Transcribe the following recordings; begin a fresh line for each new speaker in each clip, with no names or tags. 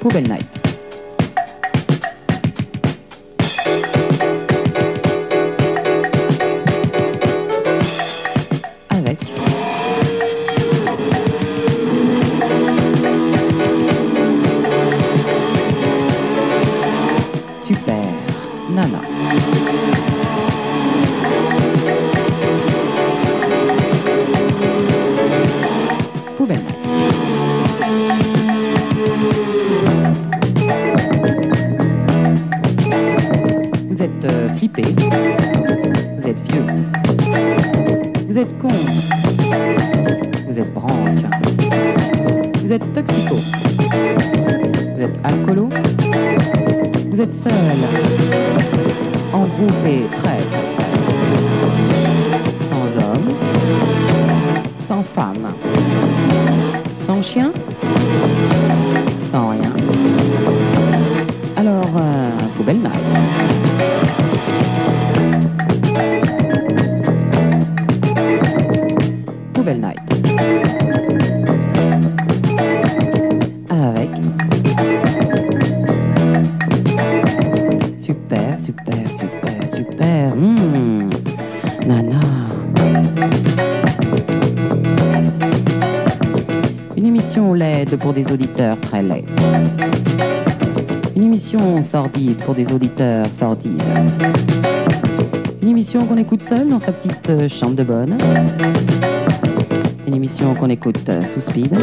Poubelle Night. Avec Super Nana. Poubelle Night. Vous êtes euh, flippé. Vous êtes vieux. Vous êtes con. Vous êtes branque. Vous êtes toxico. Vous êtes alcoolo. Vous êtes seul. En groupe et très très seul. Sans homme. Sans femme. Sans chien. Sans rien. Alors, euh, poubelle night. Poubelle Night. Avec. Super, super, super, super. hmm, Nana. Une émission laide pour des auditeurs très laids. Une émission sordide pour des auditeurs sordides. Une émission qu'on écoute seul dans sa petite euh, chambre de bonne. Une émission qu'on écoute euh, sous speed.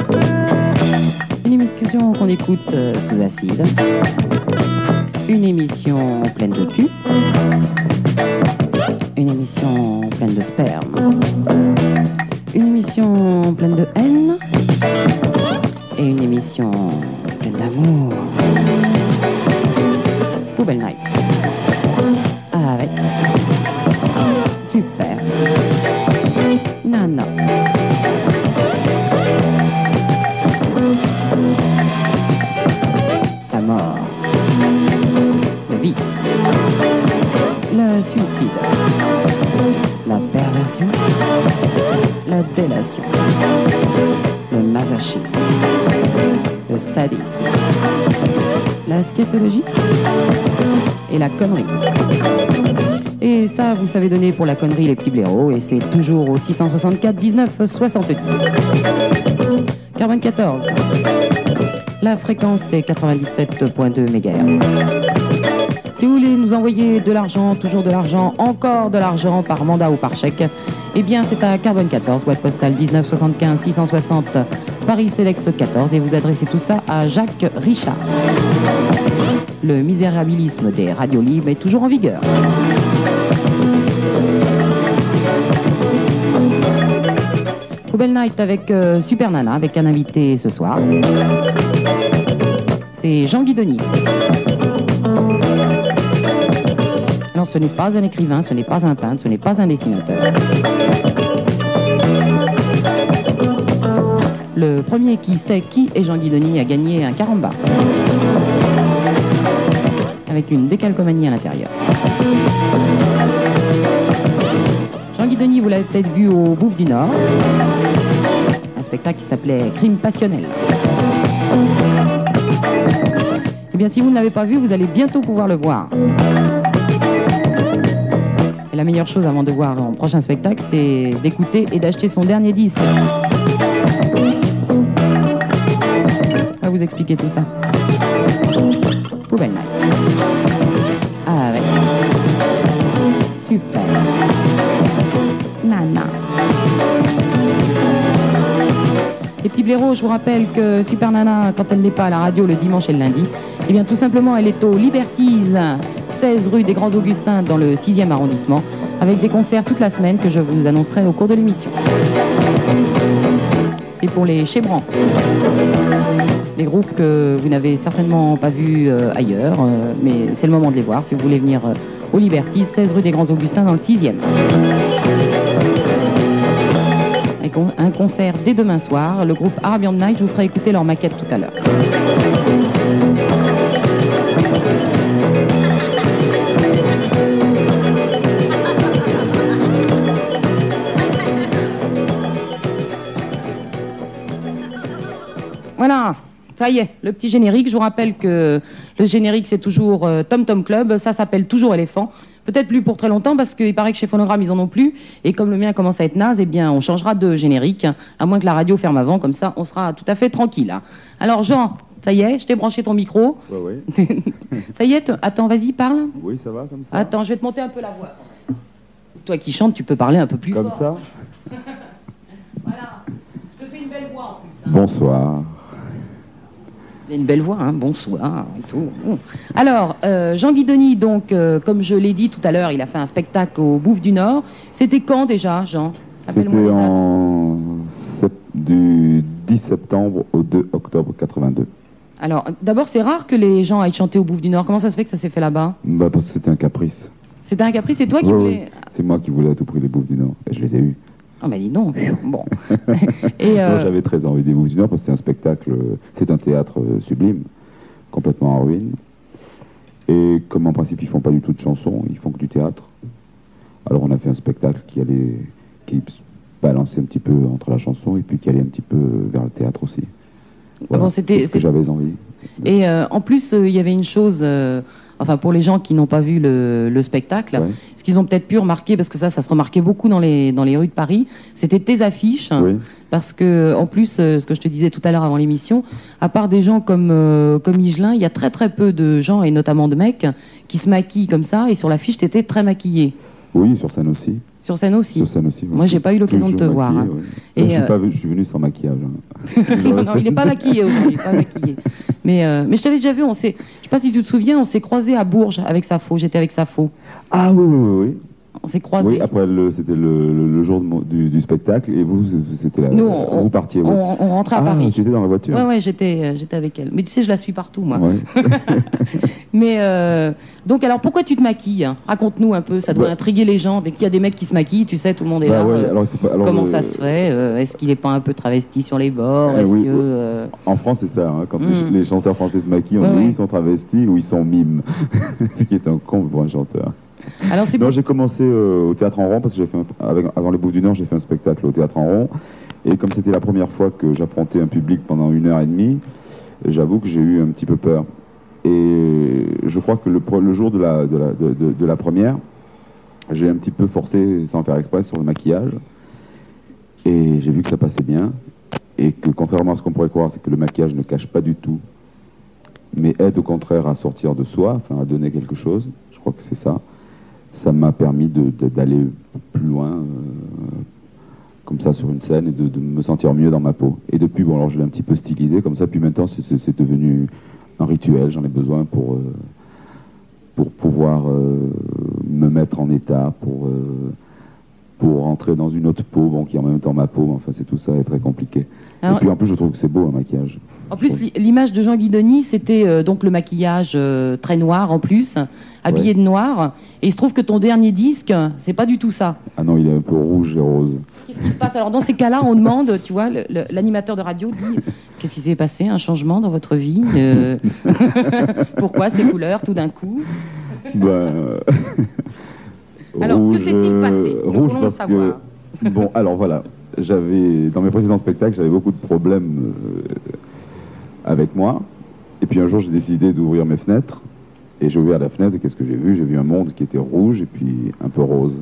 Une émission qu'on écoute euh, sous acide. Une émission pleine de cul. Une émission pleine de sperme. Une émission pleine de haine. Et une émission pleine d'amour. Poubelle Night. Avec. Super. Nana. La mort. Le vice. Le suicide. La perversion. La délation. Le masochisme. Le sadisme. La scatologie. Et la connerie. Et ça, vous savez donner pour la connerie les petits blaireaux, et c'est toujours au 664 19 70. 94. La fréquence est 97.2 MHz. Si vous voulez nous envoyer de l'argent, toujours de l'argent, encore de l'argent par mandat ou par chèque, eh bien c'est à Carbone 14, boîte postale 1975 660, Paris Sélex 14, et vous adressez tout ça à Jacques Richard. Le misérabilisme des radios libres est toujours en vigueur. Poubelle Night avec euh, Super Nana, avec un invité ce soir. C'est Jean-Guy Denis. Non, ce n'est pas un écrivain, ce n'est pas un peintre, ce n'est pas un dessinateur. Le premier qui sait qui est Jean-Guy Denis a gagné un caramba. Avec une décalcomanie à l'intérieur. Jean-Guy Denis, vous l'avez peut-être vu au Bouffe du Nord. Un spectacle qui s'appelait Crime passionnel. Eh bien, si vous ne l'avez pas vu, vous allez bientôt pouvoir le voir. Et la meilleure chose avant de voir son prochain spectacle, c'est d'écouter et d'acheter son dernier disque. On va vous expliquer tout ça. Poubelle Night. Avec. Super. Nana. Les petits blaireaux, je vous rappelle que Super Nana, quand elle n'est pas à la radio le dimanche et le lundi, eh bien tout simplement, elle est au Libertise, 16 rue des Grands Augustins, dans le 6e arrondissement, avec des concerts toute la semaine que je vous annoncerai au cours de l'émission. C'est pour les Chébrans, des groupes que vous n'avez certainement pas vus euh, ailleurs, euh, mais c'est le moment de les voir si vous voulez venir euh, au Libertise, 16 rue des Grands Augustins, dans le 6e. Un con- un concert dès demain soir. Le groupe Arabian Night, je vous ferai écouter leur maquette tout à l'heure. Voilà, Ça y est, le petit générique. Je vous rappelle que le générique, c'est toujours euh, Tom Tom Club. Ça s'appelle toujours Éléphant. Peut-être plus pour très longtemps parce qu'il paraît que chez Phonogramme, ils en ont plus. Et comme le mien commence à être naze, eh bien, on changera de générique. hein, À moins que la radio ferme avant. Comme ça, on sera tout à fait tranquille. hein. Alors, Jean, ça y est, je t'ai branché ton micro.
Ouais, ouais.
ça y est, te- attends, vas-y, parle.
Oui, ça va comme ça
Attends, je vais te monter un peu la voix. quand même. Toi qui chantes, tu peux parler un peu plus
Comme
fort.
ça
Voilà. Je te fais une belle voix en plus.
Bonsoir.
Il a une belle voix, hein, bonsoir et tout. Bon. Alors, euh, Jean-Guy Denis, donc, euh, comme je l'ai dit tout à l'heure, il a fait un spectacle au Bouffe du Nord. C'était quand déjà, Jean Rappelle-moi les
C'était
dates.
en sept- du 10 septembre au 2 octobre 82.
Alors, d'abord, c'est rare que les gens aillent chanter au Bouffe du Nord. Comment ça se fait que ça s'est fait là-bas
Bah parce que c'était un caprice.
C'était un caprice, c'est toi qui
Ouais,
voulais...
ouais. C'est moi qui voulais à tout prix les Bouffes du Nord. Et je les ai eus.
Ah bah dis donc, bon. et euh,
Moi j'avais très envie des Bouffes du Nord parce que c'est un spectacle, euh, c'est un théâtre euh, sublime, complètement en ruine. Et comme en principe ils font pas du tout de chansons, ils font que du théâtre. Alors on a fait un spectacle qui allait, qui s- balançait un petit peu entre la chanson et puis qui allait un petit peu euh, vers le théâtre aussi.
Ah bon,
c'est
c'était-
ce que
c'est-
j'avais envie.
et, euh, en plus, euh, il y avait une chose, euh, enfin, pour les gens qui n'ont pas vu le, le spectacle,
Ouais.
ce qu'ils ont peut-être pu remarquer, parce que ça, ça se remarquait beaucoup dans les, dans les rues de Paris, c'était tes affiches.
Oui.
Parce que, en plus, euh, ce que je te disais tout à l'heure avant l'émission, à part des gens comme, euh, comme Higelin, il y a très très peu de gens, et notamment de mecs, qui se maquillent comme ça, et sur l'affiche, t'étais très maquillé.
Oui, sur scène aussi.
Sur scène aussi.
Sur scène aussi. oui.
Moi, j'ai pas eu l'occasion de
Toujours
te voir,
maquillé, ouais.
Et,
Je suis
euh,
pas venu- je suis venu sans maquillage. hein.
non, non, il n'est pas maquillé aujourd'hui, pas maquillé. Mais, euh, mais je t'avais déjà vu, on s'est, je sais pas si tu te souviens, on s'est croisé à Bourges avec Sapho, j'étais avec Sapho.
Ah oui, oui, oui, oui.
On s'est croisé.
Oui, après, le- c'était le, le- le jour de mon- du, du spectacle, et vous, c'était la,
Nous, on-
vous partiez.
on,
oui.
on rentrait à
Ah,
Paris.
J'étais dans la voiture.
Ouais, ouais, j'étais, euh, j'étais avec elle. Mais tu sais, je la suis partout, moi.
Ouais. Ah,
Mais euh, donc alors pourquoi tu te maquilles hein Raconte-nous un peu, ça doit
Bah-
intriguer les gens. Dès qu'il y a des mecs qui se maquillent, tu sais, tout le monde est
Bah
là.
ouais,
euh,
alors, il faut pas- alors,
comment
euh,
ça se fait Euh, Est-ce qu'il n'est pas un peu travesti sur les bords
Eh
Est-ce
oui,
que
oui.
euh,
En France, c'est ça. hein, quand
Mm.
les, les chanteurs français se maquillent, on
Ouais,
dit
ouais.
ou ils sont travestis ou ils sont mimes. Ce qui est un con pour un chanteur.
alors c'est
Non, j'ai commencé euh, au théâtre en rond parce que j'ai fait un- avec- avant les Bouffes du Nord, j'ai fait un spectacle au théâtre en rond. Et comme c'était la première fois que j'affrontais un public pendant une heure et demie, j'avoue que j'ai eu un petit peu peur. Et je crois que le, pro- le jour de la, de la, de- de- de la première, j'ai un petit peu forcé, sans faire exprès, sur le maquillage. Et j'ai vu que ça passait bien. Et que contrairement à ce qu'on pourrait croire, c'est que le maquillage ne cache pas du tout, mais aide au contraire à sortir de soi, enfin à donner quelque chose. Je crois que c'est ça ça m'a permis de- de- d'aller plus loin, euh, comme ça, sur une scène, et de, de me sentir mieux dans ma peau. Et depuis, bon, alors je l'ai un petit peu stylisé, comme ça, puis maintenant, c'est- c'est c'est devenu un rituel, j'en ai besoin pour, euh, pour pouvoir euh, me mettre en état, pour, euh, pour entrer dans une autre peau, bon, qui est en même temps ma peau, mais enfin, c'est tout ça, est très compliqué.
Alors-
et puis, en plus, je trouve que c'est beau, un maquillage.
en plus li- l'image de Jean Guidoni, c'était euh, donc le maquillage euh, très noir en plus, habillé
Ouais.
de noir. Et il se trouve que ton dernier disque, euh, c'est pas du tout ça.
Ah non, il est un peu rouge et rose.
Qu'est-ce qui se passe Alors dans ces cas-là, on demande, tu vois, le- le- l'animateur de radio dit qu'est-ce qui s'est passé, un changement dans votre vie Euh, Pourquoi ces couleurs tout d'un coup
Ben, euh,
Alors, que s'est-il
euh,
passé Nous
Rouge
voulons le
parce
savoir.
que bon, alors voilà, j'avais dans mes précédents spectacles, j'avais beaucoup de problèmes euh, avec moi. Et puis un jour, j'ai décidé d'ouvrir mes fenêtres et j'ai ouvert la fenêtre et qu'est-ce que j'ai vu J'ai vu un monde qui était rouge et puis un peu rose.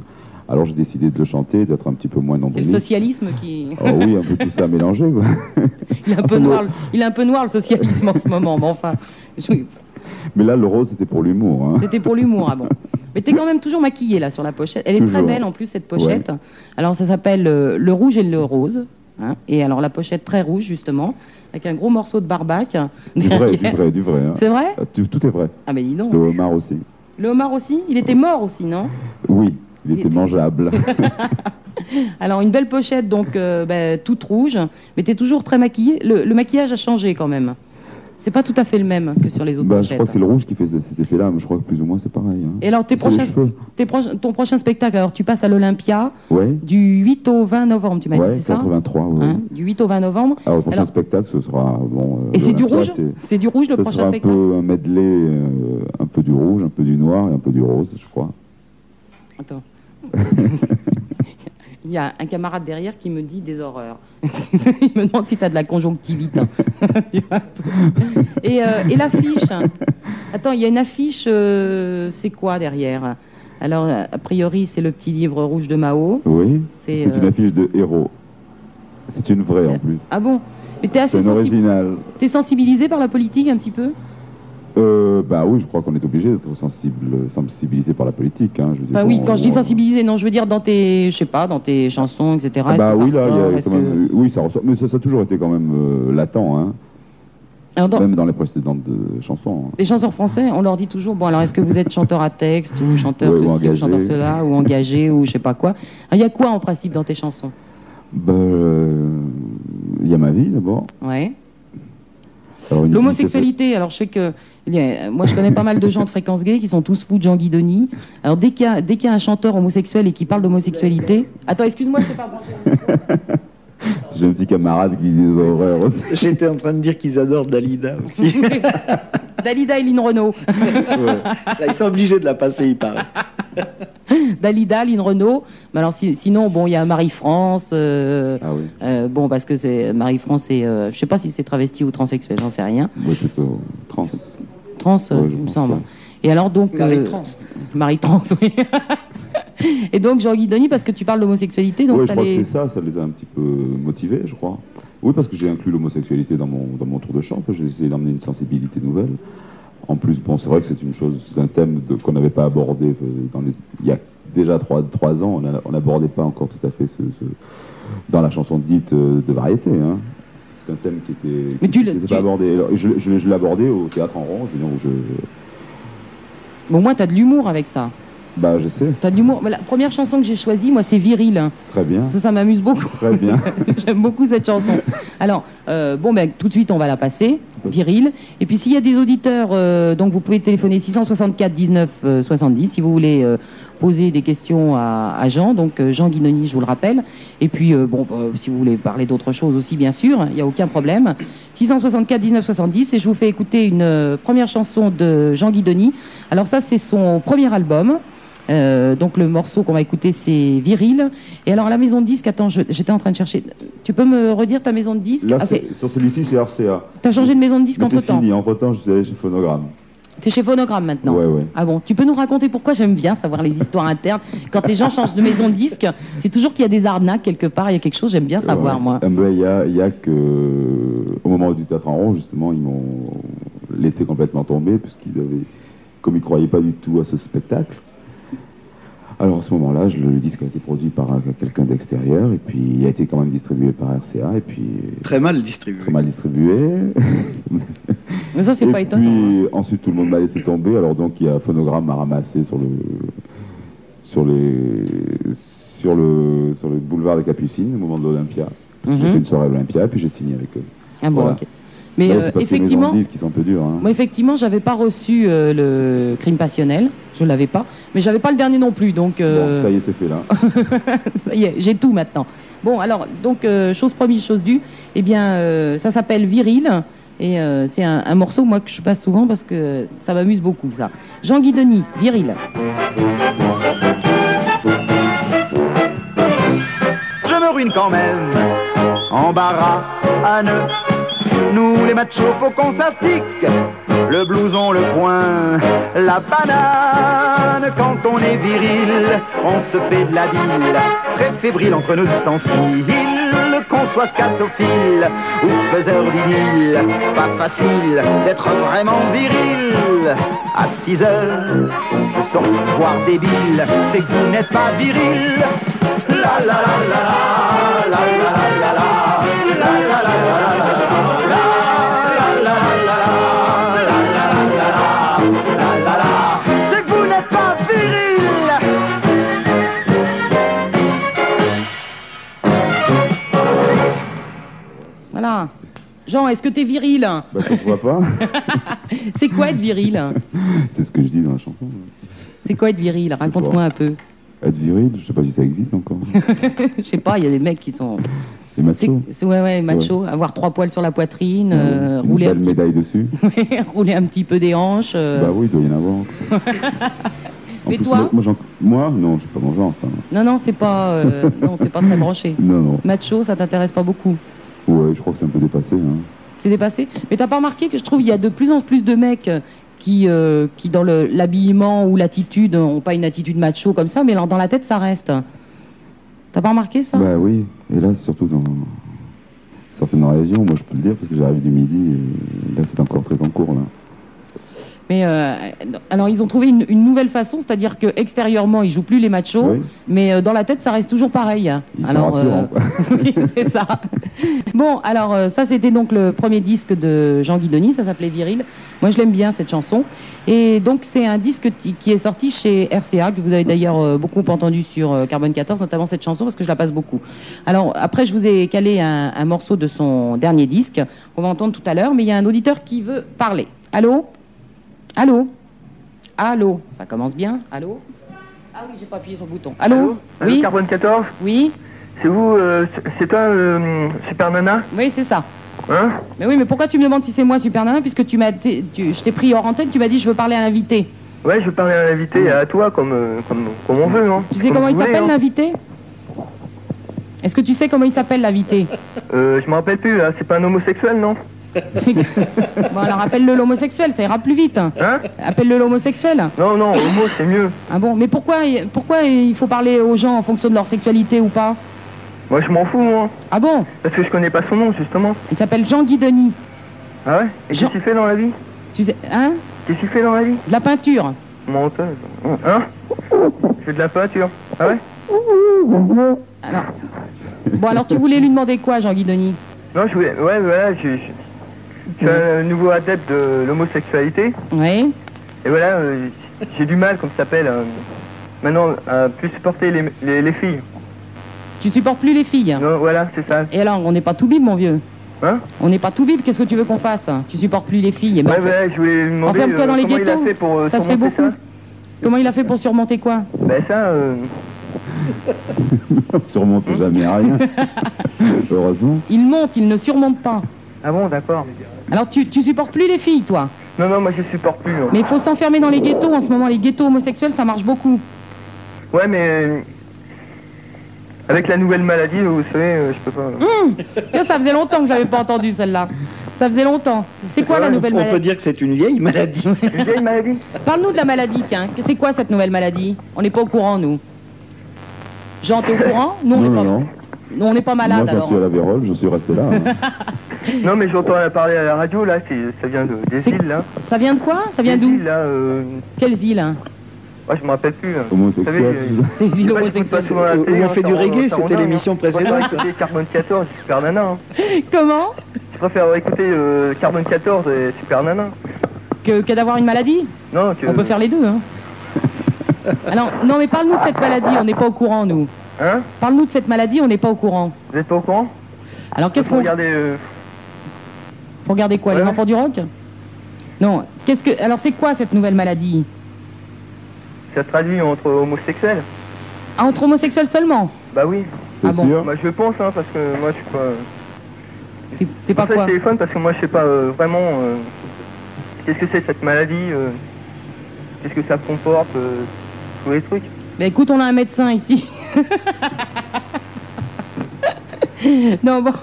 Alors j'ai décidé de le chanter, d'être un petit peu moins
C'est le
nombriliste.
socialisme qui.
bah Oh oui, Ah, bah. un peu tout ça mélangé quoi.
Il est un peu
peu
noir, il est un peu noir le socialisme en ce moment, mais enfin, je-
Mais là, le rose c'était pour l'humour. Hein.
c'était pour l'humour, ah bon. Mais t'es quand même toujours maquillée là sur la pochette. Elle est très
Toujours.
belle en plus cette pochette. Alors ça s'appelle euh, le rouge et le rose. hein. Et alors la pochette très rouge justement, avec un gros morceau de barbac. hein,
Du vrai, du
derrière.
vrai, du vrai. hein.
C'est vrai
Ah, tu- Tout est vrai.
Ah mais dis donc.
Le homard aussi.
Le homard aussi Il était mort aussi, non
Oui, il
Il-
était mangeable.
Alors une belle pochette donc euh, ben, toute rouge, mais t'es toujours très maquillée. Le, le maquillage a changé quand même. C'est pas tout à fait le même que sur les autres
Bah, je
pochettes.
crois que c'est le rouge qui fait cet effet-là, mais je crois que plus ou moins c'est pareil. Hein.
Et alors, tes
C'est les
prochains,
cheveux.
tes proches- ton prochain spectacle, alors tu passes à l'Olympia
Ouais,
du 8 au 20 novembre, tu m'as dit,
ouais,
c'est ça
83, oui.
Hein Du 8 au 20 novembre.
Alors, le prochain
Alors-
spectacle, ce sera. Bon, euh,
Et c'est du
l'Olympia,
rouge
c'est-
C'est du rouge le
Ce
prochain
sera un
spectacle
peu un medley, euh, un peu du rouge, un peu du noir et un peu du rose, je crois.
Attends. Il y a un camarade derrière qui me dit des horreurs. Il me demande si tu as de la conjonctivite. hein. Tu vois. et euh, et l'affiche Attends, il y a une affiche, euh, c'est quoi derrière Alors, a priori, c'est le petit livre rouge de Mao.
Oui.
C'est,
C'est
euh,
une affiche de héros. C'est une vraie en plus.
Ah bon Mais t'es
C'est
assez
une
sensibilisé,
originale.
t'es sensibilisé par la politique un petit peu
Euh, bah oui, je crois qu'on est obligé d'être sensible, sensibilisé par la politique. Hein, je veux dire,
Bah oui,
on-
quand je dis
on-
sensibilisé, non, je veux dire dans tes, je sais pas, dans tes chansons, etc.
Ah
Est-ce
bah
que ça
oui, là, il y a
ressort
quand
Est-ce que-
même- euh, oui, ça ressort. Mais ça, ça a toujours été quand même euh, latent, hein,
Alors, dans-
même dans les précédentes euh, chansons. hein.
Les chanteurs français, on leur dit toujours, bon alors est-ce que vous êtes chanteur à texte ou chanteur
Ouais, ou
ceci ou,
engagé.
chanteur cela ou engagé ou je sais pas quoi. Alors, Il y a quoi en principe dans tes chansons
Bah, euh, il y a ma vie d'abord.
Ouais.
Alors, une-
L'homosexualité, alors je sais que il y a- moi je connais pas mal de gens de fréquence gay qui sont tous fous de Jean-Guy Denis. Alors dès qu'il y, a- dès qu'il y a un chanteur homosexuel et qui parle d'homosexualité... Attends, excuse-moi, je t'ai pas branché.
euh, J'ai un petit camarade qui dit des horreurs aussi.
J'étais en train de dire qu'ils adorent Dalida aussi.
Dalida et Lynn Renault.
Là, ils sont obligés de la passer, il paraît.
Dalida, Lynn Renault. Mais alors si- sinon, bon, il y a Marie-France. euh,
Ah oui,
euh, bon, parce que c'est Marie-France, c'est, euh, je sais pas si c'est travesti ou transsexuel, j'en sais rien.
moi plutôt trans.
Trans, euh,
Ouais, je
il me
pense
semble.
pas.
Et alors donc. euh,
Marie-Trans.
Marie trans, oui. Et donc Jean-Guy Denis, parce que tu parles d'homosexualité, donc
ouais, je
ça
crois
les.
que c'est ça, ça les a un petit peu motivés, je crois. Oui, parce que j'ai inclus l'homosexualité dans mon, dans mon tour de chant, parce que j'ai essayé d'emmener une sensibilité nouvelle. En plus, bon, c'est vrai que c'est une chose, c'est un thème de- qu'on n'avait pas abordé euh, dans les- il y a déjà trois, trois ans, on a- on n'abordait pas encore tout à fait ce, ce- dans la chanson dite euh, de variété. hein. C'est un thème qui était,
Mais
qui
tu le-
n'était
tu-
pas abordé. Alors, je je- je l'ai abordé au théâtre en rond, je, veux dire, où je-
Mais au moins, t'as de l'humour avec ça.
bah, je sais,
T'as de l'humour. Mais La première chanson que j'ai choisie, moi, c'est Viril. hein.
très bien,
Ça, ça m'amuse beaucoup.
très bien.
J'aime beaucoup cette chanson. Alors, euh, bon, ben, tout de suite, on va la passer. Viril. Et puis, s'il y a des auditeurs, euh, donc vous pouvez téléphoner 664 19 euh, 70 si vous voulez euh, poser des questions à, à Jean. Donc, euh, Jean Guinoni, je vous le rappelle. Et puis, euh, bon, bah, si vous voulez parler d'autre chose aussi, bien sûr, il n'y a aucun problème. 664 19 70. Et je vous fais écouter une euh, première chanson de Jean Guinoni. Alors, ça, c'est son premier album. Euh, donc le morceau qu'on va écouter c'est Viril. Et alors la maison de disque, attends, je- j'étais en train de chercher. Tu peux me redire ta maison de disque
Là,
Ah, c'est-
c'est- sur celui-ci, c'est RCA.
T'as changé de maison de disque
Mais
entre
C'est
temps.
fini, entre temps, je suis allé chez Phonogramme.
T'es chez Phonogramme maintenant.
Ouais, ouais.
Ah bon, tu peux nous raconter pourquoi j'aime bien savoir les histoires internes. Quand les gens changent de maison de disque, c'est toujours qu'il y a des arnaques quelque part, il y a quelque chose, j'aime bien savoir
Ouais.
moi.
Ah ben, Il y, a, il y a que, au moment du théâtre en rond, justement, ils m'ont laissé complètement tomber, puisqu'ils avaient, comme ils ne croyaient pas du tout à ce spectacle. Alors à ce moment-là, je- le disque a été produit par un- quelqu'un d'extérieur, et puis il a été quand même distribué par RCA, et puis
Très mal distribué.
très mal distribué.
Mais ça c'est
Et
pas étonnant. hein.
Puis, ensuite, tout le monde m'a laissé tomber. Alors donc, il y a phonogramme à ramasser sur le sur les sur le sur le boulevard des Capucines au moment de l'Olympia. Parce que J'ai
Mhm.
fait une soirée à l'Olympia, puis j'ai signé avec eux.
Ah bon,
voilà.
ok. Mais
Là,
euh,
c'est parce que les
effectivement,
gens disent qu'ils sont un peu durs. hein.
Moi, effectivement, j'avais pas reçu euh, le crime passionnel, je l'avais pas, mais j'avais pas le dernier non plus, donc
Bon,
euh,
ça y est, c'est fait là.
ça y est, j'ai tout maintenant. Bon, alors, donc, euh, chose promise, chose due, eh bien, euh, ça s'appelle Viril, et euh, c'est un, un morceau, moi, que je passe souvent parce que ça m'amuse beaucoup, ça. Jean-Guy Denis, Viril.
je me ruine quand même. Embarras à neuf. Nous les machos, faut qu'on s'astique. Le blouson, le poing, la banane. Quand on est viril, on se fait de la ville. Très fébrile entre nos ustensiles. Qu'on soit scatophile ou faiseur d'idylle. Pas facile d'être vraiment viril. À 6 heures, sans voir débile, c'est que vous n'êtes pas viril. La la la la la la la la la. La la la la la la la. La la la la la la la la. La la la. C'est que vous n'êtes pas viril.
Voilà. Jean, est-ce que t'es viril
Bah, tu vois pas
C'est quoi être viril
C'est ce que je dis dans la chanson.
C'est quoi être viril Raconte-moi un peu.
Être viril, je sais pas si ça existe encore.
Je sais pas, il y a des mecs qui sont...
C'est
C'est,
macho.
c'est- ouais, ouais, macho, avoir trois poils sur la poitrine, euh,
Une
rouler, un
belle
petit,
médaille dessus.
rouler un petit peu des hanches... euh,
Bah oui, il doit y en avoir. En
Mais
plus,
toi
moi, moi, j'en- moi, non, je suis pas mon genre, ça.
Non, non, c'est pas. euh, non, t'es pas très branché.
Non, non.
Macho, ça t'intéresse pas beaucoup.
Ouais, je crois que c'est un peu dépassé. hein.
c'est dépassé. Mais t'as pas remarqué que je trouve il y a de plus en plus de mecs euh, qui, euh, qui dans le- l'habillement ou l'attitude, euh, ont pas une attitude macho comme ça, mais dans dans la tête, ça reste. T'as pas remarqué ça
Bah oui, et là, surtout dans certaines régions, moi je peux le dire, parce que j'arrive du midi, et là c'est encore très en cours. Là.
Mais euh, alors ils ont trouvé une, une nouvelle façon, c'est-à-dire que extérieurement ils jouent plus les machos,
Oui,
mais euh, dans la tête ça reste toujours pareil.
ils
alors
sont rassurants,
euh,
quoi.
oui, c'est ça. Bon, alors euh, ça c'était donc le premier disque de Jean Guidoni, ça s'appelait Viril. Moi je l'aime bien cette chanson. Et donc c'est un disque ti- qui est sorti chez RCA, que vous avez d'ailleurs euh, beaucoup entendu sur euh, Carbone 14, notamment cette chanson parce que je la passe beaucoup. Alors après je vous ai calé un, un morceau de son dernier disque, qu'on va entendre tout à l'heure, mais il y a un auditeur qui veut parler. Allô Allô Allô Ça commence bien Allô Ah oui, j'ai pas appuyé sur le bouton. Allô,
Allô Allô,
Oui
Carbone 14
Oui
C'est vous, euh, c'est- c'est toi, euh, Super Nana
Oui, c'est ça.
Hein
Mais oui, mais pourquoi tu me demandes si c'est moi Super Nana puisque tu m'as t- tu- je t'ai pris hors antenne, tu m'as dit je veux parler à l'invité.
Ouais, je parlais à l'invité, à toi, comme, euh, comme, comme on veut, hein.
Tu sais
Comme
comment
vous
il
voulez,
s'appelle
hein.
l'invité Est-ce que tu sais comment il s'appelle l'invité
euh, Je me rappelle plus, là, c'est pas un homosexuel, non
C'est que- Bon, alors appelle-le l'homosexuel, ça ira plus vite.
Hein
Appelle-le l'homosexuel.
Non, non, homo, c'est mieux.
Ah bon, mais pourquoi pourquoi il faut parler aux gens en fonction de leur sexualité ou pas
Moi, je m'en fous, moi,
Ah bon
parce que je connais pas son nom, justement.
Il s'appelle Jean Guidoni.
Ah ouais Et
Jean-
qu'est-ce qu'il fait dans la vie
Tu sais hein
Qu'est-ce qu'il fait dans la vie
De la peinture.
Menteuse. Hein Je fais de la peinture. Ah ouais
Alors Bon, alors tu voulais lui demander quoi Jean Guidoni
Non, je voulais... Ouais, voilà, je, je- je suis un nouveau adepte de l'homosexualité.
Oui.
Et voilà, euh, j'ai du mal, comme ça s'appelle, euh, maintenant, à plus supporter les, les, les filles.
Tu supportes plus les filles
Non, voilà, c'est ça.
Et alors, on n'est pas tout bib, mon vieux.
Hein
On n'est pas tout bib, qu'est-ce que tu veux qu'on fasse Tu supportes plus les filles. eh ben,
Ouais,
fais-
ouais, je voulais lui demander
Enferme-toi dans les
comment il
ghettos,
a fait pour euh,
ça se fait
surmonter
beaucoup. Comment il a fait pour surmonter quoi
ça. Ben ça, euh,
On surmonte jamais rien. Heureusement.
Il monte, il ne surmonte pas.
ah bon, d'accord.
Alors, tu, tu supportes plus les filles, toi.
Non, non, moi je supporte plus. hein.
Mais il faut s'enfermer dans les ghettos. En ce moment, les ghettos homosexuels, ça marche beaucoup.
Ouais, mais... euh, avec la nouvelle maladie, vous savez, euh, je peux pas...
Mmh. Tiens, ça faisait longtemps que je l'avais pas entendu, celle-là. Ça faisait longtemps. C'est quoi la
Ouais,
nouvelle
On peut
maladie
dire que c'est une vieille maladie.
Une vieille maladie
Parle-nous de la maladie, tiens. Que- C'est quoi cette nouvelle maladie On n'est pas au courant, nous. Jean, t'es au courant Nous, on
non,
n'est
non,
pas,
non.
nous, on n'est pas
Moi
malade,
j'en
alors.
suis à la vérole, je suis resté là. hein.
Non, mais j'entends la parler à la radio, là, c'est- ça vient de, des
C'est-
îles, là.
Ça vient de quoi Ça vient
Des
d'où
îles, là, euh...
Quelles îles hein
Ouais, je me rappelle plus. hein. Vous
Homosexuel.
savez,
tout ça.
Ces îles
Ouais, j'écoute pas
homosexuelles.
souvent la
Où- où
télé,
on
hein,
fait
ça
du
rend-
reggae, c'était
ça rend dingue,
l'émission
hein. Je préfère
précédente.
écouter Carbone 14 et Super Nana. hein.
Comment
Je préfère écouter euh, Carbone 14 et Super Nana.
que, que d'avoir une maladie.
Non, que...
On peut faire les deux. Hein. Alors, non, mais parle-nous de cette maladie, on n'est pas au courant, nous.
Hein
Parle-nous de cette maladie, on n'est pas au courant.
Vous êtes pas au courant
Alors, qu'est-ce
Faut
qu'on.
regarder, euh,
Faut regarder quoi Les
Ouais.
enfants du rock Non. Qu'est-ce que. Alors, c'est quoi cette nouvelle maladie
ça se traduit entre homosexuels
ah, Entre homosexuels seulement
Bah oui.
T'es
Ah bon.
sûr
Bah, je pense, hein, parce que moi, je suis pas...
T'es- T'es pas
Pour ça,
quoi
je téléphone, parce que moi, je sais pas euh, vraiment... euh, Qu'est-ce que c'est, cette maladie euh, Qu'est-ce que ça comporte euh, Tous les trucs.
Bah, écoute, on a un médecin ici. non, bon.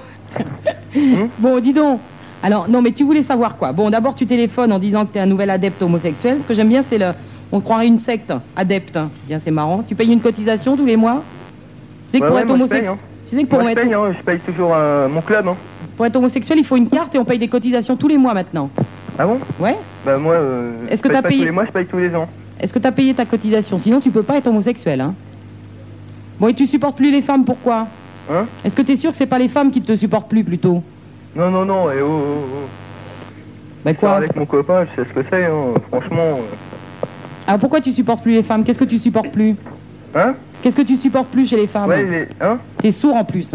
Hmm?
bon, dis donc. Alors, non, mais tu voulais savoir quoi Bon, d'abord, tu téléphones en disant que tu es un nouvel adepte homosexuel. Ce que j'aime bien, c'est le. On croirait une secte, adepte. Bien, c'est marrant. Tu payes une cotisation tous les mois Tu sais que
Ouais,
pour
ouais,
être
moi, je
homosexuel.
paye, hein.
Tu sais que pour,
Moi, je
être...
paye, hein, je paye toujours à mon club. Hein.
pour être homosexuel, il faut une carte et on paye des cotisations tous les mois maintenant.
Ah bon
Ouais
Bah moi, euh,
Est-ce
je
que
paye
t'as
pas
payé-
tous les mois, je paye tous les ans.
Est-ce que tu as payé ta cotisation Sinon, tu peux pas être homosexuel. Hein bon, et tu supportes plus les femmes, pourquoi
Hein
Est-ce que tu es sûr que c'est pas les femmes qui te supportent plus plutôt
Non, non, non, et oh, oh, oh. Je
Bah
sors
quoi
avec mon copain, je sais ce que c'est, hein. franchement.
Alors pourquoi tu supportes plus les femmes Qu'est-ce que tu supportes plus
euh. Hein
Qu'est-ce que tu supportes plus chez les femmes
ouais, les- hein
T'es sourd en plus.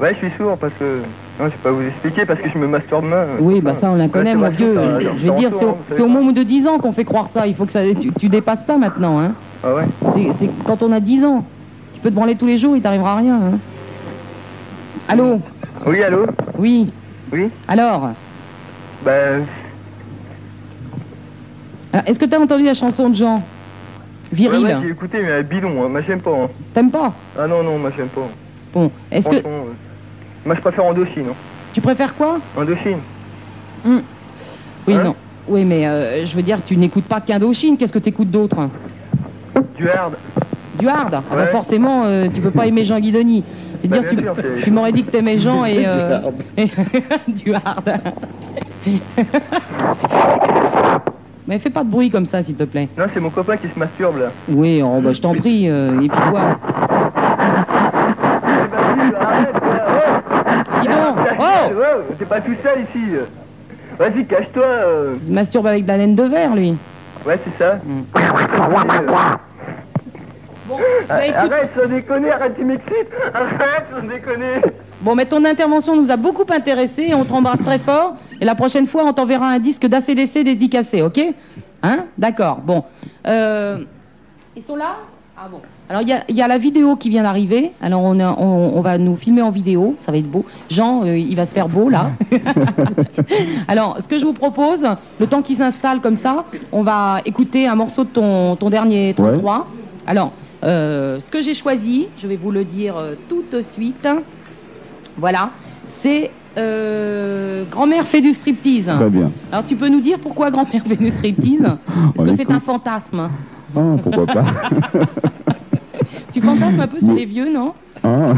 ouais, je suis sourd parce que. Non, je vais pas vous expliquer parce que je me masturbe main. hein.
Oui, bah ça on la connaît, mon
Ouais, c'est
vieux. euh,
vrai, c'est un-
Je veux
c'est
dire,
un
c'est au-
retour, hein, vous
c'est au
savez
moment de 10 ans qu'on fait croire ça. Il faut que ça, tu, tu dépasses ça maintenant. Hein.
Ah ouais
C'est c'est quand on a 10 ans. Tu peux te branler tous les jours, il t'arrivera rien. hein. Allô
Oui, allô
Oui
Oui
Alors
Bah. euh,
Ben,
alors, Est-ce que t'as entendu la chanson de Jean
ouais,
Viril
ouais, j'ai écouté, mais à bidon, hein. moi j'aime pas. hein.
T'aimes pas
Ah non, non, moi j'aime pas. hein.
Bon, est-ce que
Franchement, euh, Moi je préfère Indochine. Hein.
tu préfères quoi
Indochine
Oui,
Hein
non. Oui, mais euh, je veux dire, tu n'écoutes pas qu'Indochine, qu'est-ce que t'écoutes d'autre
Du hard.
Du hard Ah bah
Ouais.
forcément, euh, tu peux pas aimer Jean Guidoni. Je veux
Bah,
dire,
bien sûr,
tu,
c'est-
tu m'aurais dit que t'aimais Jean et... euh,
Regarde.
et- du hard. mais fais pas de bruit comme ça, s'il te plaît.
Non, c'est mon copain qui se masturbe là.
Oui, oh, bah, je t'en prie, euh, et puis quoi
Eh ben, tu arrêtes, là. Oh,
Dis
ta
donc
gueule,
Oh
oh, T'es pas tout seul ici Vas-y, cache-toi euh.
Il se masturbe avec de la laine de verre, lui.
Ouais, c'est ça.
Mm.
Vas-y, euh.
Bon,
Ah,
bah, écoute,
Arrête sans déconner, arrête, tu m'excites Arrête sans déconner
Bon, mais ton intervention nous a beaucoup intéressés. On t'embrasse très fort. Et la prochaine fois, on t'enverra un disque d'ACDC dédicacé, ok Hein D'accord, bon. Euh, Ils sont là Ah bon. Alors, il y a, il y a la vidéo qui vient d'arriver. Alors, on, a- on- on va nous filmer en vidéo. Ça va être beau. Jean, euh, il va se faire beau, là. Alors, ce que je vous propose, le temps qu'il s'installe comme ça, on va écouter un morceau de ton, ton dernier 33. Alors, euh, ce que j'ai choisi, je vais vous le dire euh, tout de suite. Voilà, c'est euh, Grand-mère fait du striptease.
Très bien.
Alors tu peux nous dire pourquoi Grand-mère fait du striptease
On
Parce que c'est
écoute.
un fantasme. hein.
Ah, pourquoi pas
Tu fantasmes un peu sur
Oui.
les vieux, non
Hein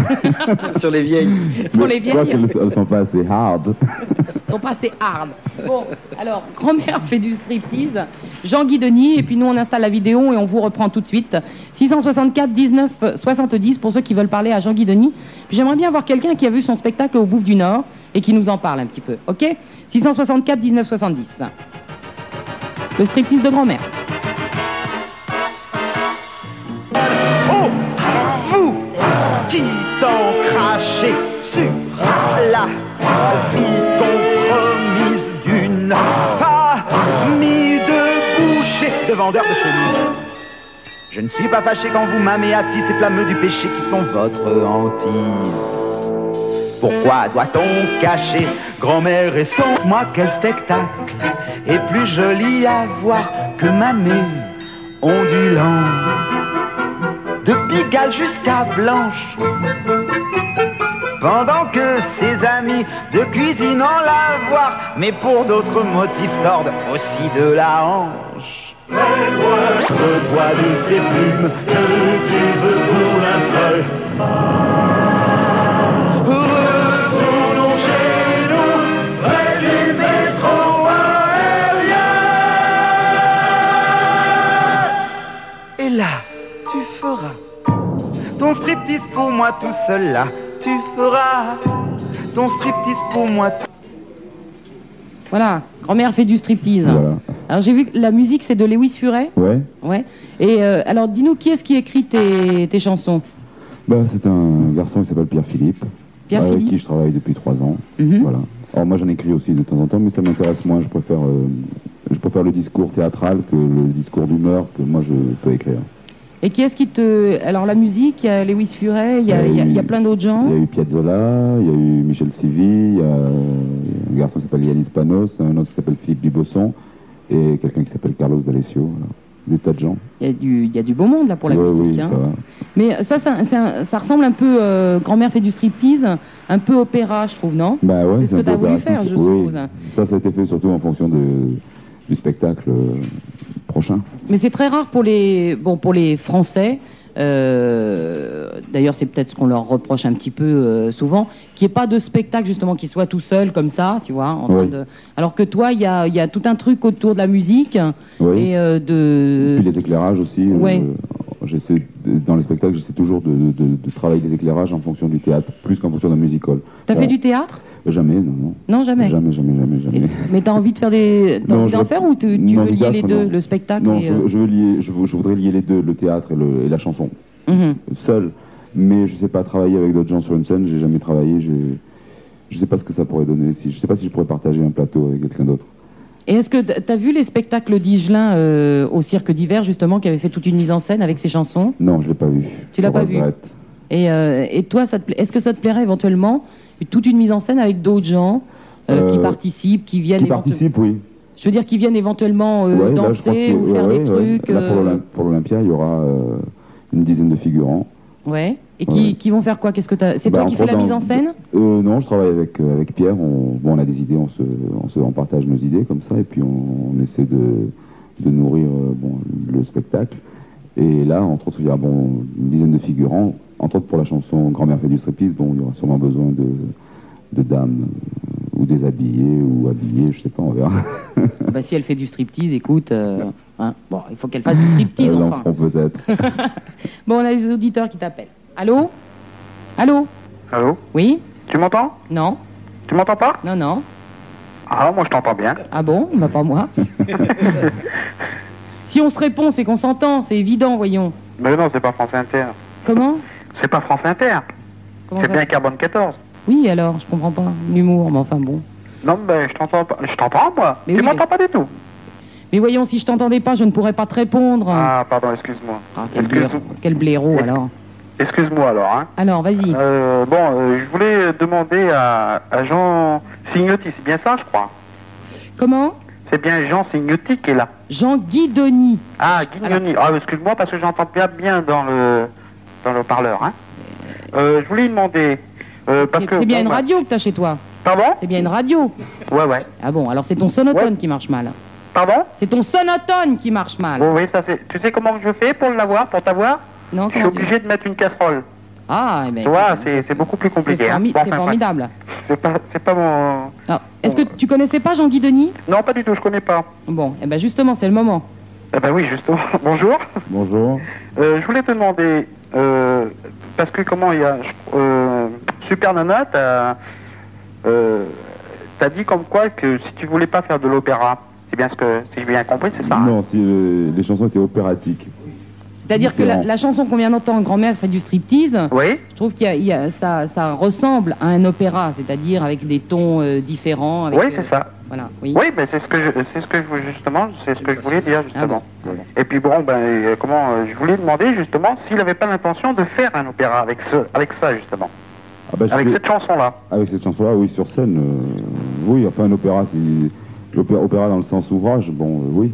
Sur les vieilles.
Sur les
Je crois
vieilles,
qu'elles elles sont pas assez hard.
ils sont pas assez hard. Bon, alors Grand-mère fait du striptease. Jean-Guy Denis, et puis nous on installe la vidéo et on vous reprend tout de suite. 664 19 70 pour ceux qui veulent parler à Jean-Guy Denis. Puis J'aimerais bien voir quelqu'un qui a vu son spectacle au Bouffe du Nord et qui nous en parle un petit peu, ok 664 19 70. Le striptease de grand-mère.
Oh, vous qui t'en crachez sur la vie compromise d'une famille de bouchers, de vendeurs de chemises. Je ne suis pas fâché quand vous m'amez à petits ces flammeux du péché qui sont votre hantise. Pourquoi doit-on cacher grand-mère et son Moi, quel spectacle est plus joli à voir que mamée ondulante de Pigalle jusqu'à Blanche. Pendant que ses amis de cuisine en la voir, mais pour d'autres motifs tordent aussi de la hanche. Toi de ses plumes que tu veux pour un seul. Retournons chez nous, près du métro aérien. Et là, tu feras ton striptease pour moi tout seul là. Tu feras ton striptease pour moi tout
Voilà, grand-mère fait du striptease.
Voilà.
Alors j'ai vu que la musique c'est de Lewis Furet.
Ouais.
Ouais. Et euh, alors dis-nous qui est-ce qui écrit tes, tes chansons
Bah, c'est un garçon qui s'appelle Pierre Philippe,
Pierre
avec
Philippe.
qui je travaille depuis trois ans.
Mhm.
Voilà. Alors moi j'en écris aussi de temps en temps, mais ça m'intéresse moins. Je préfère, euh, je préfère le discours théâtral que le discours d'humeur que moi je peux écrire.
Et qui est-ce qui te. Alors la musique, il y a Lewis Furet, il y a, il y a- il y a plein d'autres gens.
Il y a eu Piazzolla, il y a eu Michel Sivi, il y a euh, un garçon qui s'appelle Yanis Panos, un autre qui s'appelle Philippe Dubosson et quelqu'un qui s'appelle Carlos D'Alessio. voilà. Des tas de gens.
Il y a du, il y a du beau monde là pour la
Ouais, oui,
musique. hein.
ça va.
Mais ça, ça, ça, ça ressemble un peu. euh, grand-mère fait du striptease, un peu opéra, je trouve, non
Bah ouais,
C'est ce
un
que
peu
t'as voulu
opératif.
faire, je
Oui.
suppose. hein.
Ça, ça a été fait surtout en fonction de, du spectacle euh, prochain.
Mais c'est très rare pour les, bon, pour les Français. euh, D'ailleurs, c'est peut-être ce qu'on leur reproche un petit peu euh, souvent, qu'il n'y ait pas de spectacle justement qui soit tout seul comme ça, tu vois. En train
Oui.
de... Alors que toi, il y a, il y a tout un truc autour de la musique
Oui.
et euh,
Et
de.
puis les éclairages aussi. euh,
ouais.
j'essaie de- dans les spectacles, j'essaie toujours de, de- de- de travailler les éclairages en fonction du théâtre, plus qu'en fonction d'un musical.
T'as
Voilà.
fait du théâtre
Jamais, non, non.
Non, jamais.
Jamais, jamais, jamais, jamais.
Et- mais t'as envie de faire des, t'as
Non,
envie
je
d'en
veux-
faire ou tu, tu
non,
veux
du
lier les
théâtre,
deux,
non.
le spectacle
Non,
et,
je,
euh,
je veux lier, je, vou- je voudrais lier les deux, le théâtre et, le- et la chanson,
mhm.
seul. Mais je sais pas travailler avec d'autres gens sur une scène. J'ai jamais travaillé. j'ai- Je sais pas ce que ça pourrait donner. Si je sais pas si je pourrais partager un plateau avec quelqu'un d'autre.
Et est-ce que t- t'as vu les spectacles d'Igelin euh, au Cirque d'hiver justement qui avait fait toute une mise en scène avec ses chansons
Non, je l'ai pas vu.
Tu l'as
Je
pas vu
regrette.
Et, euh, et toi, ça te pla- est-ce que ça te plairait éventuellement toute une mise en scène avec d'autres gens euh, qui
Euh,
participent, qui viennent
Qui
éventu-
participe, oui.
Je veux dire, qui viennent éventuellement euh,
Ouais, là, je
danser
crois que-
ou faire
ouais,
des euh,
ouais, ouais.
trucs.
Là, pour
euh,
l'Olym- pour l'Olympia, il y aura euh, une dizaine de figurants.
ouais. Et qui,
Ouais.
qui vont faire quoi Qu'est-ce que t'as- C'est
Bah,
toi qui
entre
fais la
autres,
mise
dans-
en scène
Euh, non, je travaille avec, euh, avec Pierre. On, bon, on a des idées, on, se, on, se, on partage nos idées comme ça, et puis on, on essaie de, de nourrir euh, bon, le spectacle. Et là, entre autres, il y a bon, une dizaine de figurants. Entre autres, pour la chanson Grand-mère fait du striptease, bon, il y aura sûrement besoin de, de dames, euh, ou déshabillées, ou habillées, je sais pas, on verra.
Bah, si elle fait du striptease, écoute. euh, hein. Bon, il faut qu'elle fasse du striptease,
Ah,
Euh,
enfin.
L'enfant peut-être.
Bon, on a des auditeurs qui t'appellent. Allô Allô
Allô
Oui
Tu m'entends
Non
Tu m'entends pas
Non, non
Ah, moi je t'entends bien.
Ah bon Bah, pas moi. si on se répond, c'est qu'on s'entend, c'est évident, voyons.
Mais non, c'est pas France Inter.
Comment
C'est pas France Inter.
Comment
c'est
ça
bien
se-
Carbone 14.
Oui, alors, je comprends pas. L'humour, mais enfin bon.
Non, mais je t'entends pas. Je t'entends, moi.
Mais
tu
oui,
m'entends pas du tout.
Mais voyons, si je t'entendais pas, je ne pourrais pas te répondre.
Ah, pardon, excuse-moi.
Ah, quel, blaireau, quel blaireau, alors.
Excuse-moi alors. Hein.
Alors, vas-y.
Euh, bon, euh, je voulais demander à, à Jean Signotti. C'est bien ça, je crois.
Comment
C'est bien Jean Signotti qui est là.
Jean Guidoni.
Ah, Guignoni. Ah, excuse-moi parce que j'entends bien bien dans le dans le parleur. Hein. Euh, je voulais demander. Euh, parce
C'est
que,
c'est bien
bon,
une
bah-
radio que t'as chez toi.
Pardon
C'est bien une radio.
Ouais, ouais.
Ah bon, alors c'est ton sonotone qui marche mal.
Pardon
C'est ton sonotone qui marche mal.
Bon, oui, ça c'est. Tu sais comment je fais pour l'avoir, pour t'avoir
Non,
Je suis
comment tu...
obligé de mettre une casserole.
Ah, eh ben,
Tu vois,
écoute,
c'est c'est beaucoup plus compliqué.
c'est
hein.
formi-
Bon,
c'est
enfin,
formidable.
bref, C'est pas, c'est pas mon.
Alors, Est-ce que tu connaissais pas Jean-Guy Denis
Non, pas du tout, je connais pas.
Bon, eh ben justement, c'est le moment.
Eh ben oui, justement. Bonjour.
Bonjour.
Euh, je voulais te demander, euh, parce que comment il y a. je- euh, Super Nana, t'as. euh, t'as dit comme quoi que si tu voulais pas faire de l'opéra, c'est bien ce que. Si j'ai bien compris, c'est ça hein
Non, si euh, les chansons étaient opératiques.
C'est-à-dire que la,
Différent.
la chanson qu'on vient d'entendre, Grand-mère fait du striptease,
Oui
je trouve qu'il y a- il y a- ça, ça ressemble à un opéra, c'est-à-dire avec des tons euh, différents. Avec,
Oui,
euh,
c'est ça.
Voilà, oui.
Oui, mais c'est ce que je, c'est ce que je voulais justement, c'est ce que je voulais dire justement.
Ah bon.
Et puis bon, ben euh, comment, euh, je voulais demander justement s'il n'avait pas l'intention de faire un opéra avec ce, avec ça justement,
Ah bah, je
avec
fais-
cette chanson là.
Avec cette chanson-là, oui, sur scène, euh, oui, enfin un opéra, c'est l'opéra opéra dans le sens ouvrage, bon, euh, oui.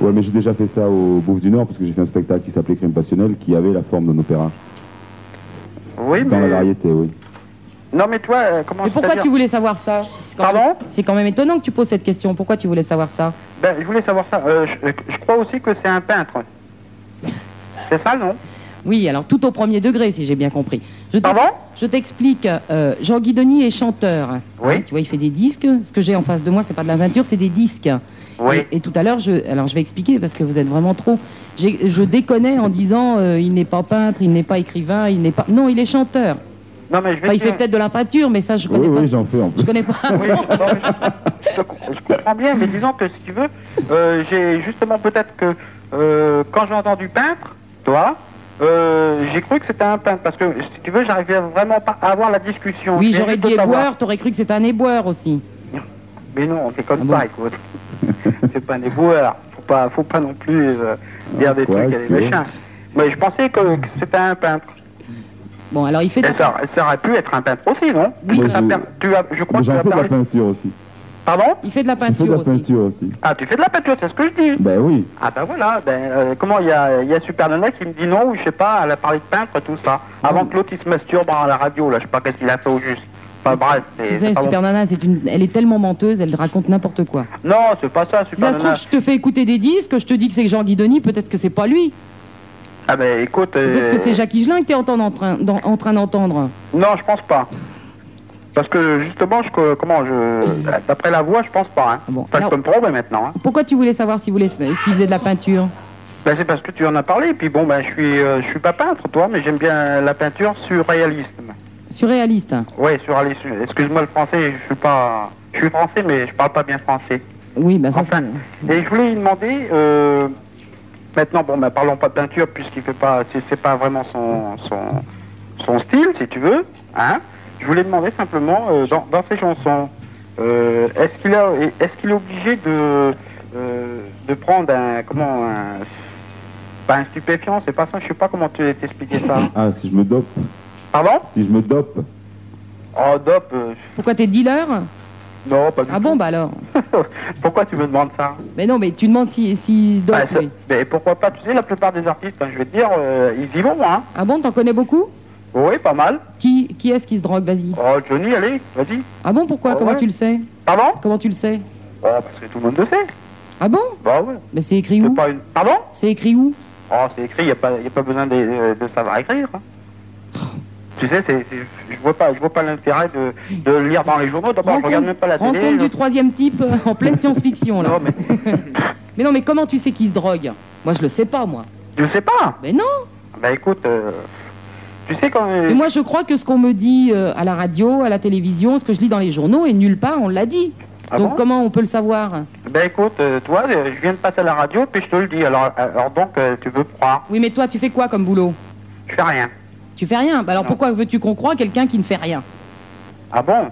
Ouais, mais j'ai déjà fait ça au Bouffe du Nord, parce que j'ai fait un spectacle qui s'appelait Crime Passionnel, qui avait la forme d'un opéra.
Oui,
dans
mais
la variété, oui.
non, mais toi, euh, comment
Mais pourquoi
c'est-à-dire-
tu voulais savoir ça C'est quand même-
Pardon
C'est quand même étonnant que tu poses cette question. Pourquoi tu voulais savoir ça
Ben, je voulais savoir ça. Euh, je, je crois aussi que c'est un peintre. c'est ça, non
Oui, alors tout au premier degré, si j'ai bien compris. Je t'ai-
Pardon
Je t'explique, euh, Jean Guidoni est chanteur.
Oui.
Hein, tu vois, il fait des disques. Ce que j'ai en face de moi, c'est pas de la peinture, c'est des disques.
Oui.
Et, et tout à l'heure, je, alors je vais expliquer parce que vous êtes vraiment trop. J'ai- Je déconnais en disant, euh, il n'est pas peintre, il n'est pas écrivain, il n'est pas. Non, il est chanteur.
Non, mais je vais.
Enfin, il
dire-
fait peut-être de la peinture, mais ça, je
Oui,
connais
oui,
pas.
j'en fais en
Je
plus.
connais pas.
Oui, non, mais je, je com- je comprends bien, mais disons que si tu veux, euh, j'ai justement peut-être que euh, quand j'ai entendu peintre, toi, euh, j'ai cru que c'était un peintre parce que si tu veux, j'arrivais vraiment pas à avoir la discussion.
Oui,
J'ai
j'aurais
envie de
dit
savoir.
éboueur, t'aurais cru que c'était un éboueur aussi.
Mais non, on déconne
Ah bon
pas, écoute. C'est pas un éboueur. Faut pas, faut pas non plus euh, dire
Ah,
des
Quoi
trucs à des
que.
machins. Mais je pensais que, que c'était un peintre.
Bon, alors il fait.
Et ça, ça aurait pu être un peintre aussi, non
Oui.
Tu as
Oui.
per- tu as- Je crois
Mais
que tu
j'en
as
fais de la
parlé.
peinture aussi.
Pardon
Il fait de la
Je fais de
peinture
la
aussi.
peinture aussi.
Ah, tu fais de la peinture, c'est ce que je dis.
Ben oui.
Ah ben voilà, ben euh, comment il y a, il y a Super Nana qui me dit non ou je sais pas, elle a parlé de peintre, tout ça. Avant que l'autre il se masturbe à la radio, là, je sais pas qu'est-ce qu'il a fait au juste. Enfin bref,
Tu
c'est
sais,
c'est pas
Super Nana, c'est une... elle est tellement menteuse, elle raconte n'importe quoi.
bon. Non, c'est pas ça,
Si ça
Super
se trouve,
Nana.
je te fais écouter des disques, je te dis que c'est Jean Guidoni, peut-être que c'est pas lui.
Ah ben écoute, euh,
Peut-être que c'est Jacques Higelin que t'es en train d'entendre- d'en- en train d'entendre.
non, je pense pas. Parce que justement, je, co- comment je, d'après la voix, je pense pas. Hein.
Ah bon,
Enfin,
alors-
je peux me tromper maintenant. Hein.
Pourquoi tu voulais savoir s'il voulait, s'il faisait de la peinture
Ben, c'est parce que tu en as parlé. Et puis bon, ben je suis, euh, je suis pas peintre, toi, mais j'aime bien la peinture surréalisme.
Surréaliste.
Ouais, surréalisme. Excuse-moi le français, je suis pas, je suis français, mais je parle pas bien français.
Oui, bah ça
Enfin.
c'est.
Et je voulais lui demander, euh, maintenant, bon, bah, parlons pas de peinture, puisqu'il fait pas, c'est, c'est pas vraiment son, son, son style, si tu veux, hein. Je voulais demander simplement, euh, dans, dans ses chansons, euh, est-ce qu'il a, est-ce qu'il est obligé de, euh, de prendre un, comment, un, pas un stupéfiant, c'est pas ça, je sais pas comment tu t'expliquer ça.
Ah, si je me dope,
Pardon?
si je me dope,
Oh, dope, euh,
Pourquoi t'es dealer
non, pas du
Ah
tout.
bon, bah alors.
Pourquoi tu me demandes ça?
Mais non, mais tu demandes si, si se dope,
Bah, ça-
oui.
mais pourquoi pas, tu sais, la plupart des artistes, hein, je vais te dire, euh, ils y vont, hein.
Ah bon, t'en connais beaucoup
Oui, pas mal.
Qui, qui est-ce qui se drogue, vas-y
Oh, Johnny, allez, vas-y.
Ah bon, pourquoi
Oh,
Comment
ouais.
tu le sais
Pardon
Comment tu le sais
Oh, parce que tout le monde le sait.
Ah bon
Bah ouais.
Mais c'est écrit
C'est
où
pas une... Pardon
C'est écrit où
Oh, c'est écrit, il n'y a, pas- y a pas besoin de, euh, de savoir écrire. hein.
Oh.
Tu sais, c'est- c'est- je vois pas, je vois pas l'intérêt de, de le lire dans les journaux. D'abord, je
Rencontre-
regarde même pas la télé.
Rencontre
je-
du troisième type euh, en pleine science-fiction, là.
Non, mais
Mais non, mais comment tu sais qui se drogue Moi, je le sais pas, moi.
je sais pas.
Mais non
Bah écoute, euh, tu sais quand. euh,
Mais moi, je crois que ce qu'on me dit euh, à la radio, à la télévision, ce que je lis dans les journaux, et nulle part, on l'a dit.
Ah
Donc
bon
comment on peut le savoir
Bah écoute, euh, toi, euh, je viens de passer à la radio, puis je te le dis. Alors, alors donc, euh, tu veux croire
Oui, mais toi, tu fais quoi comme boulot
Je fais rien.
Tu fais rien. Bah, alors
Non.
pourquoi veux-tu qu'on croie quelqu'un qui ne fait rien
Ah bon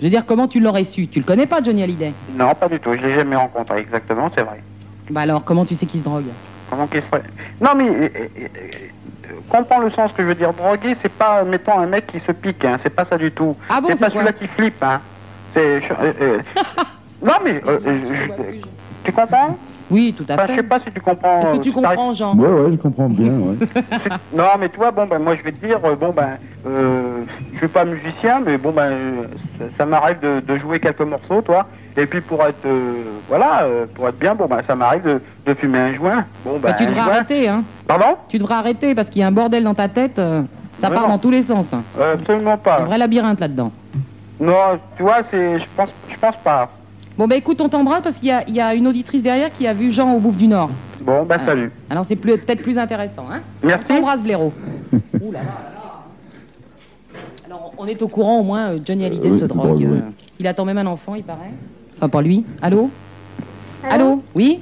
Je veux dire, comment tu l'aurais su Tu le connais pas, Johnny Hallyday
Non, pas du tout. Je l'ai jamais rencontré. Exactement, c'est vrai.
Bah alors, comment tu sais qui se drogue
Comment qu'il serait Non, mais euh, euh, euh, euh, comprends le sens que je veux dire. Droguer, c'est pas, euh, mettons, un mec qui se pique, hein, c'est pas ça du tout.
Ah bon,
c'est
c'est
pas
quoi
celui-là qui flippe, hein. C'est. je- euh, euh, non, mais. euh, euh, je- tu comprends
Oui, tout à
Enfin, Je sais
fait.
pas si tu comprends.
Est-ce que
euh,
tu
si t'arrives-
comprends, Jean
Ouais, ouais, je comprends bien, ouais.
Non, mais toi, bon, ben, moi, je vais te dire, euh, bon, ben, euh, je suis pas musicien, mais bon, ben, euh, ça, ça m'arrive de, de jouer quelques morceaux, toi. Et puis, pour être, euh, voilà, euh, pour être bien, bon, ben, ça m'arrive de, de fumer un joint. Bon, ben,
Bah, tu
un
devras
joint.
arrêter, hein
Pardon
Tu devras arrêter parce qu'il y a un bordel dans ta tête. euh, ça
Mais
part
non.
dans tous les sens. hein.
Euh, Absolument
Un
pas.
vrai labyrinthe là-dedans.
Non, tu vois, c'est, je pense, je pense pas.
Bon, bah écoute, on t'embrasse parce qu'il y, a- il y a une auditrice derrière qui a vu Jean au Bouffe du Nord.
Bon, ben,
Ah.
salut.
Alors c'est plus- peut-être plus intéressant, hein
Merci.
On t'embrasse, Blaireau. Ouh là là, là là. Alors on est au courant au moins, euh, Johnny Hallyday
Euh, oui,
se
c'est
drogue.
drôle, oui.
euh, Il attend même un enfant, il paraît. Enfin, pas lui. Allô Allô Oui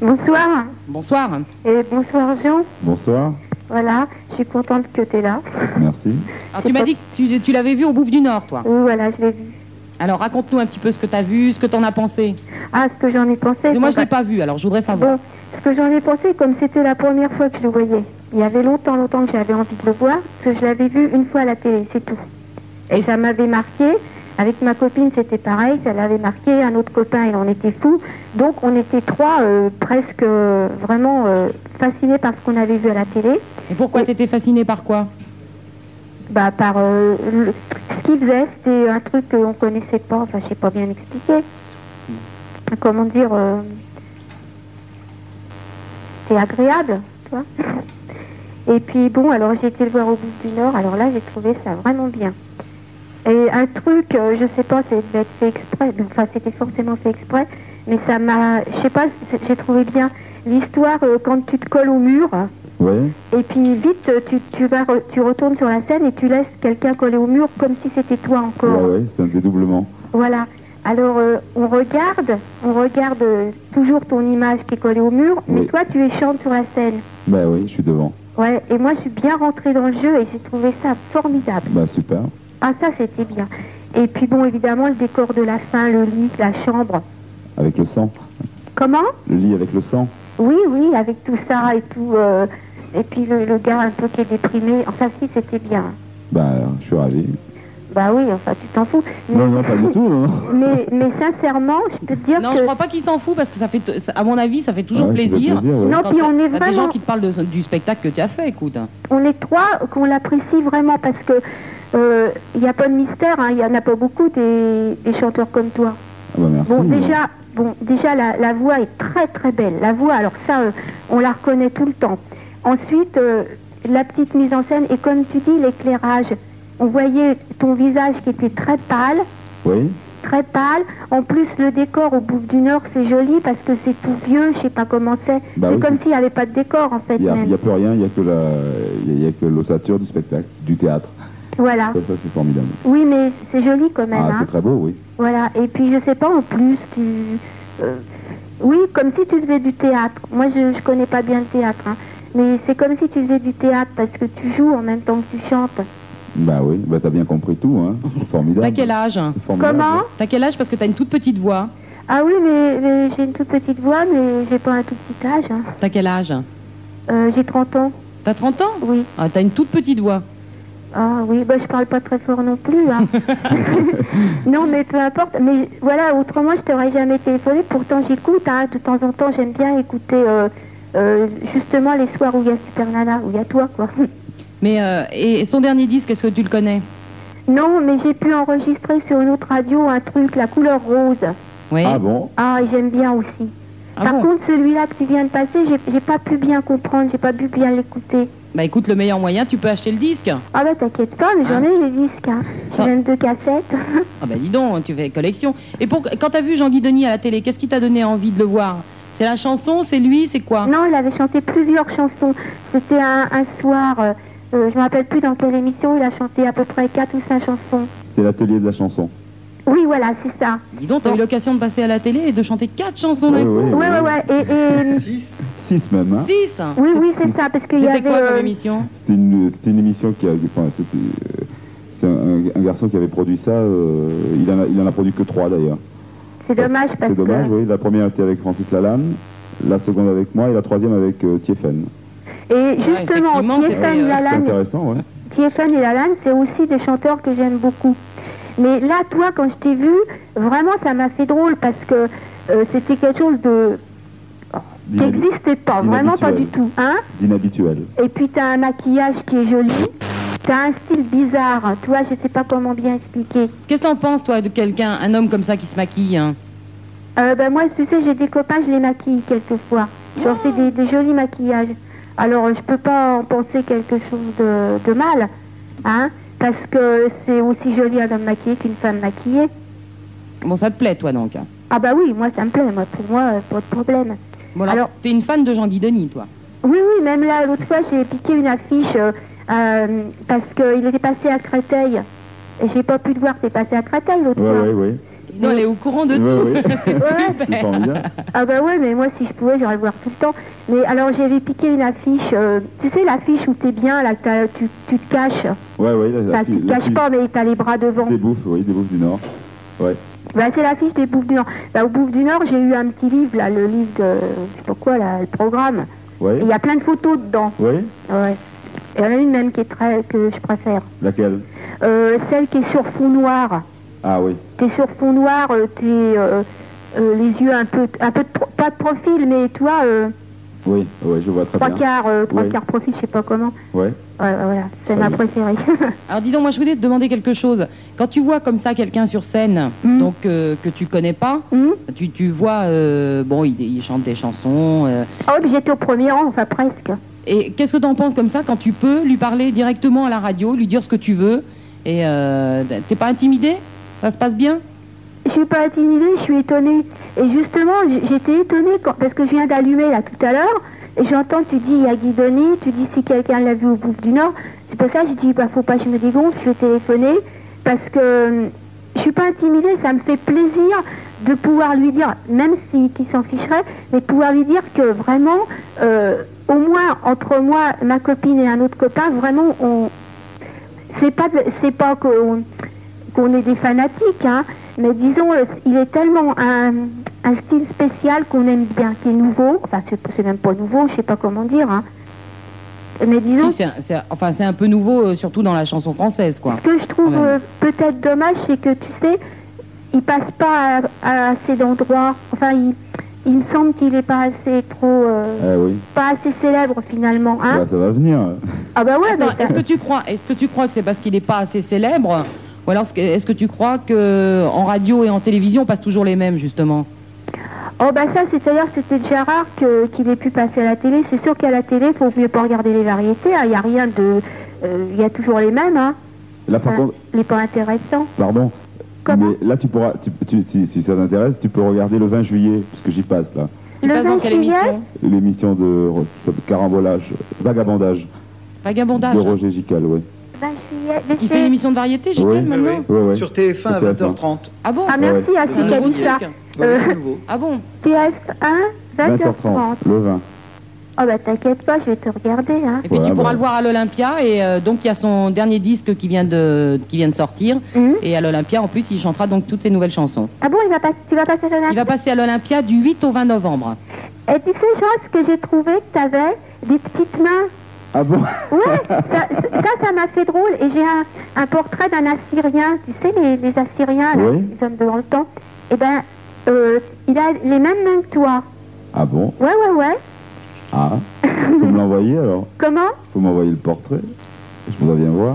Bonsoir
Bonsoir.
et bonsoir Jean.
Bonsoir,
Voilà, je suis contente que tu es là.
merci.
Alors tu m'as dit que tu, tu l'avais vu au Bouffe du Nord, toi.
Oui, voilà, je l'ai vu.
Alors raconte-nous un petit peu ce que t'as vu, ce que t'en as pensé.
Ah, ce que j'en ai pensé.
Parce que moi je
bon,
l'ai pas vu, alors je voudrais savoir.
Bon, ce que j'en ai pensé, comme c'était la première fois que je le voyais, il y avait longtemps, longtemps que j'avais envie de le voir, parce que je l'avais vu une fois à la télé, c'est tout.
Et
Et ça m'avait marqué. Avec ma copine, c'était pareil, ça l'avait marqué. Un autre copain, il en était fou. Donc, on était trois euh, presque euh, vraiment euh, fascinés par ce qu'on avait vu à la télé.
Et pourquoi t'étais fasciné par quoi
Bah, par euh, le- ce qu'il faisait, c'était un truc qu'on connaissait pas, enfin, je sais pas bien expliquer. Comment dire, euh, c'était agréable, tu vois. Et puis bon, alors j'ai été le voir au bout du Nord, alors là j'ai trouvé ça vraiment bien. Et un truc, euh, je sais pas, c'est devait être fait exprès, donc, enfin c'était forcément fait exprès, mais ça m'a, je sais pas, c'est- j'ai trouvé bien l'histoire euh, quand tu te colles au mur.
Ouais,
Et puis vite, euh, tu, tu vas, re- tu retournes sur la scène et tu laisses quelqu'un coller au mur comme si c'était toi
ouais,
encore.
ouais, c'est un dédoublement.
Voilà. Alors euh, on regarde, on regarde euh, toujours ton image qui est collée au mur, mais
Oui.
toi tu échantes sur la scène.
Bah oui, je suis devant.
Ouais. Et moi je suis bien rentrée dans le jeu et j'ai trouvé ça formidable.
Bah super.
Ah ça c'était bien. Et puis bon évidemment le décor de la fin, le lit, la chambre.
Avec le sang.
Comment
Le lit avec le sang.
Oui oui avec tout ça et tout. euh, et puis le, le gars un peu qui est déprimé. Enfin si c'était bien.
Bah, je suis ravi.
Bah oui enfin tu t'en fous.
Non, non, pas du tout, hein.
Mais, mais sincèrement, je peux te dire
Non,
que...
je crois pas qu'il s'en fout parce que ça fait, t- ça- à mon avis, ça fait toujours
Ouais, ça fait
plaisir.
ouais.
Non,
Quand
puis on est
t'as des gens
vraiment-
qui te parlent de- du spectacle que tu as fait, écoute.
on est trois qu'on l'apprécie vraiment parce que euh, il n'y a pas de mystère, hein, il y en a pas beaucoup des, des chanteurs comme toi.
Ah bah merci.
Bon, déjà, bon, déjà la, la voix est très très belle. La voix, alors ça, euh, on la reconnaît tout le temps. Ensuite, euh, la petite mise en scène et comme tu dis, l'éclairage. On voyait ton visage qui était très pâle,
Oui,
très pâle. En plus, le décor au bout du Nord, c'est joli parce que c'est tout vieux, je sais pas comment c'est.
Bah
c'est
oui,
comme
c'est-
s'il n'y avait pas de décor en fait.
il n'y a,
même.
il y a plus rien, il n'y a que la, il y a- il y a que l'ossature du spectacle, du théâtre.
Voilà.
Ça, ça c'est formidable.
Oui, mais c'est joli quand même.
Ah,
hein.
c'est très beau, oui.
Voilà. Et puis je sais pas en plus tu. euh, Oui, comme si tu faisais du théâtre. Moi, je, je connais pas bien le théâtre, hein. mais c'est comme si tu faisais du théâtre parce que tu joues en même temps que tu chantes.
Bah oui, bah t'as bien compris tout, hein. C'est formidable.
T'as quel âge
C'est formidable.
Comment
T'as quel âge parce que t'as une toute petite voix.
Ah oui, mais, mais j'ai une toute petite voix, mais j'ai pas un tout petit âge. hein.
T'as quel âge
Euh, j'ai 30 ans.
T'as 30 ans
Oui.
ah, T'as une toute petite voix.
Ah oui, bah, je parle pas très fort non plus. hein. non, mais peu importe. Mais voilà, autrement, je t'aurais jamais téléphoné. Pourtant, j'écoute. hein. De temps en temps, j'aime bien écouter euh, euh, justement les soirs où il y a Super Nana, où il y a toi, quoi.
Mais euh, et son dernier disque, est-ce que tu le connais
Non, mais j'ai pu enregistrer sur une autre radio un truc, la couleur rose.
Oui.
Ah bon
Ah, et j'aime bien aussi.
Ah
Par
bon
contre, celui-là que tu viens de passer, j'ai- j'ai pas pu bien comprendre, j'ai pas pu bien l'écouter.
Bah écoute, le meilleur moyen, tu peux acheter le disque.
Ah bah t'inquiète pas, mais j'en ai des disques. Hein. J'ai
Ah.
même deux cassettes.
Ah bah dis donc, tu fais collection. Et pour, quand t'as vu Jean-Guy Denis à la télé, qu'est-ce qui t'a donné envie de le voir C'est la chanson, c'est lui, c'est quoi
Non, il avait chanté plusieurs chansons. C'était un, un soir, euh, euh, je me rappelle plus dans quelle émission, il a chanté à peu près quatre ou cinq chansons.
C'était l'atelier de la chanson.
Oui, voilà, c'est ça.
Dis donc, t'as eu l'occasion de passer à la télé et de chanter quatre chansons
Oui,
d'un coup.
oui,
Ouais, ouais, ouais. Et, et-
6
Six même. hein.
Six
oui, oui, c'est ça, parce qu'il y
Ah. C'était
avait.
quoi comme
euh,
émission
C'était une, c'était une émission qui a. Enfin, c'était euh, c'était un, un garçon qui avait produit ça. euh, il, en a, il en a produit que trois d'ailleurs.
c'est dommage parce
C'est dommage,
que.
oui. La première était avec Francis Lalanne, la seconde avec moi et la troisième avec euh, Thieffen. Ah
Et
Ah, effectivement,
justement,
c'était,
Stéphane
euh,
C'est
Lalanne,
intéressant, ouais.
Tiefen et Lalanne, c'est aussi des chanteurs que j'aime beaucoup. Mais là, toi, quand je t'ai vu, vraiment, ça m'a fait drôle parce que euh, c'était quelque chose de qui
D'inhabi-
n'existait pas, vraiment pas du tout, hein
D'inhabituel.
Et puis t'as un maquillage qui est joli, t'as un style bizarre, tu vois, je sais pas comment bien expliquer.
Qu'est-ce que t'en penses, toi, de quelqu'un, un homme comme ça qui se maquille hein
Euh, ben moi, tu sais, j'ai des copains, je les maquille quelquefois. Je leur fais des, des jolis maquillages. Alors, euh, je peux pas en penser quelque chose de, de mal, hein, parce que c'est aussi joli un homme maquillé qu'une femme maquillée.
Bon, ça te plaît, toi, donc. hein
Ah bah oui, moi ça me plaît, moi pour moi, euh, pas de problème.
Bon, alors,
Alors-
t'es une fan de Jean-Guy Denis, toi.
Oui, oui, même là, l'autre fois, j'ai piqué une affiche euh, euh, parce qu'il était passé à Créteil. Et j'ai pas pu le voir, t'es passé à Créteil l'autre
Ouais,
fois.
ouais, ouais.
Non, elle est au courant de tout.
Ouais, ouais.
Ouais,
C'est formidable.
Ah bah ouais, mais moi si je pouvais, j'aurais le voir tout le temps. Mais alors j'avais piqué une affiche, euh, tu sais l'affiche où t'es bien, là t'as- tu, tu te caches.
Ouais, ouais. La, la
Enfin,
fille-
tu te
la
caches
fille
pas, mais t'as les bras devant.
Des bouffes, oui, des bouffes du Nord.
Bah c'est l'affiche des Bouffes du Nord. Bah, aux Bouffes du Nord, j'ai eu un petit livre, là, le livre de, je sais pas quoi, là, le programme.
Ouais.
Et il y a plein de photos dedans.
Ouais.
Ouais. Il y en a une même qui est très, que je préfère.
Laquelle
Euh, celle qui est sur fond noir.
Ah oui.
T'es sur fond noir, euh, t'es euh, euh, les yeux un peu, un peu de pro- pas de profil, mais toi, euh,
Oui, ouais, je vois très
trois
bien.
quarts, euh, trois
Ouais.
quarts profil, je sais pas comment.
Ouais.
Ouais, ouais, voilà, c'est
Très
ma
bien.
préférée.
Alors, dis donc, moi, je voulais te demander quelque chose. Quand tu vois comme ça quelqu'un sur scène,
Mm.
donc, euh, que tu connais pas,
Hmm
tu, tu vois, euh, bon, il, il chante des chansons. euh,
Ah oui, puis j'étais au premier rang, enfin presque.
et qu'est-ce que t'en penses comme ça quand tu peux lui parler directement à la radio, lui dire ce que tu veux Et euh, t'es pas intimidé Ça se passe bien
Je suis pas intimidée, je suis étonnée. Et justement, j- j'étais étonnée quand, parce que je viens d'allumer là tout à l'heure, et j'entends, tu dis, il y a Guy Denis, tu dis si quelqu'un l'a vu au bout du Nord. C'est pour ça que je dis, bah faut pas que je me dégonfle, je vais téléphoner, parce que euh, je suis pas intimidée, ça me fait plaisir de pouvoir lui dire, même si qu'il s'en ficherait, mais de pouvoir lui dire que vraiment, euh, au moins entre moi, ma copine et un autre copain, vraiment, on, c'est pas, de- c'est pas qu'on qu'on est des fanatiques, hein, mais disons, euh, il est tellement un, un style spécial qu'on aime bien, qui est nouveau. Enfin, c'est c'est même pas nouveau, je sais pas comment dire. hein. Mais disons,
Si, c'est un- c'est un- enfin, c'est un peu nouveau, euh, surtout dans la chanson française, quoi.
ce que je trouve
Quand même.
euh, peut-être dommage, c'est que tu sais, il passe pas à, à assez d'endroits. Enfin, il, il me semble qu'il est pas assez trop, euh,
Ah oui.
pas assez célèbre finalement. Hein
Bah, ça va venir.
ah bah ouais,
Attends,
mais
est-ce que tu crois, est-ce que tu crois que c'est parce qu'il n'est pas assez célèbre, ou alors est-ce que- est-ce que tu crois que en radio et en télévision on passe toujours les mêmes justement
Oh bah ça, c'est-à-dire que c'était déjà rare que- qu'il ait pu passer à la télé. C'est sûr qu'à la télé, faut mieux pas regarder les variétés. hein. Il y a rien de, euh, il y a toujours les mêmes. Hein.
Là, Ah, par
Enfin,
contre,
les pas intéressants.
pardon.
Comment
mais là, tu pourras, tu- tu- si, si ça t'intéresse, tu peux regarder le 20 juillet, puisque j'y passe là.
Tu passes dans quelle émission
L'émission de de carambolage, vagabondage,
Vagabondage.
de Roger Gical, oui.
20 juillet. mais
Il
c'est-
fait une émission de variété, j'ai
Oui.
maintenant.
Oui, oui.
Sur TF1 à
Sur TF1.
20h30.
Ah bon
Ah merci, à
C'est
un
un
nouveau
nouveau
ça.
truc.
Ouais, mais
Euh.
c'est nouveau.
Ah bon
TF1, 20h30.
20h30, le 20.
Oh bah t'inquiète pas, je vais te regarder. Hein.
Et puis
Ouais,
tu pourras
bah.
le voir à l'Olympia et euh, donc il y a son dernier disque qui vient de qui vient de sortir
Mhm.
et à l'Olympia en plus il chantera donc toutes ses nouvelles chansons.
Ah bon, il va pas, tu vas passer à
Il va passer à l'Olympia du 8 au 20 novembre.
Et tu sais, Jean, ce que j'ai trouvé que t'avais, des petites mains.
Ah bon
Ouais, ça, ça, ça m'a fait drôle. Et j'ai un, un portrait d'un Assyrien. Tu sais, les, les Assyriens, là,
Oui.
les hommes de longtemps. Eh ben, euh, il a les mêmes mains que toi.
Ah bon
Ouais, ouais, ouais.
Ah Faut me l'envoyer alors
Comment
Faut m'envoyer le portrait Je voudrais bien voir.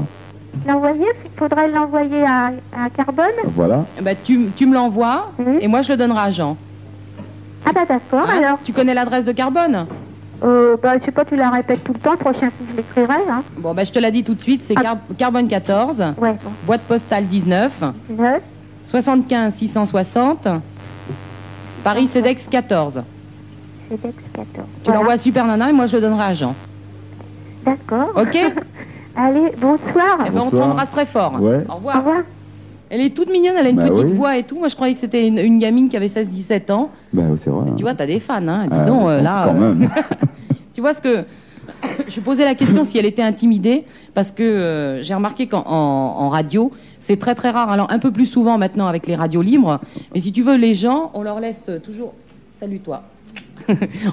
L'envoyer, il faudrait l'envoyer à, à Carbone.
Voilà.
Eh ben, tu, m- tu me l'envoies et moi je le donnerai à Jean.
Mhm. Ah bah d'accord,
Hein
alors.
Tu connais l'adresse de Carbone
Euh, bah, je sais pas, tu la répètes tout le temps, le prochain coup, je l'écrirai. Hein. Ah.
Bon, ben, je te la dis tout de suite, c'est Car- Carbone 14,
Ouais, bon.
boîte postale 19,
9,
75 660, Paris Cedex 14.
c'est Dex 14.
Tu
Voilà.
l'envoies à Super Nana et moi je le donnerai à Jean.
D'accord.
Ok Eh
Allez, bonsoir.
ben, on
Ah, Bonsoir.
t'embrasse très fort.
Ouais.
Au
Au
revoir.
revoir.
Elle est toute mignonne, elle a une
Bah
petite
oui.
voix et tout. Moi je croyais que c'était une, une gamine qui avait 16-17 ans.
Ben, oui, c'est vrai. hein.
Tu vois, t'as des fans, hein. Dis
Ah,
donc, euh,
quand-
là.
Quand
euh,
même.
Tu vois ce que. Je posais la question si elle était intimidée, parce que euh, j'ai remarqué qu'en en- en radio, c'est très très rare, alors un peu plus souvent maintenant avec les radios libres, mais si tu veux, les gens, on leur laisse euh, toujours. Salut toi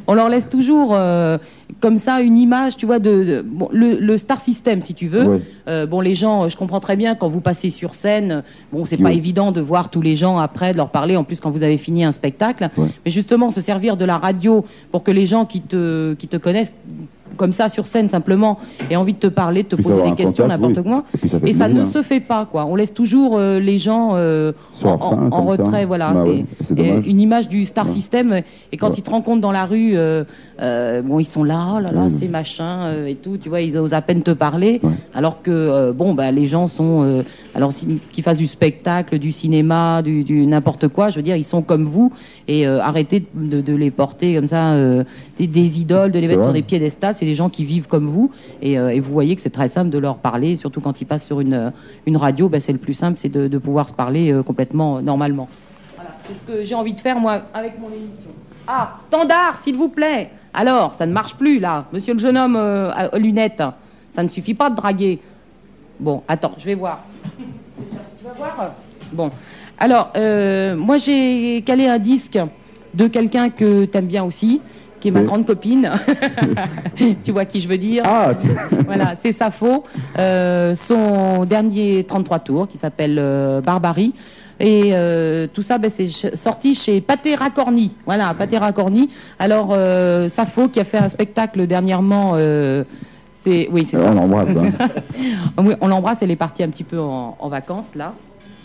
On leur laisse toujours euh, comme ça une image, tu vois, de. de- bon, le, le star system, si tu veux.
Ouais.
Euh, bon, les gens, euh, je comprends très bien quand vous passez sur scène, euh, bon, c'est
Qui
pas
ont-
évident de voir tous les gens après, de leur parler, en plus quand vous avez fini un spectacle.
Ouais.
Mais justement, se servir de la radio pour que les gens qui te, qui te connaissent comme ça sur scène simplement aient envie de te parler, de te
Puissent
poser
avoir
des
un
questions,
contact,
n'importe
oui.
comment.
Et puis ça fait
Et ça ne
plaisir, hein.
se fait pas, quoi. On laisse toujours euh, les gens euh,
Sur
en,
la fin,
en- en
comme ça.
retrait, voilà.
Bah
c'est
ouais, c'est
et
dommage.
une image du star
Ouais.
system. Et quand
Ouais.
ils te rencontrent dans la rue, euh, euh, bon, ils sont là, oh là là,
Ouais.
c'est machin euh, et tout. Tu vois, ils osent à peine te parler,
Ouais.
alors que euh, bon, bah, les gens sont, euh, alors si- qu'ils fassent du spectacle, du cinéma, du, du n'importe quoi, je veux dire, ils sont comme vous. Et euh, arrêtez de, de les porter comme ça, euh, des, des idoles, de les
C'est
mettre sur
vrai.
des piédestals. C'est des gens qui vivent comme vous. Et, euh, et vous voyez que c'est très simple de leur parler, surtout quand ils passent sur une, euh, une radio, bah, c'est le plus simple, c'est de, de pouvoir se parler euh, complètement euh, normalement. Voilà, c'est ce que j'ai envie de faire, moi, avec mon émission. Ah, standard, s'il vous plaît Alors, ça ne marche plus, là. Monsieur le jeune homme euh, à- aux lunettes, ça ne suffit pas de draguer. Bon, attends, je vais voir. Tu vas voir Bon. Alors, euh, moi, j'ai calé un disque de quelqu'un que t'aimes bien aussi, qui est ma
C'est-
grande copine. tu vois qui je veux dire
Ah, tu-
voilà, c'est Sappho. Euh, son dernier 33 tours qui s'appelle euh, Barbarie. Et euh, tout ça, ben, c'est ch- sorti chez Paté Racorni. Voilà, Paté Racorni. Alors, euh, Sappho qui a fait un spectacle dernièrement. euh, c'est, oui, c'est
Alors,
ça.
on l'embrasse. Hein.
Oui, on l'embrasse, elle est partie un petit peu en, en vacances, là.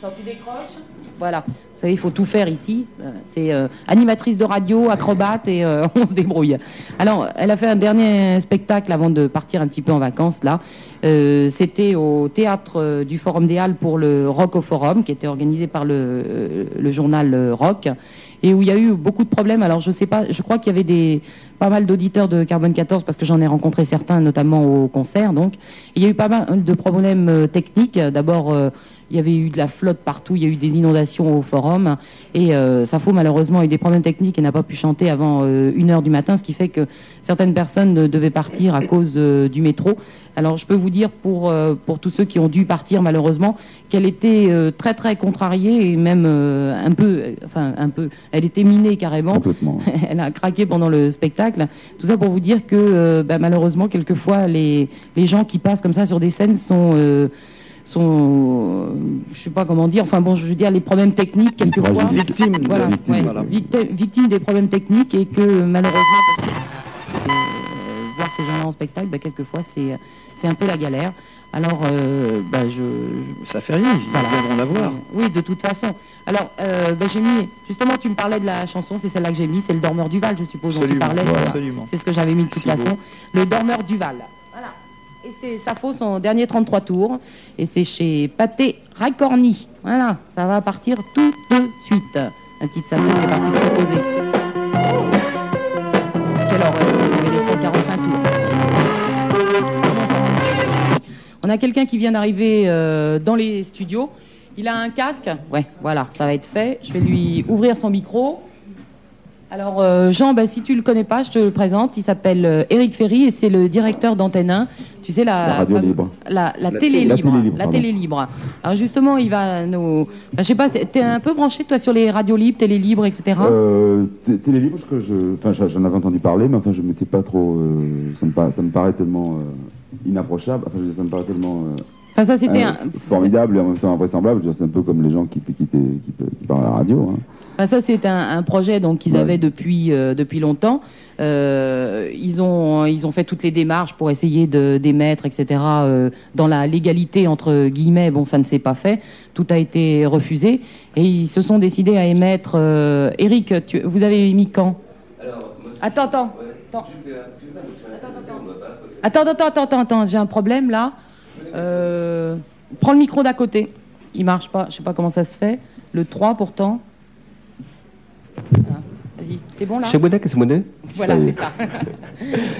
Quand tu décroches Voilà. Vous savez, il faut tout faire ici. Euh, C'est euh, animatrice de radio, acrobate, et euh, on se débrouille. Alors, elle a fait un dernier spectacle avant de partir un petit peu en vacances, là. Euh, C'était au théâtre euh, du Forum des Halles pour le Rock au Forum, qui était organisé par le, euh, le journal euh, Rock, et où il y a eu beaucoup de problèmes. Alors, je sais pas, je crois qu'il y avait des pas mal d'auditeurs de Carbone 14 parce que j'en ai rencontré certains, notamment au concert. Donc, il y a eu pas mal de problèmes euh, techniques. D'abord, euh, il y avait eu de la flotte partout, il y a eu des inondations au forum. Et euh, Sappho, malheureusement, a eu des problèmes techniques et n'a pas pu chanter avant euh, une heure du matin, ce qui fait que certaines personnes euh, devaient partir à cause euh, du métro. Alors, je peux vous dire pour, euh, pour tous ceux qui ont dû partir, malheureusement, qu'elle était euh, très, très contrariée et même euh, un peu, euh, enfin, un peu, elle était minée carrément
Complètement.
elle a craqué pendant le spectacle. Tout ça pour vous dire que euh, bah, malheureusement, quelquefois, les, les gens qui passent comme ça sur des scènes sont, euh, sont euh, je sais pas comment dire, enfin bon, je veux dire, les problèmes techniques,
Une
quelquefois.
tragédie.
Victime de
Voilà,
la victime.
ouais,
voilà.
victi- victime des problèmes techniques et que euh, malheureusement, parce que, euh, voir ces gens-là en spectacle, bah, quelquefois, c'est c'est un peu la galère. Alors, euh, bah, je- je,
Ça fait rien, ils
voilà.
viendront la voir.
Oui, de toute façon. Alors, euh, ben, j'ai mis, justement, tu me parlais de la chanson, c'est celle-là que j'ai mis, c'est le Dormeur du Val, je suppose, dont tu
Absolument.
parlais.
voilà.
absolument.
C'est ce que j'avais mis de toute
Si
façon.
beau.
Le Dormeur du Val. Voilà. Et c'est Sappho, son dernier 33 tours. Et c'est chez Pathé Racorni. Voilà, ça va partir tout de suite. Un petit Sappho qui est parti se reposer. Quelle horreur, il y avait des 145 tours. Comment ça on a quelqu'un qui vient d'arriver euh, dans les studios. Il a un casque. Ouais, voilà, ça va être fait. Je vais lui ouvrir son micro. Alors euh, Jean, ben, si tu le connais pas, je te le présente. Il s'appelle euh, Eric Ferry et c'est le directeur d'Antenne 1. Tu sais la,
La radio libre.
La, la
La
télé
télé-
la
libre.
télé libre,
La
pardon.
télé libre. Alors justement, il va nous. ben, je sais pas, c'est- t'es un peu branché toi sur les radios libres, télé libre, etc.
Euh, t- télé libre, je- que je, enfin, j'a- j'en avais entendu parler, mais enfin, je m'étais pas trop. euh, ça, me pa- ça me paraît tellement euh, inapprochable. Enfin, je veux dire, ça me paraît tellement euh,
Enfin ça c'était
euh,
un.
formidable et en même temps invraisemblable. Je veux dire, C'est un peu comme les gens qui, qui, qui, qui- qui parlent à la radio. hein.
Enfin, ça, c'est un, un projet donc qu'ils
Ouais.
avaient depuis euh, depuis longtemps. Euh, ils ont ils ont fait toutes les démarches pour essayer de d'émettre, etc. euh, dans la légalité entre guillemets. Bon, ça ne s'est pas fait. Tout a été refusé et ils se sont décidés à émettre. euh, Eric, tu- vous avez émis quand Attends, attends. Attends. Attends, attends, attends, attends, attends, j'ai un problème là. Euh, prends le micro d'à côté. Il marche pas, je sais pas comment ça se fait. Le 3 pourtant. Voilà. Vas-y, c'est bon là
Chez Bouddha, qu'est-ce que c'est
Voilà,
Ça y est.
c'est ça.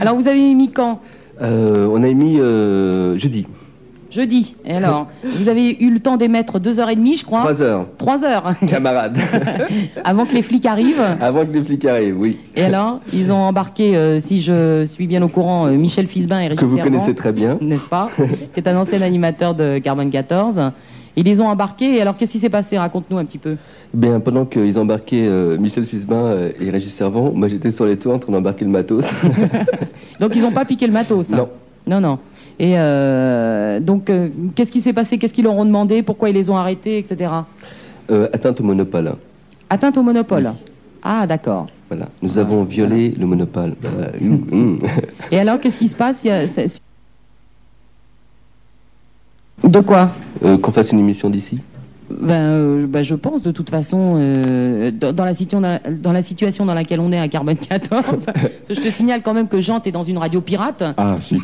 alors vous avez émis quand
Euh, On a émis euh, jeudi,
Jeudi. Et alors, vous avez eu le temps d'émettre 2h30, je crois.
3 heures,
3 heures
camarades,
avant que les flics arrivent.
avant que les flics arrivent, oui.
Et alors, ils ont embarqué, euh, si je suis bien au courant, euh, Michel Fisbin et Régis
Que vous
Servan.
connaissez très bien.
n'est-ce pas Qui est un ancien animateur de Carbone 14. Ils les ont embarqués. Et alors, qu'est-ce qui s'est passé Raconte-nous un petit peu.
Bien, Ben, pendant qu'ils embarquaient euh, Michel Fisbin euh, et Régis Servant, moi j'étais sur les toits en train d'embarquer le matos.
Donc, ils n'ont pas piqué le matos. hein
non,
Non, non. Et euh, donc, euh, qu'est-ce qui s'est passé Qu'est-ce qu'ils leur ont demandé Pourquoi ils les ont arrêtés, etc.
euh, atteinte au monopole.
Atteinte au monopole. Ah, d'accord.
Voilà,
Ah.
nous avons violé le monopole. Voilà. Hum, hum.
Et alors, qu'est-ce qui se passe Il y a- c'est- De quoi
Euh, Qu'on fasse une émission d'ici
Ben, euh, ben, je pense de toute façon euh, dans, dans la situ- dans la situation dans laquelle on est à Carbone 14. je te signale quand même que Jean est dans une radio pirate.
Ah, chic.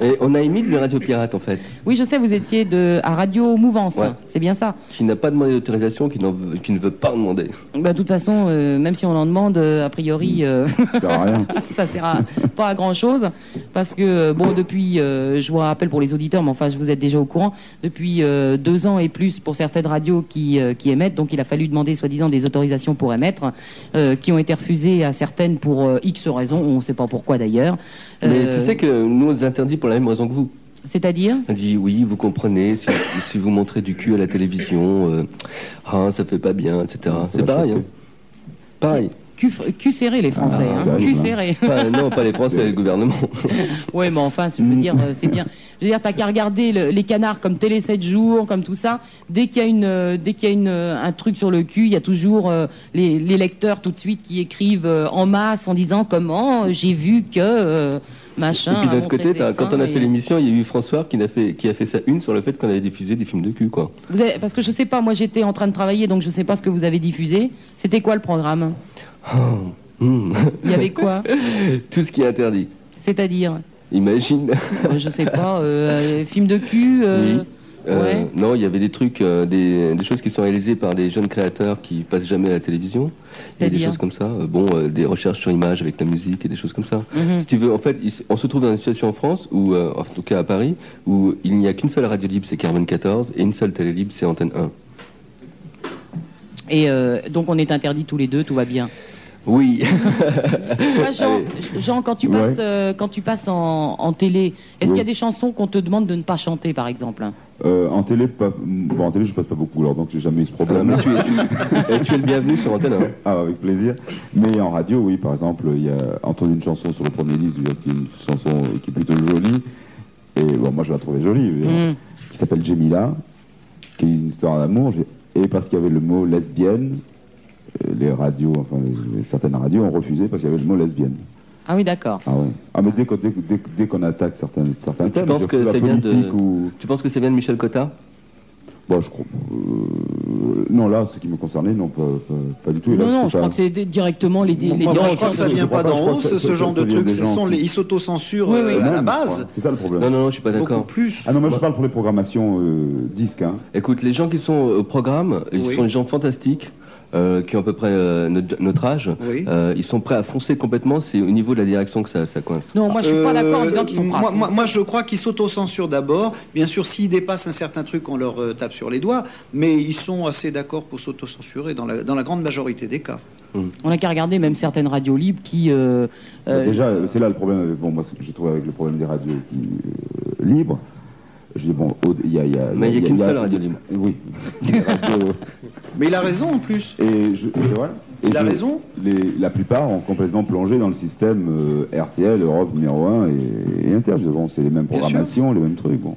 Et on a émis de la radio pirate en fait,
Oui, je sais, vous étiez de à Radio Mouvance,
Ouais.
c'est bien ça.
qui n'a pas demandé d'autorisation, qui, n'en veut- qui ne veut pas en demander.
Ben, de toute façon, euh, même si on en demande, euh, a priori, euh,
Ça sert à rien.
ça sert à- pas à grand chose, parce que euh, bon, depuis, euh, je vous rappelle pour les auditeurs, mais enfin, je vous êtes déjà au courant, depuis euh, deux ans et plus pour certaines radios qui euh, qui émettent, donc il a fallu demander soi-disant des autorisations pour émettre, euh, qui ont été refusées à certaines pour euh, X raisons, on ne sait pas pourquoi d'ailleurs.
Mais
Euh,
tu sais que nous on les interdit pour la même raison que vous.
C'est-à-dire
On dit oui, vous comprenez, si, si vous montrez du cul à la télévision, euh, ah, ça fait pas bien, etc. C'est
va
pareil.
choquer.
hein. Pareil.
cul, cul serré les Français,
Ah,
hein,
bah oui,
cul
bah.
serré.
Enfin, non, pas les Français, le gouvernement.
Ouais, mais enfin, je veux dire, euh, c'est bien. Je veux dire, t'as qu'à regarder le- les canards comme Télé 7 jours, comme tout ça. Dès qu'il y a une, euh, dès qu'il y a une, euh, un truc sur le cul, il y a toujours euh, les, les lecteurs tout de suite qui écrivent euh, en masse en disant comment euh, j'ai vu que euh,
et
machin.
puis
a
d'un autre
montré
côté,
ses
t'as-
seins
quand on a
et-
fait l'émission, il y a eu François qui a fait, qui a fait sa une sur le fait qu'on avait diffusé des films de cul, quoi.
Vous avez- parce que je sais pas, moi j'étais en train de travailler, donc je sais pas ce que vous avez diffusé. C'était quoi le programme
Ah, hum.
Il y avait quoi
Tout ce qui est interdit.
C'est-à-dire,
Imagine.
euh, je sais pas, euh, euh, film de cul. euh,
Oui. Euh,
ouais.
Non, il y avait des trucs, euh, des, des choses qui sont réalisées par des jeunes créateurs qui passent jamais à la télévision. Il y a des
C'est-à-dire
choses comme ça. Euh, Bon, euh, des recherches sur images avec la musique et des choses comme ça.
Mhm.
Si tu veux, en fait, il- on se trouve dans une situation en France, ou euh, en tout cas à Paris, où il n'y a qu'une seule radio libre, c'est Carbone 14, et une seule télé libre, c'est Antenne 1.
Et euh, donc on est interdits tous les deux, tout va bien.
Oui.
Toi, Jean, Jean, quand tu passes,
Ouais.
euh, quand tu passes en, en télé, est-ce qu'il y a
Oui.
des chansons qu'on te demande de ne pas chanter, par exemple
Euh, en télé, pas... bon, en télé, je passe pas beaucoup, alors donc j'ai jamais eu ce
Euh,
problème.
mais tu, es, tu- euh, tu es le bienvenu sur Antenne 1.
Ah, avec plaisir. Mais en radio, oui, par exemple, il y a entendu une chanson sur le premier disque, je veux dire, qui est une chanson qui est plutôt jolie. Et bon, moi, je la trouvais jolie, je veux dire,
Mm.
qui s'appelle Gemila, qui est une histoire d'amour. J'ai- Et parce qu'il y avait le mot lesbienne, euh, les radios, enfin, les- certaines radios ont refusé parce qu'il y avait le mot lesbienne.
Ah oui, d'accord.
Ah ouais. Ah, mais dès qu'on dès, dès- dès qu'on attaque certains, certains
Tu
thèmes,
penses
je veux
que
dire, la
ça vient de-
politique ou...
Tu penses que ça vient de Michel Cotta
Bon, je crois... euh, Non, là, ce qui me concernait, non, pas, pas, pas du tout. Et là,
Non, non,
sais
je crois
bah, pas.
que c'est d- directement les, les
Moi,
Non,
Non,
je
je
crois que ça
je
vient pas
crois pas, je
d'en
crois
haut,
que
ce
ça-
ce
ça-
genre
ça
de
vient
trucs,
des
ce
gens
sont
qui-
les, ils s'autocensurent
Oui,
euh,
oui.
Euh,
à la
même,
base.
voilà, C'est ça le problème.
Non, non, non, je suis pas
Beaucoup
d'accord.
plus.
Ah non, moi je parle pour les programmations euh, disques. Hein.
Écoute, les gens qui sont au programme, ils
Oui.
sont des gens fantastiques, euh, qui ont à peu près euh, notre, notre âge.
Oui.
Euh, ils sont prêts à foncer complètement, c'est au niveau de la direction que ça, ça coince.
Non, moi je suis pas d'accord en
Euh,
disant qu'ils sont pas.
moi, moi, moi, je crois qu'ils s'autocensurent d'abord. Bien sûr, s'ils dépassent un certain truc, on leur euh, tape sur les doigts, mais ils sont assez d'accord pour s'autocensurer dans la, dans la grande majorité des cas.
On n'a qu'à regarder même certaines radios libres qui. euh, euh,
Déjà, euh, c'est là le problème. avec- Bon, moi, ce que j'ai trouvé avec le problème des radios qui, euh, libres. Je dis, bon, au- il y a. il Y a
Mais il y a qu'une seule radio libre.
Oui. Les radios-
Mais il a raison en plus.
et je, et voilà. Et
Il a
je-
raison.
les- la plupart ont complètement plongé dans le système euh, RTL, Europe numéro 1 et, et Inter. Je dis, bon, c'est les mêmes
Bien sûr.
programmations, les mêmes trucs. Bon.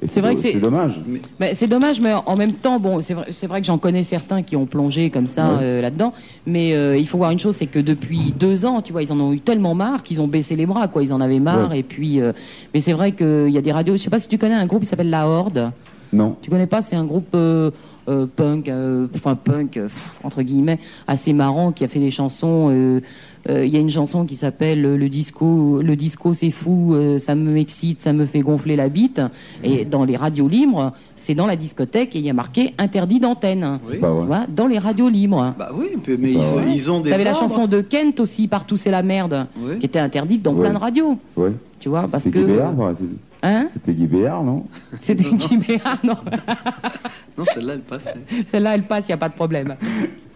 Et
C'est vrai que c'est-
dommage.
Ben, c'est dommage, mais en- en même temps, bon, c'est vrai, c'est vrai que j'en connais certains qui ont plongé comme ça
Ouais.
euh, là-dedans, mais euh, il faut voir une chose, c'est que depuis deux ans, tu vois, ils en ont eu tellement marre qu'ils ont baissé les bras, quoi, ils en avaient marre, et puis, euh, mais c'est vrai qu'il y a des radios, je sais pas si tu connais un groupe qui s'appelle La Horde,
Non.
tu connais pas, c'est un groupe euh, euh, punk, euh, enfin punk, euh, pff, entre guillemets, assez marrant, qui a fait des chansons, euh, euh, il y a une chanson qui s'appelle euh, Le disco, le disco c'est fou, euh, ça me excite, ça me fait gonfler la bite, et
Mhm.
dans les radios libres, c'est dans la discothèque et il y a marqué interdit d'antenne.
Oui.
Bah
Tu
ouais.
vois, dans les radios libres.
Bah oui, mais ils,
pas
sont-
vrai.
ils ont des.
T'avais la
arbres.
chanson de Kent aussi, Partout c'est la merde,
Oui.
qui était interdite dans
Ouais.
plein de radios.
Ouais.
Tu vois, parce
C'était Guy
que.
Béard, paraît-il.
Hein
C'était Guy Béard, non
C'était Guy Béard, ah, non.
Non, celle-là, elle passe. hein.
Celle-là, elle passe, il n'y a pas de problème.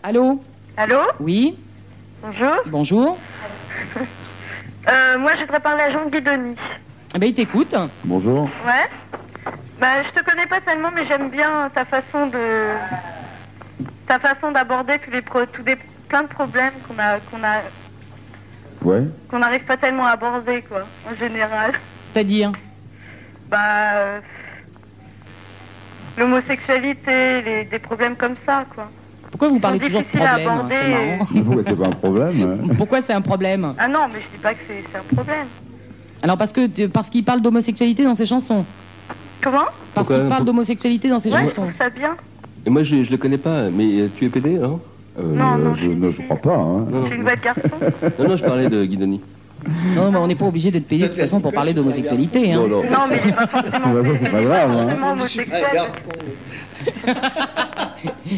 Allô
Allô
Oui,
Bonjour.
bonjour.
Euh, moi, je voudrais parler à Jean Guédoni.
Eh ben, il t'écoute.
Bonjour.
Ouais bah, Je te connais pas tellement, mais j'aime bien ta façon de. ta façon d'aborder tous les pro... tous des... plein de problèmes qu'on a qu'on a
Ouais.
qu'on n'arrive pas tellement à aborder quoi en général
C'est-à-dire
bah euh, l'homosexualité les... des problèmes comme ça quoi
Pourquoi vous parlez
Ils sont
toujours de
difficiles à
problème C'est
aborder.
marrant.
Mais pourquoi c'est pas un problème hein
Pourquoi c'est un problème
ah non mais je dis pas que c'est c'est un problème
Alors, parce que parce qu'il parle d'homosexualité dans ses chansons.
comment
Parce
Pourquoi-
qu'il parle d'homosexualité dans ses
ouais je
chansons.
trouve ça bien
Et moi, je, je le connais pas, mais euh, tu es PD, hein
Euh,
Non, non,
je ne je crois pas. hein.
non,
je
non,
suis une belle garçon
non, non, je parlais de Guidoni.
Non, mais on n'est pas obligé d'être payé de toute façon pour parler d'homosexualité. Hein.
Ah non mais il est pas forcément
Bah, ça, c'est pas grave. hein.
forcément
Ah, Je suis pas
homosexuel
garçon.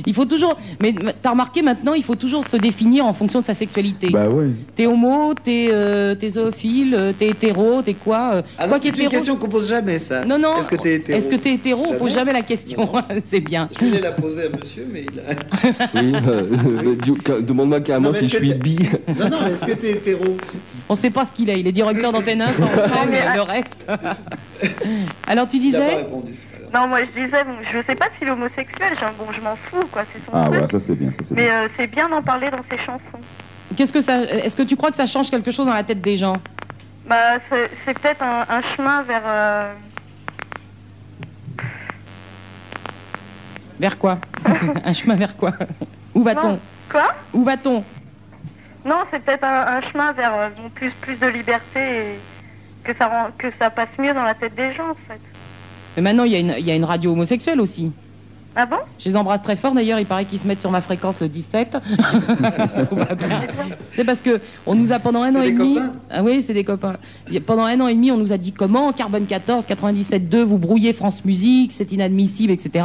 Il faut toujours. Mais mais t'as remarqué maintenant, il faut toujours se définir en fonction de sa sexualité.
Bah oui.
T'es homo, t'es euh, t'es zoophile, euh, t'es hétéro, t'es quoi euh,
Ah non,
Quoi
c'est une
qu'hétéro-
question qu'on pose jamais, ça.
Non, non.
Est-ce que t'es hétéro
Est-ce que t'es hétéro On pose
Jamais.
jamais la question. c'est bien.
Je voulais la poser à monsieur, mais il a.
Oui, euh, euh, du- ca- demande-moi carrément
Non, mais
si
est-ce
je
que
suis
t'es-
bi.
Non, non, est-ce que t'es hétéro
On sait pas ce qu'il est. Il est directeur d'antenne 1, sans problème, mais le reste. Alors tu
Il a pas
disais
répondu, c'est pas grave.
Non, moi je disais, bon, je sais pas s'il est homosexuel, genre, bon, je m'en fous, quoi, c'est son
Ah
truc.
voilà, ça c'est bien. Ça, c'est
Mais
bien.
euh, c'est bien d'en parler dans ses chansons.
Qu'est-ce que ça Est-ce que tu crois que ça change quelque chose dans la tête des gens
Bah, c'est c'est peut-être un, un chemin vers. euh,
Vers quoi Un chemin vers quoi Où va-t-on
non. Quoi
Où va-t-on
Non, c'est peut-être un, un chemin vers euh, bon, plus, plus de liberté et que ça, rend, que ça passe mieux dans la tête des gens, en fait.
Mais maintenant, il y, a une- il y a une radio homosexuelle aussi.
Ah bon
Je les embrasse très fort d'ailleurs, il paraît qu'ils se mettent sur ma fréquence le 17. Tout va bien. C'est parce que on nous a pendant un
C'est
an et
des
demi.
copains
Ah oui, c'est des copains. Et Pendant un an et demi, on nous a dit comment Carbone 14, 97.2, vous brouillez France Musique, c'est inadmissible, etc.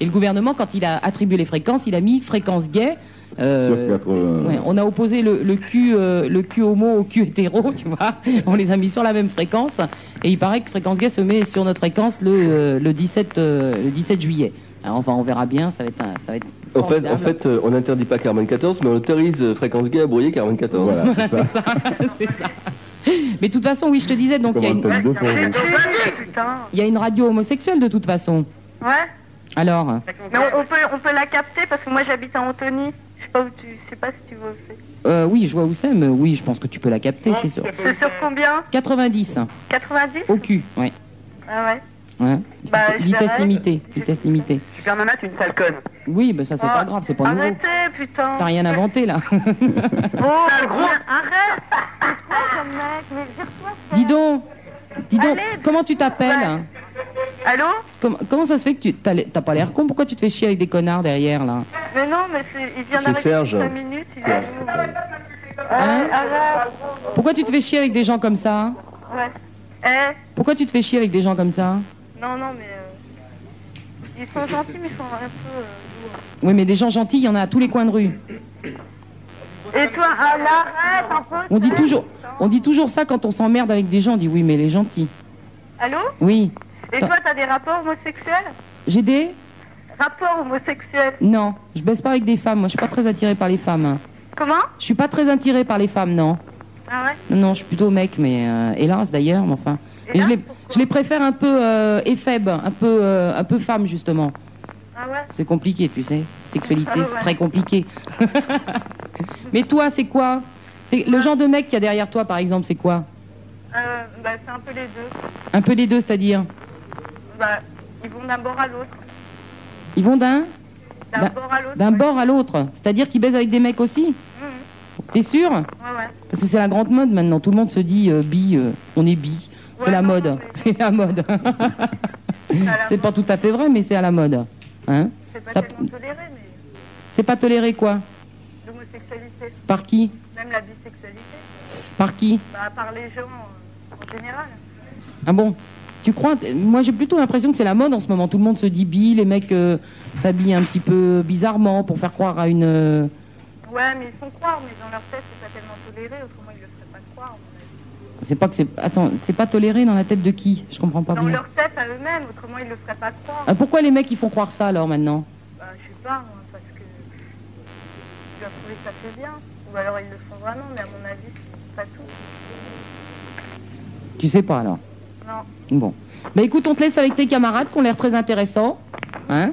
Et le gouvernement, quand il a attribué les fréquences, il a mis fréquence gay. euh,
Sur 80.
ouais, on a opposé le, le cul, euh, le cul homo au cul hétéro, tu vois. On les a mis sur la même fréquence. Et il paraît que Fréquence Gay se met sur notre fréquence le, euh, le, 17, euh, le 17 juillet. Alors, enfin, on verra bien, ça va être, Oh, un- ça va être
En fait, en
formidable.
fait euh, on n'interdit pas Carmen 14, mais on autorise euh, Fréquence Gay à brouiller Carmen 14.
Voilà.
Voilà, c'est ça, c'est ça. Mais de toute façon, oui, je te disais, donc il y, a
Comme un
une-
tome 2 pour
C'est
vous.
dommage, putain.
il y a une radio homosexuelle de toute façon.
Ouais.
Alors,
Mais on, on peut, on peut la capter parce que moi j'habite à Antony. Je sais pas où tu, je sais pas si tu vois. où c'est.
euh, oui, je vois où c'est, mais oui, je pense que tu peux la capter, c'est sûr.
C'est sur combien
90,
90
au cul, ouais.
Ah ouais.
ouais.
Bah, je
vitesse
verrai.
limitée, vitesse limitée.
Super Nana, t'es une sale conne.
Oui, mais ça, c'est pas
Ah,
grave, c'est pas nouveau.
Arrêtez, putain.
T'as rien inventé, là.
Oh, arrête
Dis donc, dis donc,
Allez,
comment tu t'appelles
ouais.
hein
Allô
comment, comment ça se fait que tu t'as l'air- t'as pas l'air con Pourquoi tu te fais chier avec des connards derrière, là
Mais non, mais c'est- il vient
C'est
d'arriver
Serge.
5 minutes. Il est arrivé.
Hein
Ouais, Ah, arrête.
Pourquoi tu te fais chier avec des gens comme ça hein
Ouais. Eh,
Pourquoi tu te fais chier avec des gens comme ça
non, non, mais... euh, Ils sont gentils, mais ils sont un peu... euh,
Oui, mais des gens gentils, il y en a à tous les coins de rue.
lourds. Et toi, ah, là, arrête, un peu.
On dit toujours, on dit toujours ça quand on s'emmerde avec des gens. On dit oui, mais les gentils.
Allô
Oui.
Et toi, t'as des rapports homosexuels
J'ai des
Rapports homosexuels.
Non, je baisse pas avec des femmes. Moi, je suis pas très attirée par les femmes.
Comment
Je suis pas très attirée par les femmes, non.
Ah ouais
Non, non, je suis plutôt mec, mais euh, hélas d'ailleurs, mais enfin. Mais je les, je les préfère un peu euh, éphèbes, un peu, euh, un peu femmes justement.
Ah ouais
C'est compliqué, tu sais. Sexualité,
Ah
c'est
ouais.
très compliqué. mais toi, c'est quoi C'est
Ah.
le genre de mec qu'il y a derrière toi, par exemple, c'est quoi
euh, Bah, c'est un peu les deux.
Un peu les deux, c'est-à-dire
Bah, Ils vont d'un bord à l'autre.
Ils vont d'un
D'un
D'un-
bord à l'autre.
d'un
ouais.
bord à l'autre. C'est-à-dire qu'ils baisent avec des mecs aussi
Mhm.
T'es sûr
Ouais, ouais.
Parce que c'est la grande mode maintenant. Tout le monde se dit euh, bi, euh, on est bi. C'est
Ouais,
la
non,
mode.
mais-
C'est la mode.
à la
c'est pas tout à fait vrai, mais c'est à la mode. Hein
C'est pas
Ça-
tellement toléré, mais
c'est pas toléré quoi
l'homosexualité,
Par qui
même la bisexualité,
Par qui
bah, par les gens euh, en général.
Ah bon Tu crois t- Moi, j'ai plutôt l'impression que c'est la mode en ce moment. Tout le monde se dit bi, les mecs euh, s'habillent un petit peu bizarrement pour faire croire à une. euh,
Ouais, mais ils font croire, mais dans leur tête, c'est pas tellement toléré, autrement ils le feraient pas croire. à mon avis.
C'est pas que c'est. Attends, c'est pas toléré dans la tête de qui Je comprends pas
Dans
bien.
leur tête à eux-mêmes, autrement ils le feraient pas croire.
Ah, pourquoi les mecs ils font croire ça alors maintenant
Bah, je sais pas, moi, parce que tu as trouvé ça fait bien. Ou alors ils le font vraiment, mais à mon avis, c'est pas tout.
Tu sais pas alors.
Non.
Bon. Bah écoute, on te laisse avec tes camarades qui ont l'air très intéressants. Hein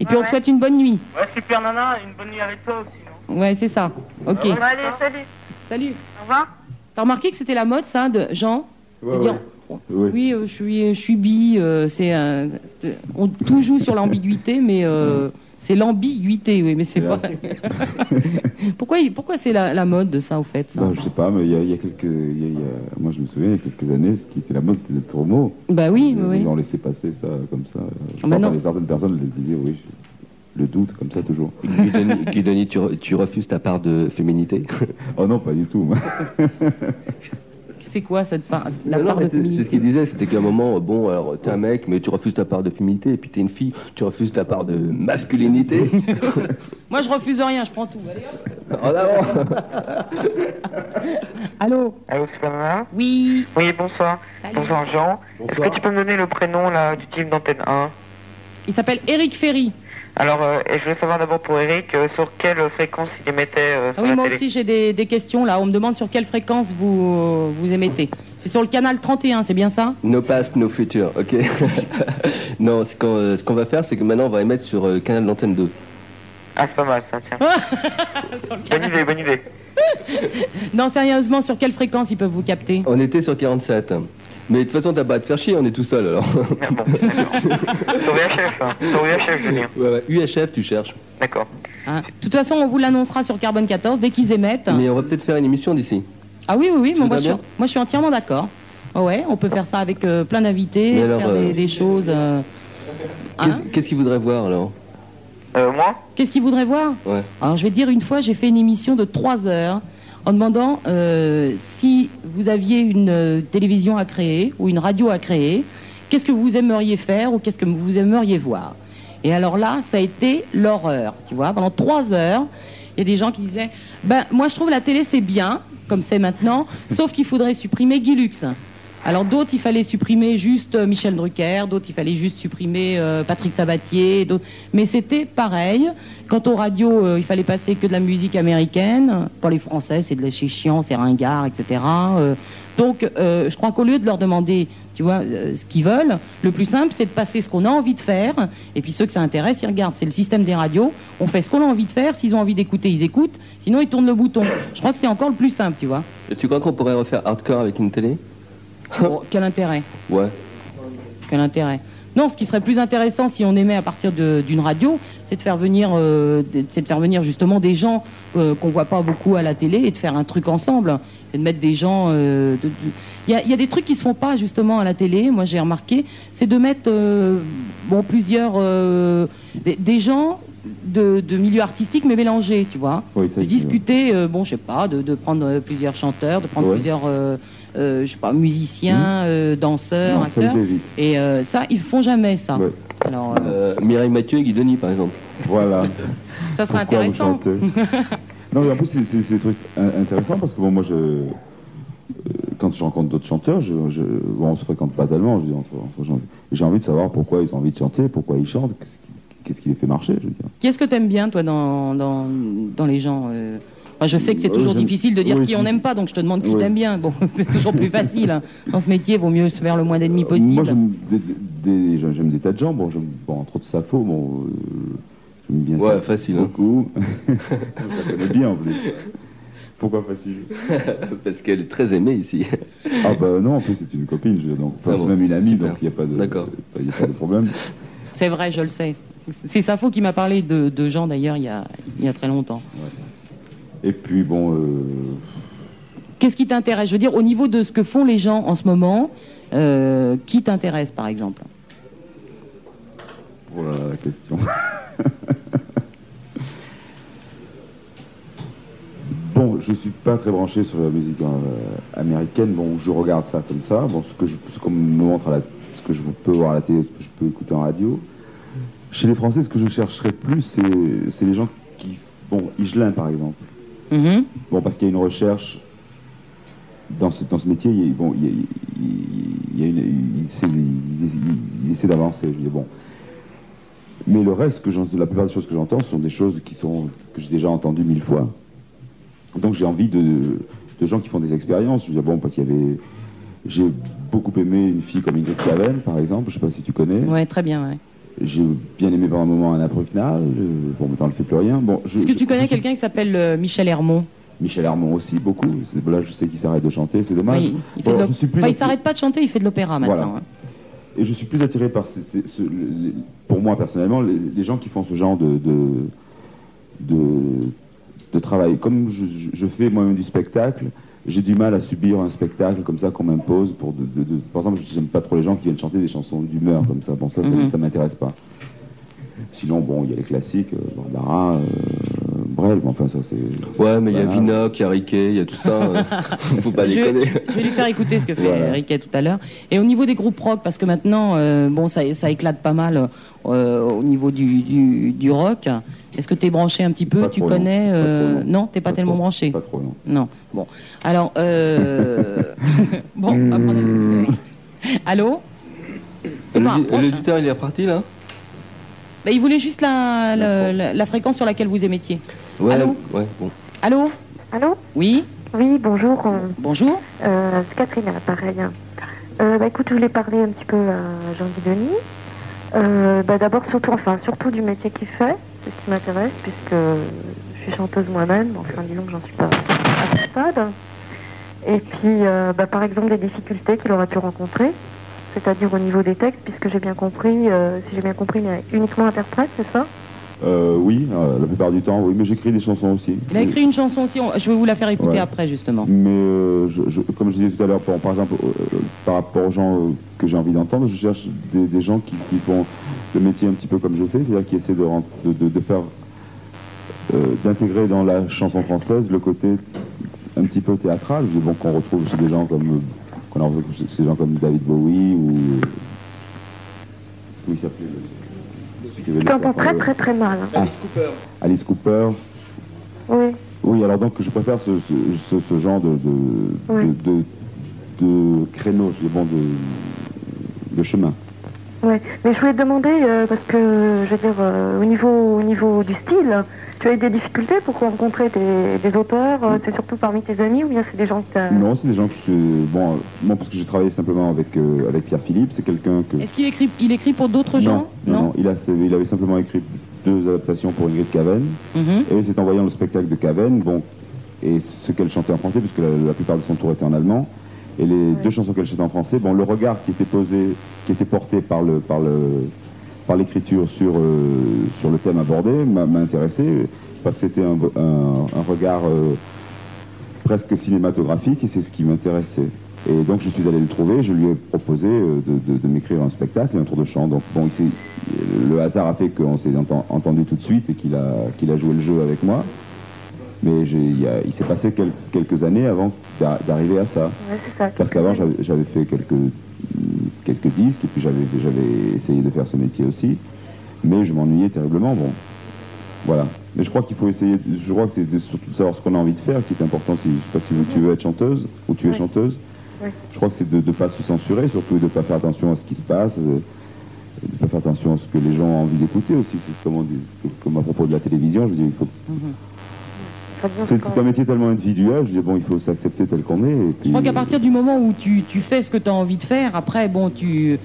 Et puis
Ouais,
on te
ouais.
souhaite une bonne nuit.
Ouais, super nana, une bonne nuit avec toi aussi.
Ouais, c'est ça. Ok.
Bon, allez, salut.
Salut.
Au revoir.
T'as remarqué que c'était la mode ça de Jean
Ouais,
de dire,
ouais.
Oui, euh, je suis, je suis bi. euh, c'est un- t- on tout joue sur l'ambiguïté, mais euh, c'est l'ambiguïté, oui, mais c'est
Là,
pas. pourquoi, il- pourquoi c'est la, la mode de ça au fait ça
Bah, je sais pas, mais il y a, il y a quelques. il y a- il y a- Moi, je me souviens, il y a quelques années, ce qui était la mode, c'était d'être homo.
Bah oui,
Ils-
oui.
Ils
oui.
ont laissé passer ça euh, comme ça. Je
Ah, bah
crois
non.
que certaines personnes le disaient, oui. je- Le doute, comme ça, toujours.
Guidoni, Guidoni, tu, re- tu refuses ta part de féminité
Oh non, pas du tout. moi.
C'est quoi cette part, la
Non, non,
part
mais
de
c'est- C'est ce qu'il
féminité
disait, c'était qu'à un moment, euh, bon, alors t'es un mec, mais tu refuses ta part de féminité, et puis t'es une fille, tu refuses ta part de masculinité.
Moi, je refuse rien, je prends tout. Allez, hop.
en avant
Ah Allô.
Allô, super nana
Oui.
Oui, bonsoir.
Salut.
Bonsoir Jean. Est-ce que tu peux me donner le prénom là, du team d'antenne 1
Il s'appelle Eric Ferry.
Alors, euh, et je voulais savoir d'abord pour Eric, euh, sur quelle fréquence il émettait euh,
Ah
sur
oui,
la
moi
télé
aussi j'ai des, des questions là. On me demande sur quelle fréquence vous, vous émettez. C'est sur le canal 31, c'est bien ça
No past, no future, ok Non, ce qu'on euh, ce qu'on va faire, c'est que maintenant, on va émettre sur euh, canal d'antenne 2.
Ah, c'est pas mal ça, tiens.
Sur
Bonne
le canal-
idée, bonne idée.
Non, sérieusement, sur quelle fréquence ils peuvent vous capter
On était sur 47. Mais de toute façon, t'as pas à te faire chier, on est tout seul, alors.
Ah, bon, d'accord. sur VHF, hein. sur VHF, je veux dire.
Ouais, ouais, UHF, tu cherches.
D'accord.
Hein De toute façon, on vous l'annoncera sur Carbone 14 dès qu'ils émettent.
Mais on va peut-être faire une émission d'ici.
Ah oui, oui, oui, mais
veux
moi je, suis,
bien
moi, je suis entièrement d'accord. Ah ouais, on peut faire ça avec euh, plein d'invités,
Mais
faire
alors,
des,
euh,
des choses. euh, hein
Qu'est-ce qu'est-ce qu'il voudrait voir, alors
Euh, moi
Qu'est-ce qu'ils voudraient voir
Ouais.
Alors je vais te dire, une fois j'ai fait une émission de 3 heures en demandant euh, si vous aviez une euh, télévision à créer ou une radio à créer, qu'est-ce que vous aimeriez faire ou qu'est-ce que vous aimeriez voir Et alors là, ça a été l'horreur, tu vois. Pendant 3 heures, il y a des gens qui disaient, ben moi je trouve la télé c'est bien, comme c'est maintenant, sauf qu'il faudrait supprimer Guy Lux. Alors d'autres, il fallait supprimer juste euh, Michel Drucker, d'autres, il fallait juste supprimer euh, Patrick Sabatier, d'autres. Mais c'était pareil. Quant aux radios, euh, il fallait passer que de la musique américaine. Pour les Français, c'est de la c'est chiant, c'est ringard, etc. Euh, donc, euh, je crois qu'au lieu de leur demander, tu vois, euh, ce qu'ils veulent, le plus simple, c'est de passer ce qu'on a envie de faire. Et puis ceux que ça intéresse, ils regardent. C'est le système des radios. On fait ce qu'on a envie de faire. S'ils ont envie d'écouter, ils écoutent. Sinon, ils tournent le bouton. Je crois que c'est encore le plus simple, tu vois.
Et tu crois qu'on pourrait refaire hardcore avec une télé
Bon, quel intérêt
Ouais.
Quel intérêt Non, ce qui serait plus intéressant si on émet à partir de- d'une radio, c'est de faire venir, euh, de- c'est de faire venir justement des gens euh, qu'on voit pas beaucoup à la télé et de faire un truc ensemble, et de mettre des gens. euh, de- de- Il y, a, il y a des trucs qui se font pas justement à la télé. Moi, j'ai remarqué, c'est de mettre euh, bon plusieurs euh, des, des gens. De, de milieux artistiques mais mélangés, tu vois.
Oui, ça,
De
il-
discuter, euh, bon, je sais pas, de, de prendre euh, plusieurs chanteurs, de prendre
Ouais. Mmh.
plusieurs, euh, euh, je sais pas, musiciens, euh, danseurs,
Non, ça,
acteurs.
j'évite.
Et euh, ça, ils font jamais ça.
Ouais.
Alors, euh,
Euh, Mireille Mathieu et Guidoni, par exemple.
Voilà.
ça sera
Pourquoi vous
intéressant.
chantez non, mais en plus, c'est- c'est c'est des trucs in- intéressants parce que bon, moi, je, euh, quand je rencontre d'autres chanteurs, je, je, bon, on se fréquente pas tellement. je veux dire, entre- entre gens. J'ai envie de savoir pourquoi ils ont envie de chanter, pourquoi ils chantent, qu'est-ce qui, qu'est-ce qui les fait marcher, je veux dire.
Qu'est-ce que t'aimes bien, toi, dans, dans, dans les gens euh Enfin, je sais que c'est
Euh,
toujours
j'aime-
difficile de dire
oui,
qui on
si.
n'aime pas, donc je te demande qui
Oui.
t'aime bien. Bon, c'est toujours plus facile. hein. Dans ce métier, vaut mieux se faire le moins d'ennemis possible.
Euh, Moi, j'aime des, des- j'aime- j'aime des tas de gens. Bon, j'aime bon, entre autres Sappho, bon, euh, j'aime bien
Ouais,
ça
facile, hein.
beaucoup. Je la connais bien en plus. Pourquoi facile
Parce qu'elle est très aimée ici.
Ah bah non, en plus c'est une copine, je- donc enfin,
Ah bon,
c'est même une amie,
super.
donc il n'y a pas de,
D'accord.
il y a pas de problème.
C'est vrai, je le sais. C'est Safo qui m'a parlé de, de Jean d'ailleurs il, y a- il y a très longtemps.
Et puis bon, euh,
Qu'est-ce qui t'intéresse Je veux dire, au niveau de ce que font les gens en ce moment, euh, qui t'intéresse par exemple
oh là là, la question. bon, je suis pas très branché sur la musique euh, américaine. Bon, je regarde ça comme ça. Bon, ce que je, ce qu'on me montre à la, ce que je peux voir à la télé, ce que je peux écouter en radio. Chez les Français, ce que je chercherais plus, c'est, c'est les gens qui, bon, Igelin par exemple.
Mhm.
Bon, parce qu'il y a une recherche dans ce, dans ce métier, il, bon, il, il- il y a une- il essaie, il- il essaie d'avancer. Je dis, bon. Mais le reste, que j'en- la plupart des choses que j'entends sont des choses qui sont, que j'ai déjà entendues mille fois. Donc j'ai envie de, de gens qui font des expériences. Je dis, bon, parce qu'il y avait. J'ai beaucoup aimé une fille comme Ingrid Caven, par exemple, je sais pas si tu connais.
Ouais, très bien. Ouais.
J'ai bien aimé pendant un moment Anna Brucknal, euh, bon, maintenant elle ne fait plus rien. Bon, je-
Est-ce que
je-
tu connais quelqu'un qui s'appelle euh, Michel Hermont
Michel Armand aussi, beaucoup. C'est- Là, je sais qu'il s'arrête de chanter, c'est dommage.
Oui, il fait
Bon,
de l'op-
je suis plus
Enfin, il
attiré-
s'arrête pas de chanter, il fait de l'opéra maintenant.
Voilà.
hein.
Et je suis plus attiré par, ces- ces- ce- les- pour moi personnellement, les, les gens qui font ce genre de, de, de- de travail. Comme je, je- je fais moi-même du spectacle, j'ai du mal à subir un spectacle comme ça qu'on m'impose. Pour de, de- de- Par exemple, je n'aime pas trop les gens qui viennent chanter des chansons d'humeur comme ça. Bon, ça, ça-
Mhm.
ça ne m'intéresse pas. Sinon, bon, il y a les classiques, euh, Barbara, euh, Brel, mais enfin, ça c'est...
Ouais, mais il y a
Voilà.
Vinok, il y a Riquet, il y a tout ça. euh, Faut pas
je,
déconner.
je vais lui faire écouter ce que fait
Voilà.
euh, Riquet tout à l'heure. Et au niveau des groupes rock, parce que maintenant, euh, bon, ça, ça éclate pas mal euh, au niveau du, du, du rock. Est-ce que tu es branché un petit peu
Pas
Tu
trop, non.
connais
Pas
euh,
trop,
Non, t'es pas,
Pas
tellement
trop.
branché.
Pas trop, non.
Non. Bon. Alors, euh... bon, on va prendre un coup de- Allô C'est pas un
L'audi-
proche, hein.
L'auditeur, il est reparti là
Bah, Il voulait juste la, la, la- la fréquence sur laquelle vous émettiez.
Ouais,
Allô
ouais, bon.
Allô
Allô
Oui
Oui, bonjour. euh,
Bonjour
Euh, Catherine à l'appareil. Euh, bah, écoute, je voulais parler un petit peu à Jean-Guy Denis. Euh, bah, D'abord, surtout, enfin, surtout du métier qu'il fait, c'est ce qui m'intéresse, puisque je suis chanteuse moi-même, enfin, disons que j'en suis pas à ce stade. Et puis, euh, bah, par exemple, des difficultés qu'il aura pu rencontrer, c'est-à-dire au niveau des textes, puisque j'ai bien compris, euh, si j'ai bien compris, il est uniquement interprète, c'est ça
Euh, oui, euh, la plupart du temps, oui, mais j'écris des chansons aussi.
Il a écrit une chanson aussi, on- je vais vous la faire écouter
Ouais.
après justement.
Mais euh, je- je- comme je disais tout à l'heure, par, par exemple, euh, par rapport aux gens euh, que j'ai envie d'entendre, je cherche des, des gens qui, qui font le métier un petit peu comme je fais, c'est-à-dire qui essaient de, rent- de, de- de faire, euh, d'intégrer dans la chanson française le côté un petit peu théâtral, Je dis, bon, qu'on retrouve chez des gens comme, euh, qu'on a retrouvé chez ces gens comme David Bowie ou euh, comment il s'appelait le- celui qui avait
Je
le
t'entends
serpent,
très
le-
très très mal. hein.
Alice
Cooper.
Alice Cooper.
Oui,
Oui, alors donc je préfère ce, ce- ce- ce genre de, de,
Oui.
de, de- de créneau, je dis bon, de, de chemin.
ouais. Mais je voulais te demander, euh, parce que, je veux dire, euh, au, niveau, au niveau du style, tu as eu des difficultés pour rencontrer des, des auteurs euh, C'est surtout parmi tes amis ou bien c'est des gens que tu as...
Non, c'est des gens que je... Bon, euh, bon parce que j'ai travaillé simplement avec, euh, avec Pierre Philippe, c'est quelqu'un que...
Est-ce qu'il écrit, il écrit pour d'autres gens
non, non, il, a, il avait simplement écrit deux adaptations pour Ingrid Caven,
Mhm.
et c'est en voyant le spectacle de Caven, bon, et ce qu'elle chantait en français, puisque la, la plupart de son tour était en allemand, et les deux chansons qu'elle chantait en français, bon, le regard qui était posé, qui était porté par le, par le, par l'écriture sur, euh, sur le thème abordé m'a m'a intéressé parce que c'était un, un- un regard euh, presque cinématographique et c'est ce qui m'intéressait. Et donc je suis allé le trouver, je lui ai proposé euh, de, de- de m'écrire un spectacle et un tour de chant. Donc bon, il s'est- le hasard a fait qu'on s'est enten- entendu tout de suite et qu'il a, qu'il a joué le jeu avec moi. Mais j'ai- il, y a- il s'est passé quel- quelques années avant d'a- d'arriver à ça.
Ouais, c'est ça.
Parce qu'avant, j'avais j'avais fait quelques, quelques disques, et puis j'avais j'avais essayé de faire ce métier aussi, mais je m'ennuyais terriblement, bon. Voilà. Mais je crois qu'il faut essayer, de- je crois que c'est de- surtout de savoir ce qu'on a envie de faire qui est important, si, je sais pas si vous- tu veux être chanteuse, ou tu es
Ouais.
chanteuse.
Ouais.
Je crois que c'est de ne pas se censurer, surtout et de ne pas faire attention à ce qui se passe, euh, et de ne pas faire attention à ce que les gens ont envie d'écouter aussi. C'est comme, on dit- comme à propos de la télévision, je dis, il faut
Enfin, disons
c'est
que-
c'est un métier tellement individuel, je dis, bon, il faut s'accepter tel qu'on est. et
Je crois
puis-
qu'à partir du moment où tu, tu fais ce que tu as envie de faire, après, bon, tu...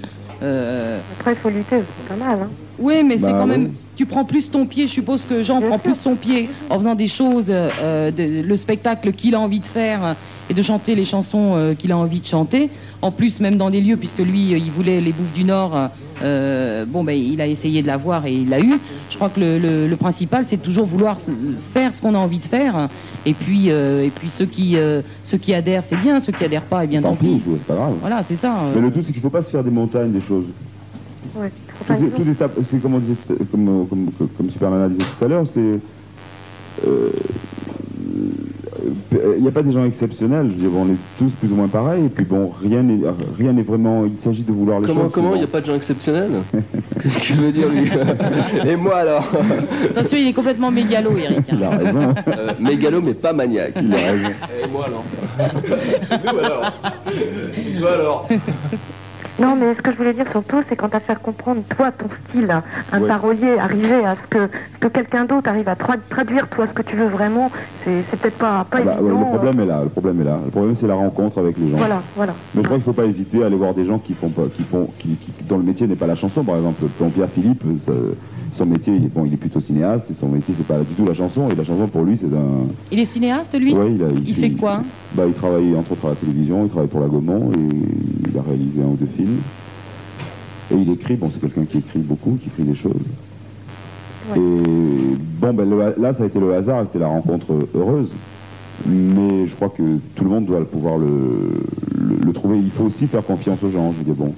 euh,
Après, il faut lutter, c'est pas mal. Hein.
Oui, mais c'est
Bah,
quand même.
oui.
Tu prends plus ton pied, je suppose que Jean prend plus son pied en faisant des choses, euh, de- le spectacle qu'il a envie de faire euh, et de chanter les chansons euh, qu'il a envie de chanter. En plus, même dans des lieux, puisque lui, euh, il voulait les Bouffes du Nord, euh, euh, bon, ben, il a essayé de l'avoir et il l'a eu. Je crois que le, le- le principal, c'est de toujours vouloir se- faire ce qu'on a envie de faire. Et puis, euh, et puis ceux, qui, euh, ceux qui adhèrent, c'est bien, ceux qui adhèrent pas, eh bien, tant,
Tant pis, c'est pas grave.
Voilà, c'est ça. euh.
Mais le tout, c'est qu'il faut pas se faire des montagnes, des choses.
Ouais.
Tout est- tout est à- c'est comme, on disait tout- comme, euh, comme, que- comme Superman a disait tout à l'heure, c'est. euh, Il n'y a pas des gens exceptionnels, je veux dire, bon, on est tous plus ou moins pareils, et puis bon, rien n'est rien n'est vraiment. Il s'agit de vouloir les
Comment,
choses.
comment, il n'y a pas de gens exceptionnels Qu'est-ce qu'il veut dire, lui Et moi, alors
Attention, il est complètement mégalo, Eric. hein.
Il a raison,
Euh, Mégalo, mais pas maniaque.
il a raison.
Et moi, alors Nous, alors Et Toi, alors
Non, mais ce que je voulais dire surtout, c'est quand à faire comprendre, toi, ton style, hein, un
Ouais.
parolier, arriver à ce que, ce que quelqu'un d'autre arrive à tra- traduire, toi, ce que tu veux vraiment, c'est c'est peut-être pas, pas
Ah bah, ouais,
évident.
le
euh,
problème est là, le problème est là. Le problème, c'est la rencontre avec les gens.
Voilà, voilà.
Mais je crois qu'il faut pas hésiter à aller voir des gens qui font pas, qui font, qui, qui- dont le métier n'est pas la chanson. Par exemple, Jean-Pierre Philippe, ça- son métier, il est, bon, il est plutôt cinéaste et son métier, c'est pas du tout la chanson. Et la chanson pour lui, c'est un.
Il est cinéaste, lui
Ouais, il, a-
Il fait quoi
Bah, il travaille entre autres à la télévision, il travaille pour la Gaumont et il a réalisé un ou deux films. Et il écrit, bon, c'est quelqu'un qui écrit beaucoup, qui écrit des choses.
Ouais.
Et bon, ben, le ha- là, ça a été le hasard, c'était la rencontre heureuse. Mais je crois que tout le monde doit le- pouvoir le, le, le trouver. Il faut aussi faire confiance aux gens. Je dis bon,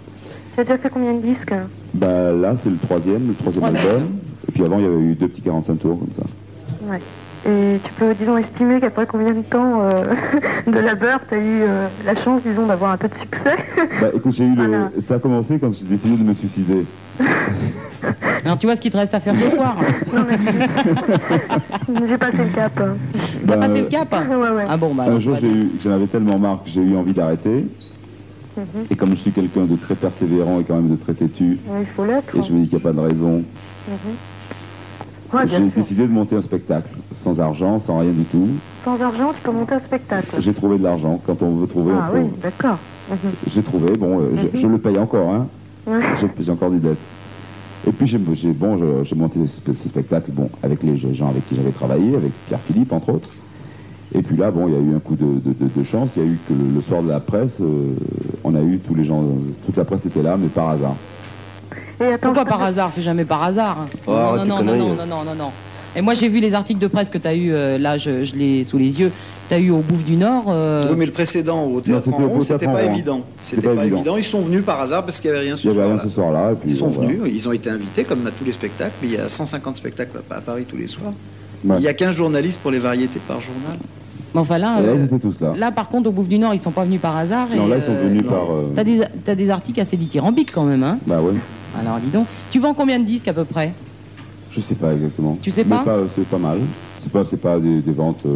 Tu as déjà fait combien de disques hein
bah là, c'est le troisième, le troisième
Troisième.
album. Et puis avant, il y avait eu deux petits 45 tours comme ça.
Ouais. Et tu peux, disons, estimer qu'après combien de temps euh, de labeur, tu as eu euh, la chance, disons, d'avoir un peu de succès
Bah, écoute, j'ai eu le-
Voilà.
ça a commencé quand j'ai décidé de me suicider.
Alors tu vois ce qu'il te reste à faire ce soir.
Non, mais- J'ai passé le cap. hein.
T'as
Bah,
passé le cap
Ouais, ouais.
Ah bon, bah.
Un
alors,
jour,
pas
j'ai
bien.
eu- j'en avais tellement marre que j'ai eu envie d'arrêter. Et comme je suis quelqu'un de très persévérant et quand même de très têtu,
Mhm. Ouais, il faut l'être. hein.
et je me dis qu'il n'y a pas de raison,
Mhm. Ouais,
j'ai
bien sûr.
décidé de monter un spectacle. Sans argent, sans rien du tout.
Sans argent, tu peux monter un spectacle.
J'ai trouvé de l'argent. Quand on veut trouver,
Ah
on trouve.
oui, d'accord. Mhm.
J'ai trouvé, bon, euh,
Mhm.
je, je le paye encore, hein.
Ouais.
J'ai- J'ai encore des dettes. Et puis, j'ai j'ai- bon, je- j'ai monté ce, ce spectacle, bon, avec les gens avec qui j'avais travaillé, avec Pierre-Philippe, entre autres. Et puis là, bon, il y a eu un coup de, de- de- de chance. Il y a eu que le, le soir de la presse, euh, on a eu tous les gens, toute la presse était là, mais par hasard.
Ah,
Et attends,
Pourquoi
je-
par hasard C'est jamais par hasard. hein.
Oh,
non,
arrête
non,
tes
non, non,
conneries.
non, non, non, non. Et moi j'ai vu les articles de presse que t'as eu, euh, là je, je l'ai sous les yeux, t'as eu au Bouffe du Nord. euh,
Oui, mais le précédent au théâtre
c'était hein.
en
au
rond, c'était
Théâtre en
pas
Rond.
évident. C'était pas évident. Ils sont venus par hasard parce qu'il n'y avait rien
Il
sur
n'y avait rien
soir-là.
ce soir-là. et puis,
Ils sont
bon, voilà.
venus, ils ont été invités comme à tous les spectacles, mais il y a 150 spectacles à à Paris tous les soirs.
Ouais.
Il y a 15 journalistes pour les variétés par journal.
mais enfin là,
Et là,
euh,
ils étaient tous là.
là par contre au Bouffe du Nord ils sont pas venus par hasard.
non,
et,
là, ils sont
euh,
venus
non.
par. euh,
T'as des, t'as des articles assez dithyrambiques quand même, hein
Bah ouais,
Alors dis donc, tu vends combien de disques à peu près
je sais pas exactement.
Tu sais
Mais
pas
C'est pas mal. C'est pas, c'est pas des, des ventes, euh,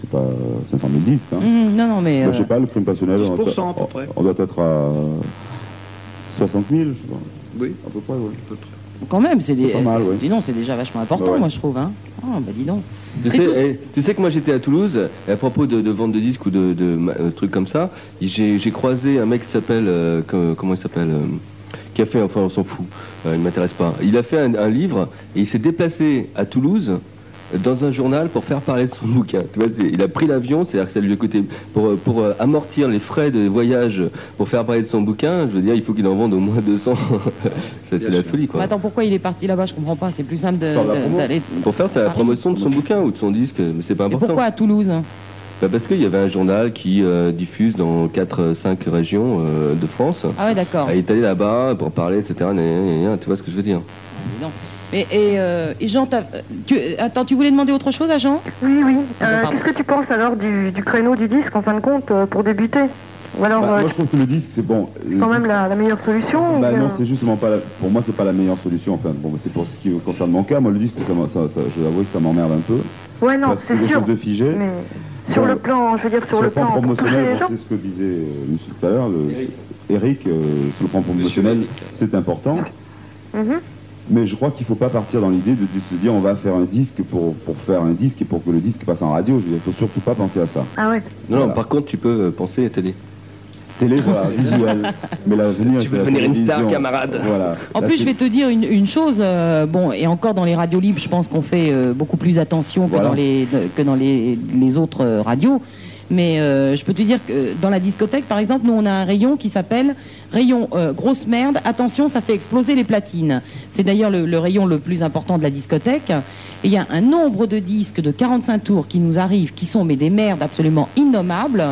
c'est pas 500 000 disques. hein.
Hum, Non, non, mais...
Bah,
euh,
je sais pas, le crime passionnel,
10% à
on, doit-
peu près.
on doit être à 60 000, je sais pas,
Oui,
à peu près, oui.
à peu près.
Quand même, c'est des...
C'est pas mal,
c'est-
ouais.
Dis donc, c'est déjà vachement important,
Bah ouais.
moi je trouve. Hein. Ah, bah dis donc.
Tu
C'est
sais,
tout.
eh, tu sais que moi j'étais à Toulouse, et à propos de, de vente de disques ou de, de ma- euh, trucs comme ça, j'ai j'ai croisé un mec qui s'appelle. euh, co- comment il s'appelle euh, Qui a fait. Enfin, on s'en fout, euh, il ne m'intéresse pas. Il a fait un, un livre et il s'est déplacé à Toulouse euh, dans un journal pour faire parler de son bouquin. Tu vois, c'est- il a pris l'avion, c'est-à-dire que ça lui a coûté pour, euh, pour euh, amortir les frais de voyage pour faire parler de son bouquin. Je veux dire, il faut qu'il en vende au moins 200. Ça,
Bien
c'est la
sûr.
folie, quoi.
Mais Bah, attends, pourquoi il est parti là-bas Je comprends pas. C'est plus simple de-
Pour la
de-
promo.
d'aller.
Pour faire, c'est la
Paris.
promotion de son bouquin ou de son disque, mais c'est pas
Et
important.
pourquoi à Toulouse hein
Bah, parce qu'il y avait un journal qui euh, diffuse dans 4-5 régions euh, de France.
Ah ouais, d'accord.
Et il est allé là-bas pour parler, etc. gna, gna, gna, Tu vois ce que je veux dire
Non. Et, et, euh, et Jean, t'as- tu, euh, attends, tu voulais demander autre chose à Jean Ah,
Oui, oui. Euh,
Pardon.
Qu'est-ce que tu penses alors du, du créneau du disque en fin de compte euh, pour débuter Ou alors
Bah,
euh,
moi, je trouve que le disque, c'est bon.
c'est
Le
quand même euh,
disque-
la, la meilleure solution ou
Bah
bien-
non, c'est justement pas. la- Pour moi, c'est pas la meilleure solution. Enfin, bon, bah, c'est pour ce qui concerne mon cas. Moi, le disque, ça, m'a- ça, ça- je dois avouer que ça m'emmerde un peu.
Ouais, Ah non,
parce que c'est
c'est
quelque
sûr.
chose de figé.
Mais sur
Bon,
le plan, je veux dire, sur,
Sur
le plan, pour toucher
promotionnel,
les
bon,
gens.
c'est ce que disait euh, monsieur tout à l'heure, le- Eric, euh, sur le plan promotionnel,
Eric.
c'est important.
Mhm.
Mais je crois qu'il ne faut pas partir dans l'idée de, de se dire on va faire un disque pour, pour faire un disque et pour que le disque passe en radio. Je veux dire, il ne faut surtout pas penser à ça.
Ah ouais.
Non,
Voilà.
non, par contre, tu peux euh, penser à télé.
Télé, voilà, visuel. Mais la venue,
Tu
c'est
veux
la
devenir une star,
télévision.
camarade.
Voilà.
En
La
plus, je vais te dire une, une chose, euh, bon, et encore dans les radios libres, je pense qu'on fait euh, beaucoup plus attention que
Voilà.
dans les que dans les, les autres euh, radios. Mais euh, je peux te dire que dans la discothèque, par exemple, nous on a un rayon qui s'appelle rayon euh, grosse merde. Attention, ça fait exploser les platines. C'est d'ailleurs le, le rayon le plus important de la discothèque. Et il y a un nombre de disques de 45 tours qui nous arrivent, qui sont mais des merdes absolument innommables.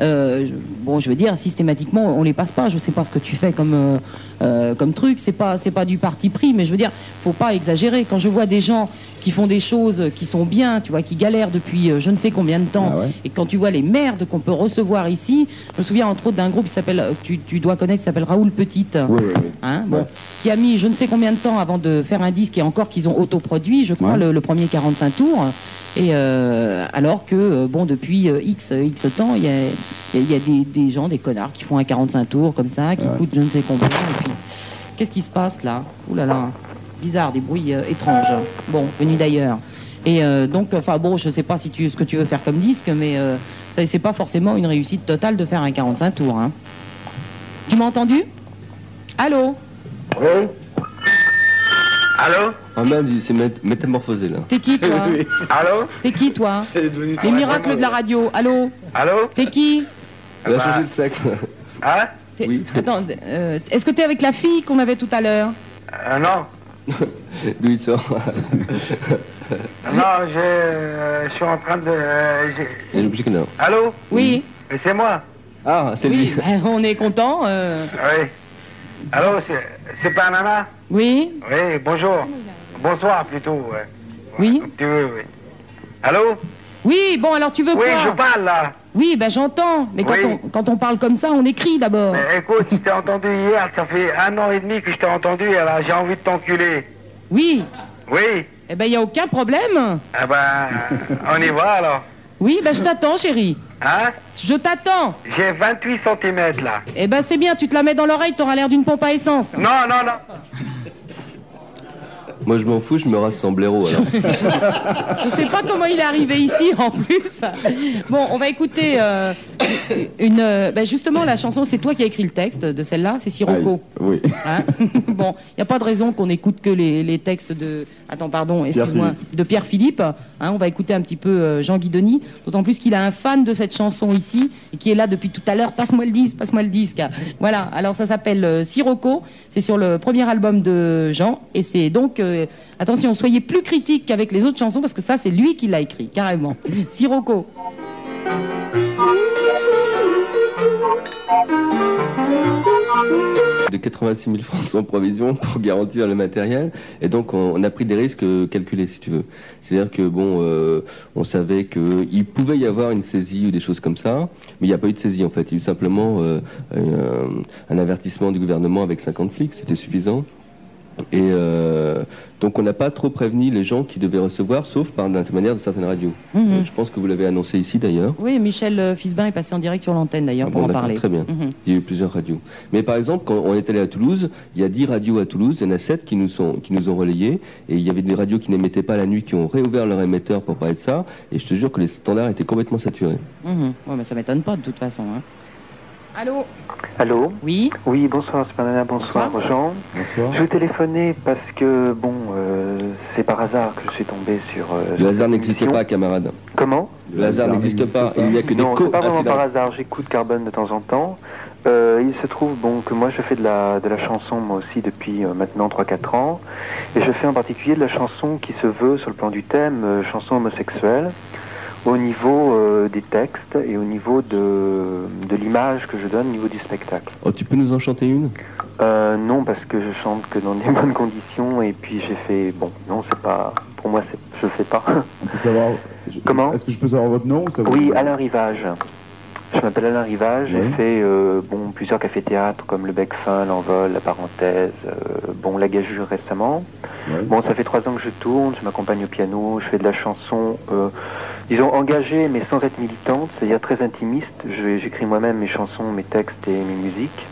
Euh, je- bon, je veux dire, systématiquement, on les passe pas. Je sais pas ce que tu fais comme euh, euh, comme truc. C'est pas c'est pas du parti pris, mais je veux dire, faut pas exagérer. Quand je vois des gens qui font des choses qui sont bien, tu vois, qui galèrent depuis euh, je ne sais combien de temps,
Ah ouais.
et quand tu vois les merdes qu'on peut recevoir ici, je me souviens entre autres d'un groupe qui s'appelle, euh, tu, tu dois connaître, qui s'appelle Raoul Petite.
Oui, oui, oui.
Hein, bon,
Ouais.
qui a mis je ne sais combien de temps avant de faire un disque et encore qu'ils ont autoproduit, je crois,
Ouais.
le, le premier 45 tours. Et euh, alors que, euh, bon, depuis euh, X, euh, X temps, il y a, il y a des, des gens, des connards qui font un 45 tours comme ça, qui coûtent je ne sais combien. Et puis, qu'est-ce qui se passe là Ouh là là, bizarre, des bruits euh, étranges. Bon, venus d'ailleurs. Et euh, donc, enfin bon, je sais pas si tu, ce que tu veux faire comme disque, mais euh, ça c'est pas forcément une réussite totale de faire un 45 tours. Hein. Tu m'as entendu Allô
Allô
Ah merde, il s'est mét- métamorphosé là.
T'es qui toi
Allô
T'es qui toi Les miracles de la radio. Allô
euh. Allô
T'es qui
Il a
bah.
changé de sexe.
Hein
T'es-
Oui.
Attends, euh, est-ce que t'es avec la fille qu'on avait tout à l'heure
Euh, Non.
D'où il sort
Non, je, euh, je suis en train de... euh, j'ai-
Il est obligé que non.
Allô
Oui.
Mais c'est moi.
Ah, c'est
Oui.
lui.
ben, on est content. euh.
Oui. Allô, c'est- c'est pas Nana
Oui.
Oui, bonjour. Bonsoir plutôt. ouais.
Oui.
Comme tu veux, oui. Allô
Oui. Bon, alors tu veux
Oui,
quoi
je parle là.
Oui, ben j'entends. Mais quand,
Oui.
on, quand on parle comme ça, on écrit d'abord.
Mais écoute, je t'ai entendu hier, ça fait un an et demi que je t'ai entendu, alors j'ai envie de t'enculer.
Oui.
Oui
Eh ben, il n'y a aucun problème.
Ah ben, on y va alors.
Oui, ben je t'attends, chérie.
Hein
Je t'attends.
J'ai 28 cm là.
Eh ben, c'est bien, tu te la mets dans l'oreille, t'auras l'air d'une pompe à essence.
Non, non, non.
Moi je m'en fous, je me rase sans blaireau alors.
Je sais pas comment il est arrivé ici en plus. Bon, on va écouter euh, une. euh, ben, justement, la chanson, c'est toi qui as écrit le texte de celle-là, c'est Sirocco.
Aïe. Oui.
Hein bon, il n'y a pas de raison qu'on écoute que les, les textes de. Attends, pardon, excuse-moi, de Pierre Philippe. Hein, on va écouter un petit peu euh, Jean Guidoni, d'autant plus qu'il a un fan de cette chanson ici et qui est là depuis tout à l'heure. Passe-moi le disque, passe-moi le disque. Voilà. Alors ça s'appelle euh, Sirocco. C'est sur le premier album de Jean et c'est donc euh, attention, soyez plus critiques qu'avec les autres chansons parce que ça c'est lui qui l'a écrit carrément. Sirocco.
de 86 000 francs en provision pour garantir le matériel. Et donc, on, on a pris des risques euh, calculés, si tu veux. C'est-à-dire que, bon, euh, on savait qu'il pouvait y avoir une saisie ou des choses comme ça, mais il n'y a pas eu de saisie, en fait. Il y a eu simplement euh, un, un avertissement du gouvernement avec 50 flics, c'était suffisant. Et euh, donc, on n'a pas trop préveni les gens qui devaient recevoir, sauf par l'intermédiaire de certaines radios.
Mhm.
Euh, Je pense que vous l'avez annoncé ici, d'ailleurs.
Oui, Michel euh, Fisbain est passé en direct sur l'antenne d'ailleurs
Ah
pour
bon,
en
d'accord,
parler.
très bien.
Mhm.
Il y a eu plusieurs radios. Mais par exemple, quand on est allé à Toulouse, il y a 10 radios à Toulouse, il y en a 7 qui nous, sont, qui nous ont relayés, et il y avait des radios qui n'émettaient pas la nuit, qui ont réouvert leur émetteur pour parler de ça, et je te jure que les standards étaient complètement saturés.
Mhm. Ouais, mais ça m'étonne pas de toute façon. hein. Allô
Allô
Oui
Oui, bonsoir, Super Nana, bonsoir,
Bonsoir.
Jean.
Bonsoir.
Je vous téléphonais parce que, bon, euh, c'est par hasard que je suis tombé sur... euh,
Le hasard
cette
n'existe
émission.
pas, camarade.
Comment
Le hasard n'existe pas, il n'y a que des
Non,
co
c'est pas vraiment par
incidents.
hasard, j'écoute Carbone de temps en temps. Euh, il se trouve, bon, que moi je fais de la, de la chanson, moi aussi, depuis euh, maintenant 3-4 ans. Et je fais en particulier de la chanson qui se veut, sur le plan du thème, euh, chanson homosexuelle, au niveau euh, des textes et au niveau de, de l'image que je donne au niveau du spectacle.
Oh, tu peux nous en chanter une
Euh, non, parce que je chante que dans des bonnes conditions et puis j'ai fait bon, non, c'est pas pour moi, c'est, je fais pas.
On peut savoir. je-
Comment
Est-ce que je peux savoir votre nom ou ça vous-
Oui, Alain Rivage. Je m'appelle Alain Rivage, j'ai
Oui.
fait euh, bon plusieurs cafés théâtres comme le Bec Fin, l'Envol, la Parenthèse, euh, bon la Gageure récemment.
Ouais.
Bon, ça fait trois ans que je tourne, je m'accompagne au piano, je fais de la chanson, euh, disons engagée mais sans être militante, c'est-à-dire très intimiste. Je- J'écris moi-même mes chansons, mes textes et mes musiques.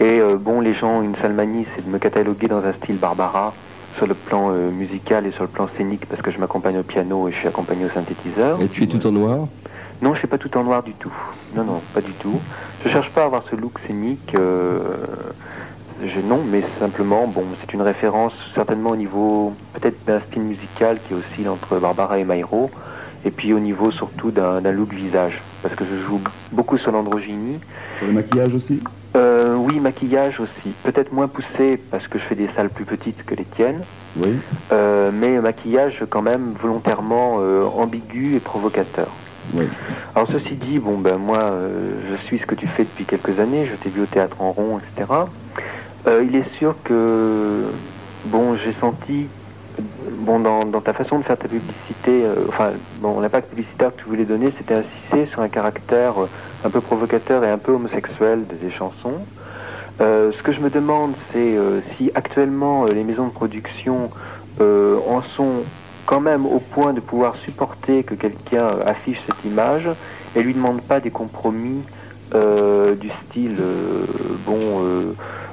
Et euh, bon, les gens ont une sale manie, c'est de me cataloguer dans un style Barbara sur le plan euh, musical et sur le plan scénique parce que je m'accompagne au piano et je suis accompagné au synthétiseur.
Et tu es tout en noir
Non, je fais pas tout en noir du tout. Non, non, pas du tout. Je cherche pas à avoir ce look scénique. euh, je- non, mais simplement, bon, c'est une référence certainement au niveau peut-être d'un style musical qui oscille entre Barbara et Mairo, et puis au niveau surtout d'un d'un look visage, parce que je joue beaucoup sur l'androgynie.
Sur le maquillage aussi
Euh, oui, maquillage aussi. Peut-être moins poussé parce que je fais des salles plus petites que les tiennes.
Oui.
Euh, mais maquillage quand même volontairement euh, ambigu et provocateur.
Oui.
Alors ceci dit, bon ben moi euh, je suis ce que tu fais depuis quelques années, je t'ai vu au théâtre en rond, etc. Euh, il est sûr que bon j'ai senti bon dans, dans ta façon de faire ta publicité, euh, enfin bon l'impact publicitaire que tu voulais donner, c'était insister sur un caractère euh, un peu provocateur et un peu homosexuel des chansons. Euh, ce que je me demande, c'est euh, si actuellement euh, les maisons de production euh, en sont quand même au point de pouvoir supporter que quelqu'un affiche cette image et lui demande pas des compromis euh, du style euh, bon euh,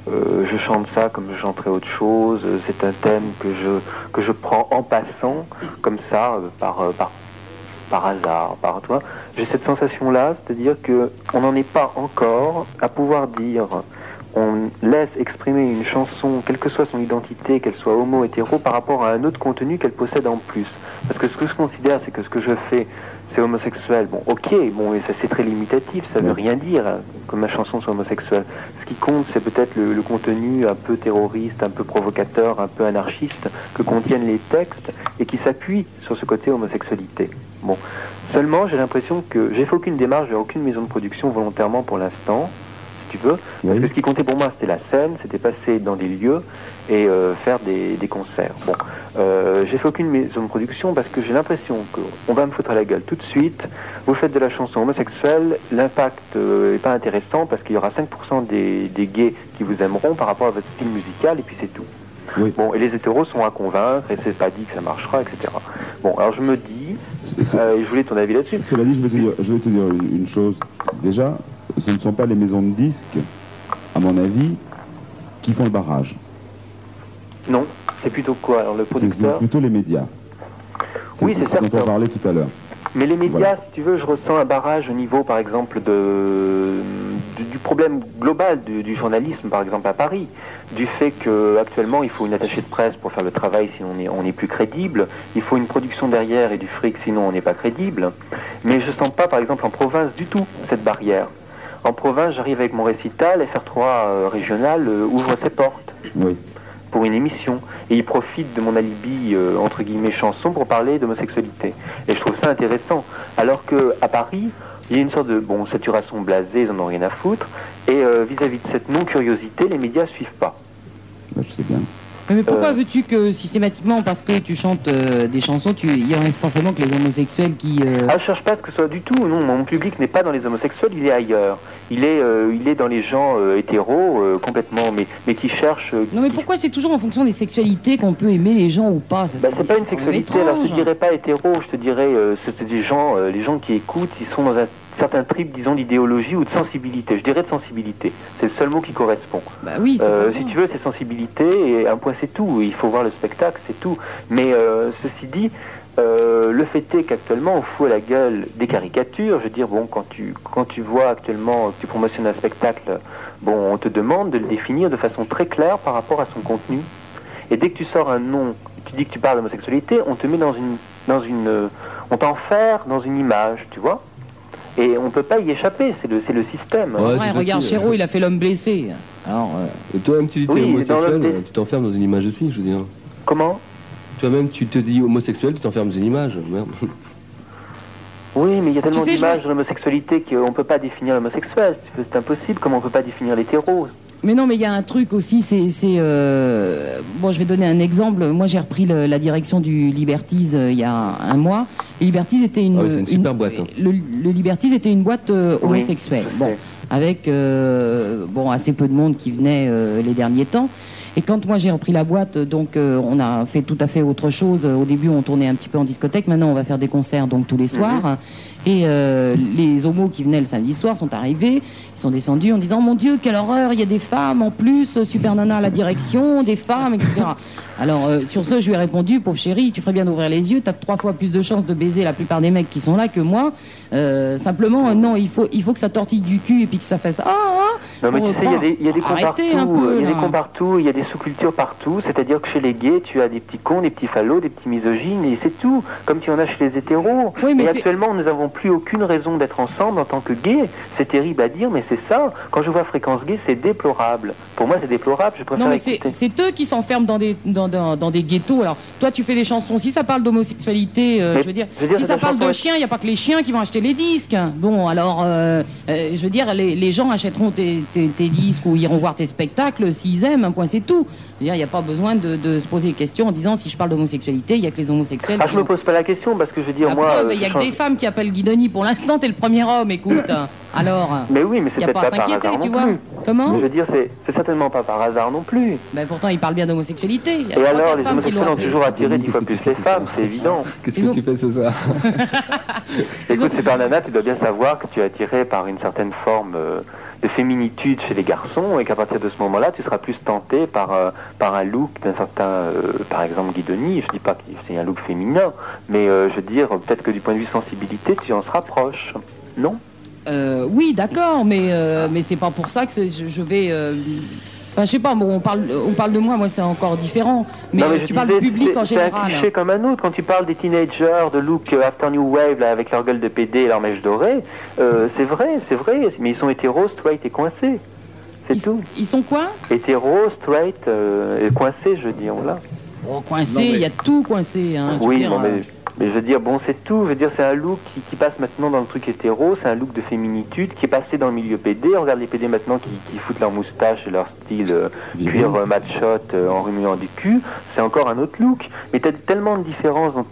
euh, je chante ça comme je chanterais autre chose euh, c'est un thème que je que je prends en passant comme ça euh, par euh, par par hasard par toi j'ai cette sensation là c'est à dire que on n'en est pas encore à pouvoir dire on laisse exprimer une chanson, quelle que soit son identité, qu'elle soit homo, hétéro, par rapport à un autre contenu qu'elle possède en plus. Parce que ce que je considère, c'est que ce que je fais, c'est homosexuel. Bon, ok, bon, et ça c'est très limitatif, ça veut rien dire hein, que ma chanson soit homosexuelle. Ce qui compte, c'est peut-être le, le contenu un peu terroriste, un peu provocateur, un peu anarchiste que contiennent les textes et qui s'appuie sur ce côté homosexualité. Bon, seulement j'ai l'impression que j'ai fait aucune démarche vers aucune maison de production volontairement pour l'instant si tu veux. Parce que ce qui comptait pour moi, c'était la scène, c'était passer dans des lieux et euh, faire des, des concerts. Bon, euh, j'ai fait aucune maison de production parce que j'ai l'impression qu'on va me foutre à la gueule tout de suite. Vous faites de la chanson homosexuelle, l'impact n'est pas intéressant parce qu'il y aura 5% des, des gays qui vous aimeront par rapport à votre style musical et puis c'est tout. Bon, et les hétéros sont à convaincre et c'est pas dit que ça marchera, etc. Bon, alors je me dis, euh, et je voulais ton avis là-dessus.
Cela dit, je vais te dire, je vais te dire une, une chose. Déjà, ce ne sont pas les maisons de disques, à mon avis, qui font le barrage.
Non, c'est plutôt quoi Alors le
C'est- C'est
producteur
plutôt les médias.
Oui, c'est
dont on parlait tout à l'heure.
Mais les médias, si tu veux, je ressens un barrage au niveau, par exemple, de, du, du problème global du, du journalisme, par exemple, à Paris. Du fait que actuellement, il faut une attachée de presse pour faire le travail, sinon on est- on n'est plus crédible. Il faut une production derrière et du fric, sinon on n'est pas crédible. Mais je sens pas, par exemple, en province du tout cette barrière. En province, j'arrive avec mon récital, FR3 euh, régional euh, ouvre ses portes
Oui.
pour une émission. Et il profite de mon alibi, euh, entre guillemets, chanson pour parler d'homosexualité. Et je trouve ça intéressant. Alors que à Paris, il y a une sorte de bon saturation blasée, ils en ont rien à foutre. Et euh, vis-à-vis de cette non-curiosité, les médias suivent pas.
Bah, je sais bien.
Mais, mais pourquoi
Euh.
veux-tu que systématiquement, parce que tu chantes euh, des chansons, tu- il y en a forcément que les homosexuels qui... euh,
Ah, je cherche pas à ce que ce soit du tout. Non, mon public n'est pas dans les homosexuels, il est ailleurs. Il est, euh, il est dans les gens euh, hétéros, euh, complètement, mais, mais qui cherchent. euh,
Non mais pourquoi c'est toujours en fonction des sexualités qu'on peut aimer les gens ou pas Ça,
Bah, c'est pas une
quand même
sexualité, alors je te
étrange.
dirais pas hétéro, je te dirais euh, c'est c'est des gens, euh, les gens qui écoutent, ils sont dans un certain trip, disons, d'idéologie ou de sensibilité. Je dirais de sensibilité, c'est le seul mot qui correspond.
Bah oui, c'est
Euh,
pour ça.
si tu veux, c'est sensibilité et un point c'est tout. Il faut voir le spectacle, c'est tout. Mais euh, ceci dit, euh, le fait est qu'actuellement on fout à la gueule des caricatures. Je veux dire, bon, quand tu quand tu vois actuellement que tu promotionnes un spectacle, bon, on te demande de le définir de façon très claire par rapport à son contenu. Et dès que tu sors un nom, tu dis que tu parles d'homosexualité, on te met dans une dans une euh, on t'enferme dans une image, tu vois. Et on peut pas y échapper, c'est le c'est le système.
Ouais, regarde, Chéreau, il a fait l'homme blessé. Alors, euh,
Et toi-même, tu dis que t'es
Oui, dans
homosexuel,
le-
euh, tu t'enfermes dans une image aussi, je veux dire.
Comment
Toi-même, tu te dis homosexuel, tu t'enfermes dans une image. Merde.
Oui, mais il y a tellement
sais, je
d'images
me-
de l'homosexualité qu'on ne peut pas définir l'homosexuel. si tu veux, C'est impossible. Comment on peut pas définir l'hétéro
Mais non, mais il y a un truc aussi, c'est... c'est, euh, Bon, je vais donner un exemple. Moi, j'ai repris le- la direction du Liberties euh, il y a un mois. Le Liberties était une...
Ah oui, c'est une super boîte, hein.
Le, le Liberties était une boîte euh,
Oui,
homosexuelle.
je
Bon,
sais.
avec euh, bon assez peu de monde qui venait euh, les derniers temps. Et quand moi j'ai repris la boîte, donc euh, on a
Mhm.
fait tout à fait autre chose. Au début, on tournait un petit peu en discothèque. Maintenant, on va faire des concerts donc tous les soirs. Et euh, les homos qui venaient le samedi soir sont arrivés, ils sont descendus en disant Mon Dieu, quelle horreur, il y a des femmes en plus, euh, super nana à la direction, des femmes, etc. Alors, euh, sur ce, je lui ai répondu Pauvre chérie, tu ferais bien d'ouvrir les yeux, t'as trois fois plus de chances de baiser la plupart des mecs qui sont là que moi. Euh, simplement, euh, non, il faut, il faut que ça tortille du cul et puis que ça fasse Ah, ah
Non, mais
pour
tu sais, il y a
croire.
des, il y a des cons partout, euh,
Arrêtez un peu,
il y a des
là.
cons partout, il y a des sous-cultures partout, c'est-à-dire que chez les gays, tu as des petits cons, des petits falots, des petits misogynes, et c'est tout, comme tu en as chez les hétéros.
Oui, mais
et
c'est-
actuellement, nous n'avons plus aucune raison d'être ensemble en tant que gays. C'est terrible à dire, mais c'est ça. Quand je vois Fréquence Gay, c'est déplorable. Pour moi, c'est déplorable, je préfère
Non, mais c'est
écouter.
c'est eux qui s'enferment dans des, dans, dans- dans des ghettos. Alors, toi, tu fais des chansons. Si ça parle d'homosexualité, euh,
Mais
je veux dire,
je veux dire,
si
c'est
ça
la
parle
chanson
de
est-
chiens, il n'y a pas que les chiens qui vont acheter les disques. Bon, alors, euh, euh, je veux dire, les, les gens achèteront tes, tes- tes disques ou iront voir tes spectacles s'ils aiment, un point, c'est tout. Je veux dire, il n'y a pas besoin de, de se poser des questions en disant si je parle d'homosexualité, il n'y a que les homosexuels.
Ah,
qui Ah,
je me
vont-
pose pas la question, parce que je veux dire,
La
moi...
preuve,
euh,
il n'y a
je
que
change-
des femmes qui appellent Guidoni. Pour l'instant, t'es le premier homme, écoute. Alors,
Mais oui, mais
il
c'est
n'y a
peut-être
pas à
pas, par
s'inquiéter,
hasard
tu
non
vois.
plus.
Comment
Je veux dire, c'est c'est certainement pas par hasard non plus.
Ben, Pourtant, il parle bien d'homosexualité. Il y
Et
a trois,
alors,
quatre
les
femmes qui l'ont
homosexuels ont
appelé.
toujours attiré dix fois plus les femmes, c'est évident.
Qu'est-ce
Ils
que
ont-
tu fais ce soir
Écoute, Super Nana, tu dois bien savoir que tu es attiré par une certaine forme euh, de féminitude chez les garçons et qu'à partir de ce moment-là, tu seras plus tenté par, euh, par un look d'un certain, euh, par exemple, Guidoni. Je dis pas que c'est un look féminin, mais euh, je veux dire, peut-être que du point de vue sensibilité, tu en seras proche. Non
Euh, oui, d'accord, mais euh, mais c'est pas pour ça que c'est- je, je vais. euh, Enfin, je sais pas. Bon, on parle on parle de moi. Moi, c'est encore différent. Mais,
Non,
euh,
je
tu parles
disais,
du public
c'est-
en
C'est un
général. hein.
cliché comme un autre. Quand tu parles des teenagers, de look euh, After New Wave, là, avec leur gueule de PD et leur mèche dorée, euh, c'est vrai, c'est vrai. Mais ils sont hétéros, straight et coincés. C'est
Ils-
tout.
Ils sont quoi
Hétéro, straight euh, et coincé, je veux dire, voilà.
oh,
Non,
Coincés.
mais-
Il y a tout coincé. Hein, je veux
oui,
dire,
non,
euh,
mais, mais je veux dire, bon, c'est tout. Je veux dire, c'est un look qui, qui passe maintenant dans le truc hétéro, c'est un look de féminitude qui est passé dans le milieu PD. On regarde les PD maintenant qui, qui foutent leur moustache et leur style euh,
Viril.
cuir euh, matchote euh, en remuant du cul. C'est encore un autre look. Mais t'as tellement de différences. dans-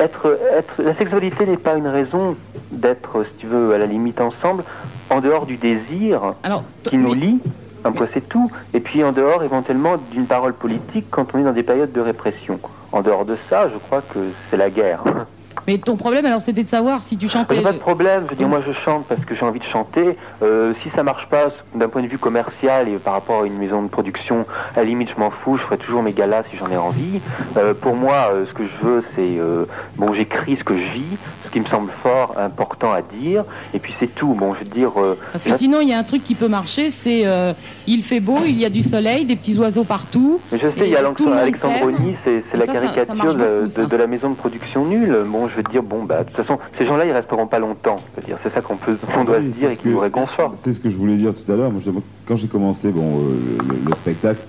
Être, être, la sexualité n'est pas une raison d'être, euh, si tu veux, à la limite ensemble, en dehors du désir
Alors, t-
qui nous
mais-
lie. Un quoi, c'est tout. Et puis en dehors, éventuellement, d'une parole politique quand on est dans des périodes de répression. En dehors de ça, je crois que c'est la guerre.
mais ton problème, alors, c'était de savoir si tu chantais.
J'ai pas de problème. Je veux dire, moi, je chante parce que j'ai envie de chanter. Euh, si ça marche pas d'un point de vue commercial et par rapport à une maison de production, à la limite, je m'en fous. Je ferai toujours mes galas si j'en ai envie. Euh, pour moi, euh, ce que je veux, c'est euh, bon, j'écris ce que je vis, ce qui me semble fort, important à dire. Et puis c'est tout. Bon, je veux dire. euh,
Parce que sinon, il y a un truc qui peut marcher, c'est euh, il fait beau, il y a du soleil, des petits oiseaux partout.
Mais je sais, il y
Et
a
tout le monde
Alexandroni, c'est c'est
Et
la
ça, ça- ça
caricature
marche
de,
beaucoup, ça.
de- de la maison de production nulle. Bon, je veux dire, bon, bah, de toute façon, ces gens-là, ils resteront pas longtemps. Je veux dire, c'est ça qu'on peut, qu'on doit
Oui,
se dire
c'est
et
ce
qui nous
que-
réconforte.
C'est ce que je voulais dire tout à l'heure. Moi, je- Quand j'ai commencé bon, euh, le, le spectacle,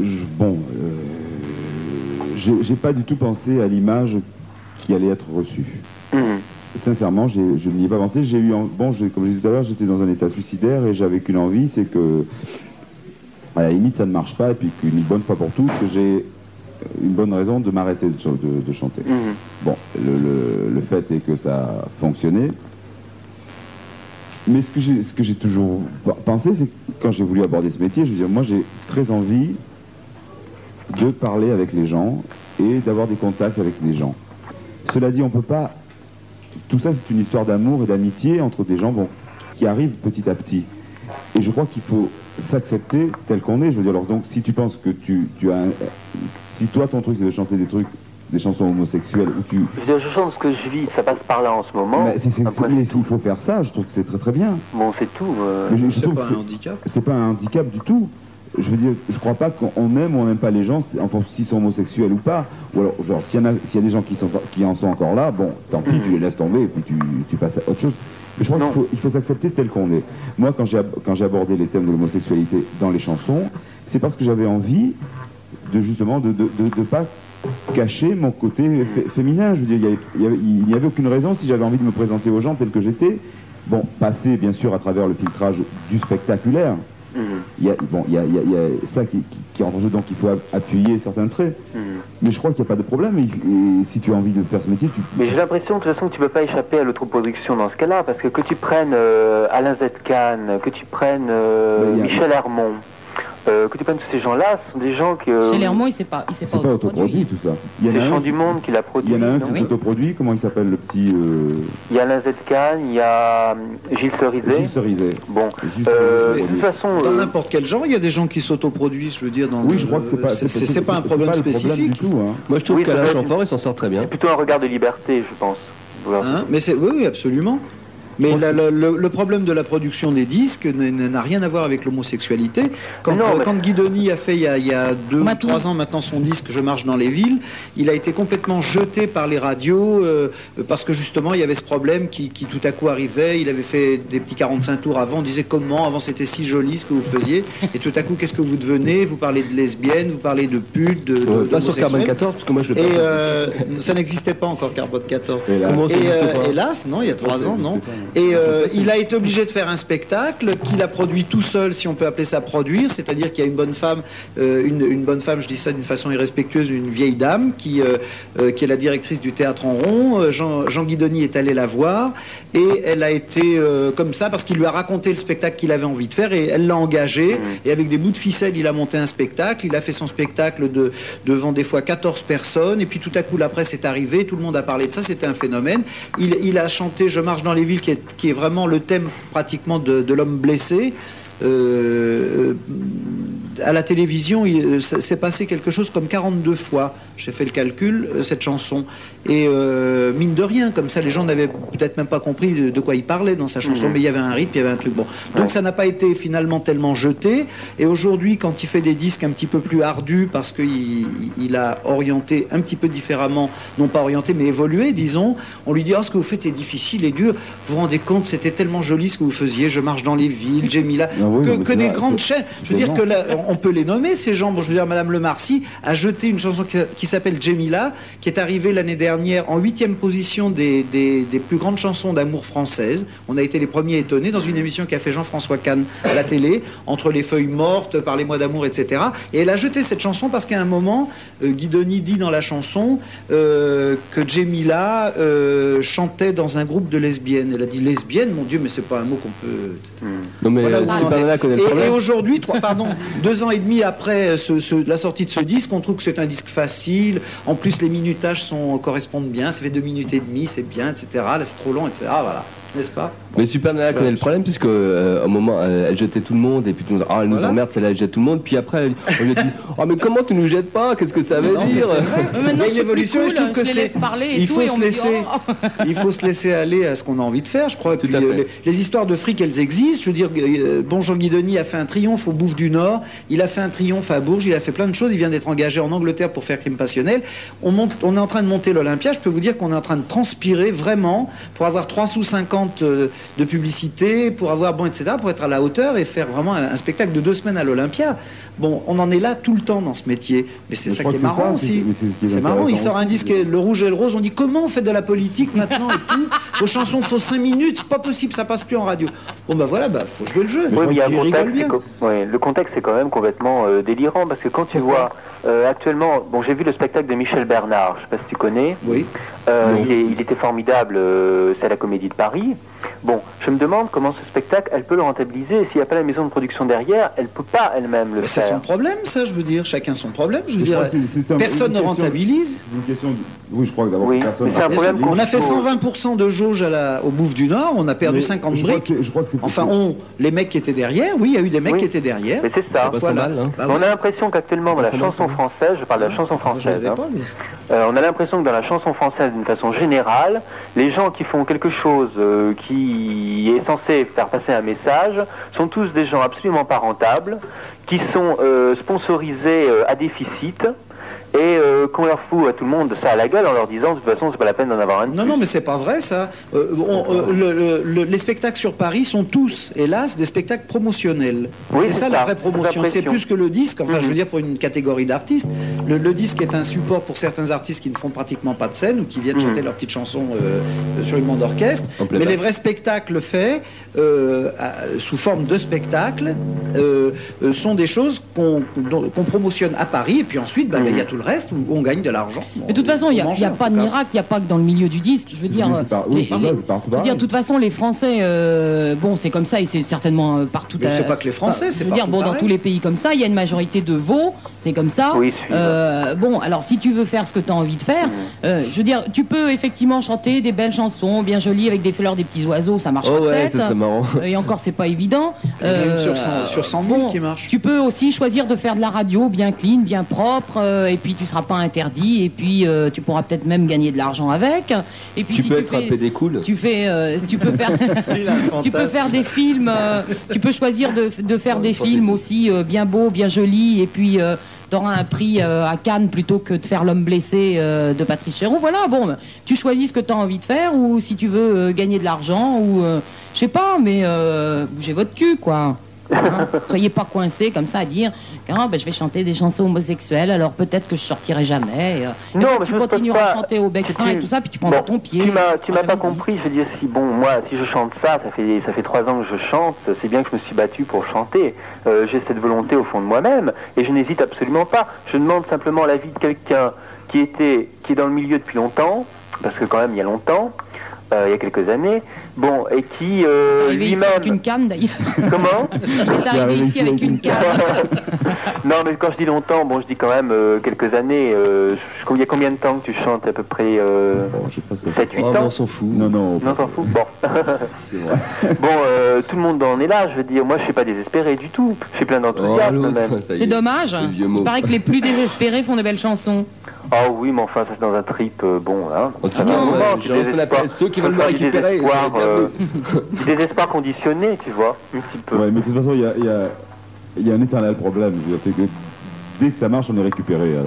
je, bon, euh, j'ai- j'ai pas du tout pensé à l'image qui allait être reçue.
Mhm.
Sincèrement, j'ai- je n'y ai pas pensé. J'ai eu, en- bon, j'ai- comme je disais tout à l'heure, j'étais dans un état suicidaire et j'avais qu'une envie, c'est que, à la limite, ça ne marche pas et puis qu'une bonne fois pour toutes, que j'ai une bonne raison de m'arrêter de, ch- de- de chanter.
Mhm.
Bon, le, le- le fait est que ça a fonctionné. Mais ce que j'ai, ce que j'ai toujours p- pensé, c'est que quand j'ai voulu aborder ce métier, je veux dire, moi j'ai très envie de parler avec les gens et d'avoir des contacts avec les gens. Cela dit, on peut pas. Tout ça, c'est une histoire d'amour et d'amitié entre des gens bon, qui arrivent petit à petit. Et je crois qu'il faut s'accepter tel qu'on est. Je veux dire, alors donc, si tu penses que tu, tu as, un- si toi ton truc c'est de chanter des trucs, des chansons homosexuelles ou tu,
Je veux dire, je chante ce que je vis, ça passe par là en ce moment.
Bah, c'est- c'est-
Après,
mais il faut faire ça. Je trouve que c'est très très bien.
bon, c'est tout. euh.
Mais je, je
C'est
trouve
pas
que
un handicap.
c'est- c'est pas un handicap du tout. Je veux dire, je crois pas qu'on on aime ou on n'aime pas les gens, c'est- en fonction s'ils sont homosexuels ou pas. Ou alors, genre, s'il y, en a- s'il y a des gens qui, sont, qui en sont encore là, bon, tant pis, tu les laisses tomber et puis tu, tu passes à autre chose. Mais je crois
Non.
qu'il faut, il faut s'accepter tel qu'on est. Moi, quand j'ai ab- quand j'ai abordé les thèmes de l'homosexualité dans les chansons, c'est parce que j'avais envie de justement de de, de- de pas cacher mon côté fé- féminin. Je veux dire, il y avait- il y avait- il n'y avait aucune raison si j'avais envie de me présenter aux gens tel que j'étais. Bon, passer bien sûr à travers le filtrage du spectaculaire.
Mm-hmm.
Mhm.
Il y a, bon, il y a, il y a- il y a ça qui, qui, qui rentre en jeu, donc il faut a- appuyer certains traits.
Mhm.
Mais je crois qu'il n'y a pas de problème. Et, et si tu as envie de faire ce métier, tu
Mais j'ai l'impression de toute façon que tu peux pas échapper à l'autoproduction dans ce cas-là, parce que que tu prennes euh, Alain Zetkan, que tu prennes euh,
Mais il y a-
Michel Hermont, Euh, écoutez, pas tous ces gens-là, ce sont des gens que. euh,
Chez Lermont, il ne s'est pas, il s'est
C'est pas autoproduit tout ça. Il y en a
les gens
un,
du monde qui l'a
il
produit.
y en a un
non
qui s'autoproduit, comment il s'appelle le petit euh,
Il y a Alain Zetkan, il y a hum, Gilles Cerizet.
Gilles Cerizet
Bon,
Gilles
euh,
Cerizet
de
s'autoproduit.
toute façon,
Dans
euh,
n'importe quel genre, il y a des gens qui s'autoproduisent, je veux dire. Dans
Oui,
le-
je crois que c'est pas,
c'est- c'est- c'est pas un problème
le
spécifique.
du tout, hein.
Moi, je trouve
Oui,
qu'Alain
ça va être-
Chamfort, il s'en sort très bien.
c'est plutôt un regard de liberté, je pense. Voilà.
Hein, mais c'est oui, oui, absolument. Mais la- la- le, le problème de la production des disques n- n- n'a rien à voir avec l'homosexualité. Quand,
Non,
euh,
mais-
quand Guidoni a fait il y a, il y a deux ou
Matou.
trois ans maintenant son disque Je marche dans les villes, il a été complètement jeté par les radios euh, parce que justement il y avait ce problème qui, qui tout à coup arrivait. Il avait fait des petits 45 tours avant, on disait comment, avant c'était si joli ce que vous faisiez, et tout à coup qu'est-ce que vous devenez Vous parlez de lesbienne, vous parlez de pute, de. de-
Euh,
bah,
Pas sur Carbone
d'homosexuel.
14, parce que moi, je le
Et
passe.
euh, ça n'existait pas encore Carbone 14.
Et là,
Comment ça
Et
n'existe
euh,
pas
hélas, non, il y a trois ans, non. Et euh, il a été obligé de faire un spectacle qu'il a produit tout seul, si on peut appeler ça produire, c'est-à-dire qu'il y a une bonne femme, euh, une, une bonne femme, je dis ça d'une façon irrespectueuse, une vieille dame qui, euh, euh, qui est la directrice du théâtre en rond. Euh, Jean, Jean Guidoni est allé la voir et elle a été euh, comme ça parce qu'il lui a raconté le spectacle qu'il avait envie de faire et elle l'a engagé. Et avec des bouts de ficelle, il a monté un spectacle. Il a fait son spectacle de, devant des fois 14 personnes. Et puis tout à coup, la presse est arrivée, tout le monde a parlé de ça, c'était un phénomène. Il, il a chanté Je marche dans les villes, qui est, qui est vraiment le thème pratiquement de, de l'homme blessé. Euh, à la télévision, il euh, ça s'est passé quelque chose comme 42 fois. J'ai fait le calcul, euh, cette chanson. Et euh, mine de rien, comme ça, les gens n'avaient peut-être même pas compris de, de quoi il parlait dans sa chanson, mais il y avait un rythme, il y avait un truc bon. Donc ça n'a pas été finalement tellement jeté. Et aujourd'hui, quand il fait des disques un petit peu plus ardus, parce qu'il il a orienté un petit peu différemment, non pas orienté, mais évolué, disons, on lui dit Ah, ce que vous faites est difficile et dur. Vous vous rendez compte, c'était tellement joli ce que vous faisiez. Je marche dans les villes, j'ai mis là.
Ah oui,
que
non, mais
que
c'est
des
vrai,
grandes
c'est-
chaînes. Je veux dire que là, on peut les nommer ces gens. Bon, je veux dire, Madame Lemarcy a jeté une chanson qui, qui s'appelle Jemila, qui est arrivée l'année dernière en huitième position des, des- des plus grandes chansons d'amour françaises. On a été les premiers étonnés dans une émission qu'a fait Jean-François Kahn à la télé, entre les feuilles mortes, parlez-moi d'amour, etc. Et elle a jeté cette chanson parce qu'à un moment, euh, Guidoni dit dans la chanson euh, que Jemila euh, chantait dans un groupe de lesbiennes. Elle a dit lesbienne, mon Dieu, mais c'est pas un mot qu'on peut.
Non, mais
Voilà
euh,
où on en
c'est pas
est.
là qu'on a le
Et, et
problème.
aujourd'hui, trois- pardon, deux ans et demi après euh, ce- ce- la sortie de ce disque, on trouve que c'est un disque facile. En plus, les minutages sont, correspondent bien. Ça fait deux minutes et demie, c'est bien, etc. Là, c'est trop long, etc. Voilà, n'est-ce pas
Mais Super Nana connaît le problème puisque euh, à un moment euh, elle jetait tout le monde et puis tout le monde ah elle nous
Voilà.
emmerde celle-là elle jette tout le monde puis après elle- on lui a dit oh mais comment tu nous jettes pas qu'est-ce que ça veut
Non, mais
dire
c'est vrai.
Mais maintenant,
Il y a une
c'est plus
évolution et je
cool, hein.
trouve que
les
c'est-
laisse parler et
il
tout,
faut
et
se
on me dit,
laisser.
oh.
Il faut se laisser aller à ce qu'on a envie de faire, je crois. Et
Tout
puis,
à fait.
euh, les, les histoires de fric, elles existent. Je veux dire, euh, bon, Jean Guidoni a fait un triomphe au Bouffe du Nord, il a fait un triomphe à Bourges, il a fait plein de choses. Il vient d'être engagé en Angleterre pour faire crime passionnel. On, monte, on est en train de monter l'Olympia. Je peux vous dire qu'on est en train de transpirer vraiment pour avoir 3 sous 50 euh, de publicité, pour avoir, bon, etc., pour être à la hauteur et faire vraiment un, un spectacle de deux semaines à l'Olympia. Bon, on en est là tout le temps dans ce métier. Mais c'est
Mais je
ça
crois
qui est
que c'est
marrant
ça,
aussi.
mais c'est ce qui est
C'est marrant, il
intéressant
sort un
aussi,
disque, le rouge et le rose, on dit comment on fait de la politique maintenant et tout. Vos chansons faut 5 minutes, c'est pas possible, ça passe plus en radio. Bon bah voilà, bah faut jouer le jeu.
Oui, mais il y a un
Il rigole
contexte,
bien.
c'est co- ouais, le contexte c'est quand même complètement euh, délirant parce que quand tu vois euh, actuellement, bon j'ai vu le spectacle de Michel Bernard, je sais pas si tu connais,
Oui.
Euh, il, est- il était formidable, euh, c'est à la Comédie de Paris. Bon, je me demande comment ce spectacle, elle peut le rentabiliser. S'il n'y a pas la maison de production derrière, elle peut pas elle-même le
Mais c'est
faire.
son problème, ça, je veux dire. Chacun son problème, je veux
Mais je
dire.
crois que c'est- c'est un-
Personne
une
ne
question-
rentabilise.
C'est une question. de- Oui, je crois que d'abord
Oui,
personne.
mais c'est un
n'a-
problème qu'on-
On a fait
faut-
120% de jauge à la- au Bouffe du Nord, on a perdu
Mais
50
je crois
briques.
que c'est- Je crois que c'est.
Enfin, on, les mecs qui étaient derrière, oui, il y a eu des mecs
Oui.
qui étaient derrière.
Mais c'est ça.
pas si
Voilà.
mal, hein.
Bah
on
oui.
a l'impression qu'actuellement dans la
Ça va, ça
chanson
va.
française, je parle de la chanson
Je les
française,
ai
hein,
pas, les-
Euh, on a l'impression que dans la chanson française, d'une façon générale, les gens qui font quelque chose euh, qui est censé faire passer un message sont tous des gens absolument pas rentables, qui sont euh, sponsorisés euh, à déficit et euh, qu'on leur fout à tout le monde ça à la gueule en leur disant de toute façon c'est pas la peine d'en avoir un. de
Non,
plus.
non, mais c'est pas vrai ça. Euh, on- euh, le- le- le- les spectacles sur Paris sont tous, hélas, des spectacles promotionnels.
Oui,
c'est
c'est
ça,
ça.
la vraie
C'est
promotion.
la
C'est
pression.
plus que le disque. Enfin, je veux
Mhm.
dire pour une catégorie d'artistes, le, le disque est un support pour certains artistes qui ne font pratiquement pas de scène ou qui viennent
Mhm.
chanter leurs petites chansons euh, euh, sur une bande d'orchestre.
En
Mais
playback.
les vrais spectacles faits euh, à- sous forme de
Mhm.
spectacles euh, euh, sont des choses qu'on qu'on- dont- qu'on promotionne à Paris et puis ensuite, bah, bah, il y a tout le reste, où on gagne de l'argent.
Mais de toute façon, il n'y a, il y a pas de miracle, il n'y a pas que dans le milieu du disque. Je veux dire,
Oui, c'est par- oui,
les-
c'est par-
les-
c'est partout
je veux dire,
pareil.
de toute façon, les Français, euh, bon, c'est comme ça et c'est certainement euh, partout.
Mais
à-
c'est pas que les Français,
bah,
c'est
Je veux dire,
partout
bon, dans
pareil.
tous les pays comme ça, il y a une majorité de veaux, c'est comme ça.
Oui, suivant.
Euh, bon, alors si tu veux faire ce que tu as envie de faire,
Mmh.
euh, je veux dire, tu peux effectivement chanter des belles chansons, bien jolies, avec des fleurs, des petits oiseaux, ça marche
Oh ouais,
peut-être. Euh,
ça serait marrant.
Et encore, c'est pas évident.
Même
Euh,
sur 100, sur 100 000 qui marche.
tu peux aussi choisir de faire de la radio bien clean, bien propre, euh, et puis tu seras pas interdit, et puis euh, tu pourras peut-être même gagner de l'argent avec. Et puis
Tu
si
peux
tu
être
fais-
un PD cool.
tu fais, euh, tu peux faire,
Il a un
tu peux
fantasme.
faire des films. euh, tu peux choisir de, de faire des films aussi euh, bien beaux, bien jolis, et puis euh, t'auras un prix euh, à Cannes plutôt que de faire l'homme blessé euh, de Patrick Chéron. Voilà, bon, tu choisis ce que t'as envie de faire, ou si tu veux euh, gagner de l'argent, ou euh, je sais pas, mais euh, bougez votre cul, quoi. Hein Soyez pas coincés comme ça à dire Ah, ben, je vais chanter des chansons homosexuelles alors peut-être que je sortirai jamais. Et, euh, et
Non,
puis
mais
tu
ça se passe
continueras
pas.
à chanter au bec fin et tout ça puis tu prendras
Bon,
ton pied.
Tu m'as, tu m'as pas
Ah, oui.
compris. Je veux dire, si bon, moi, si je chante ça, ça fait ça fait trois ans que je chante. C'est bien que je me suis battu pour chanter. Euh, j'ai cette volonté au fond de moi-même et je n'hésite absolument pas. Je demande simplement l'avis de quelqu'un qui était, qui est dans le milieu depuis longtemps, parce que quand même il y a longtemps, euh, il y a quelques années. Bon, et qui euh,
Arrivé ici avec
lui-même,
une canne d'ailleurs.
comment
T'es arrivé ici avec une canne.
non, mais quand je dis longtemps, bon, je dis quand même euh, quelques années. euh, je- il y a combien de temps que tu chantes à peu près euh,
je sais pas si ça-
7-8
Oh, mais
ans
on s'en fout.
Non, non,
Non, t'en fous. Bon,
c'est vrai.
bon euh, tout le monde en est là. Je veux dire, moi, je suis pas désespéré du tout. Je suis plein
Oh,
d'enthousiasme
l'autre,
même.
ça y est.
C'est dommage.
Le vieux
Il
mot.
paraît que les plus désespérés font des belles chansons.
Ah oui, mais enfin, ça c'est dans un trip euh, bon. Hein.
En tout
Ça
cas,
va un
Oh, ouais,
moment,
genre,
du
ce qu'on
désespoir.
appelle ceux qui veulent
Ça
me
sera du
récupérer,
désespoir,
c'est
euh, du désespoir conditionné, tu vois, un petit peu.
Ouais, mais de toute façon, il y a, il y a- il y a un éternel problème. Je veux dire, C'est que dès que ça marche, on est récupéré. Alors,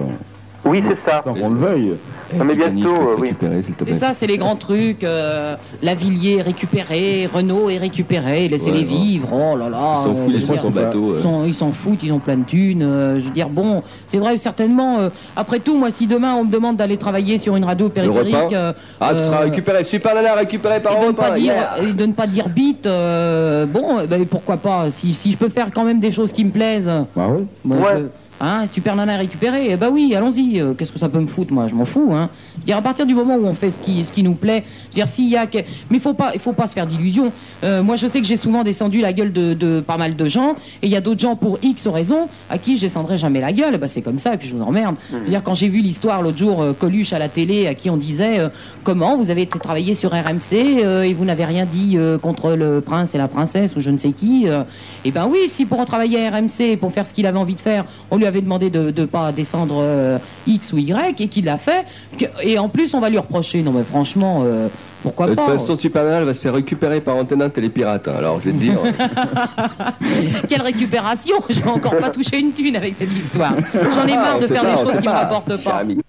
Oui, c'est ça.
sans qu'on le veuille.
Non, mais
Titanic,
bientôt,
faut
euh,
se
oui.
récupérer, s'il te
C'est
plaît.
ça, c'est les grands trucs. euh, Lavillier est récupéré, Renault est récupéré, laissez-les
Ouais, ouais.
vivre. Oh là là.
On s'en
on
fout, les
veut
gens
dire-
sont bateaux.
Ils
euh.
s'en- ils s'en foutent, ils ont plein de thunes. euh, je veux dire, bon, c'est vrai, certainement. euh, après tout, moi, si demain on me demande d'aller travailler sur une radio périphérique,
repas.
euh,
Ah, tu seras
euh,
récupéré, super nana, récupéré par
et de ne
Europe
pas
un,
dire euh,
yeah.
et de ne pas dire bite euh, bon eh ben, pourquoi pas si, si je peux faire quand même des choses qui me plaisent
Bah oui.
bon,
Ouais.
je- hein, super nana récupérée eh ben oui allons-y euh, qu'est-ce que ça peut me foutre moi je m'en fous hein je veux dire à partir du moment où on fait ce qui ce qui nous plaît je veux dire s'il y a que- mais faut pas il faut pas se faire d'illusions Euh, moi je sais que j'ai souvent descendu la gueule de, de pas mal de gens et il y a d'autres gens pour X raisons à qui je descendrai jamais la gueule Eh ben, c'est comme ça et puis je vous emmerde je veux dire quand j'ai vu l'histoire l'autre jour euh, Coluche à la télé à qui on disait euh, comment vous avez été travailler sur RMC euh, et vous n'avez rien dit euh, contre le prince et la princesse ou je ne sais qui. euh, Eh ben oui, si pour en travailler à RMC et pour faire ce qu'il avait envie de faire, on lui avait demandé de ne pas descendre euh, X ou Y et qu'il l'a fait. que- et en plus, on va lui reprocher. Non mais franchement, euh, pourquoi
De toute
pas
façon, Super Nana elle va se faire récupérer par Antenne 1 Télépirate. hein. Alors, je vais te dire,
Quelle récupération Je vais encore pas toucher une thune avec cette histoire. J'en ai marre
on
de
sait
faire
pas,
des
Ah, on
choses
sait
qui me
pas,
rapportent
cher
pas.
ami.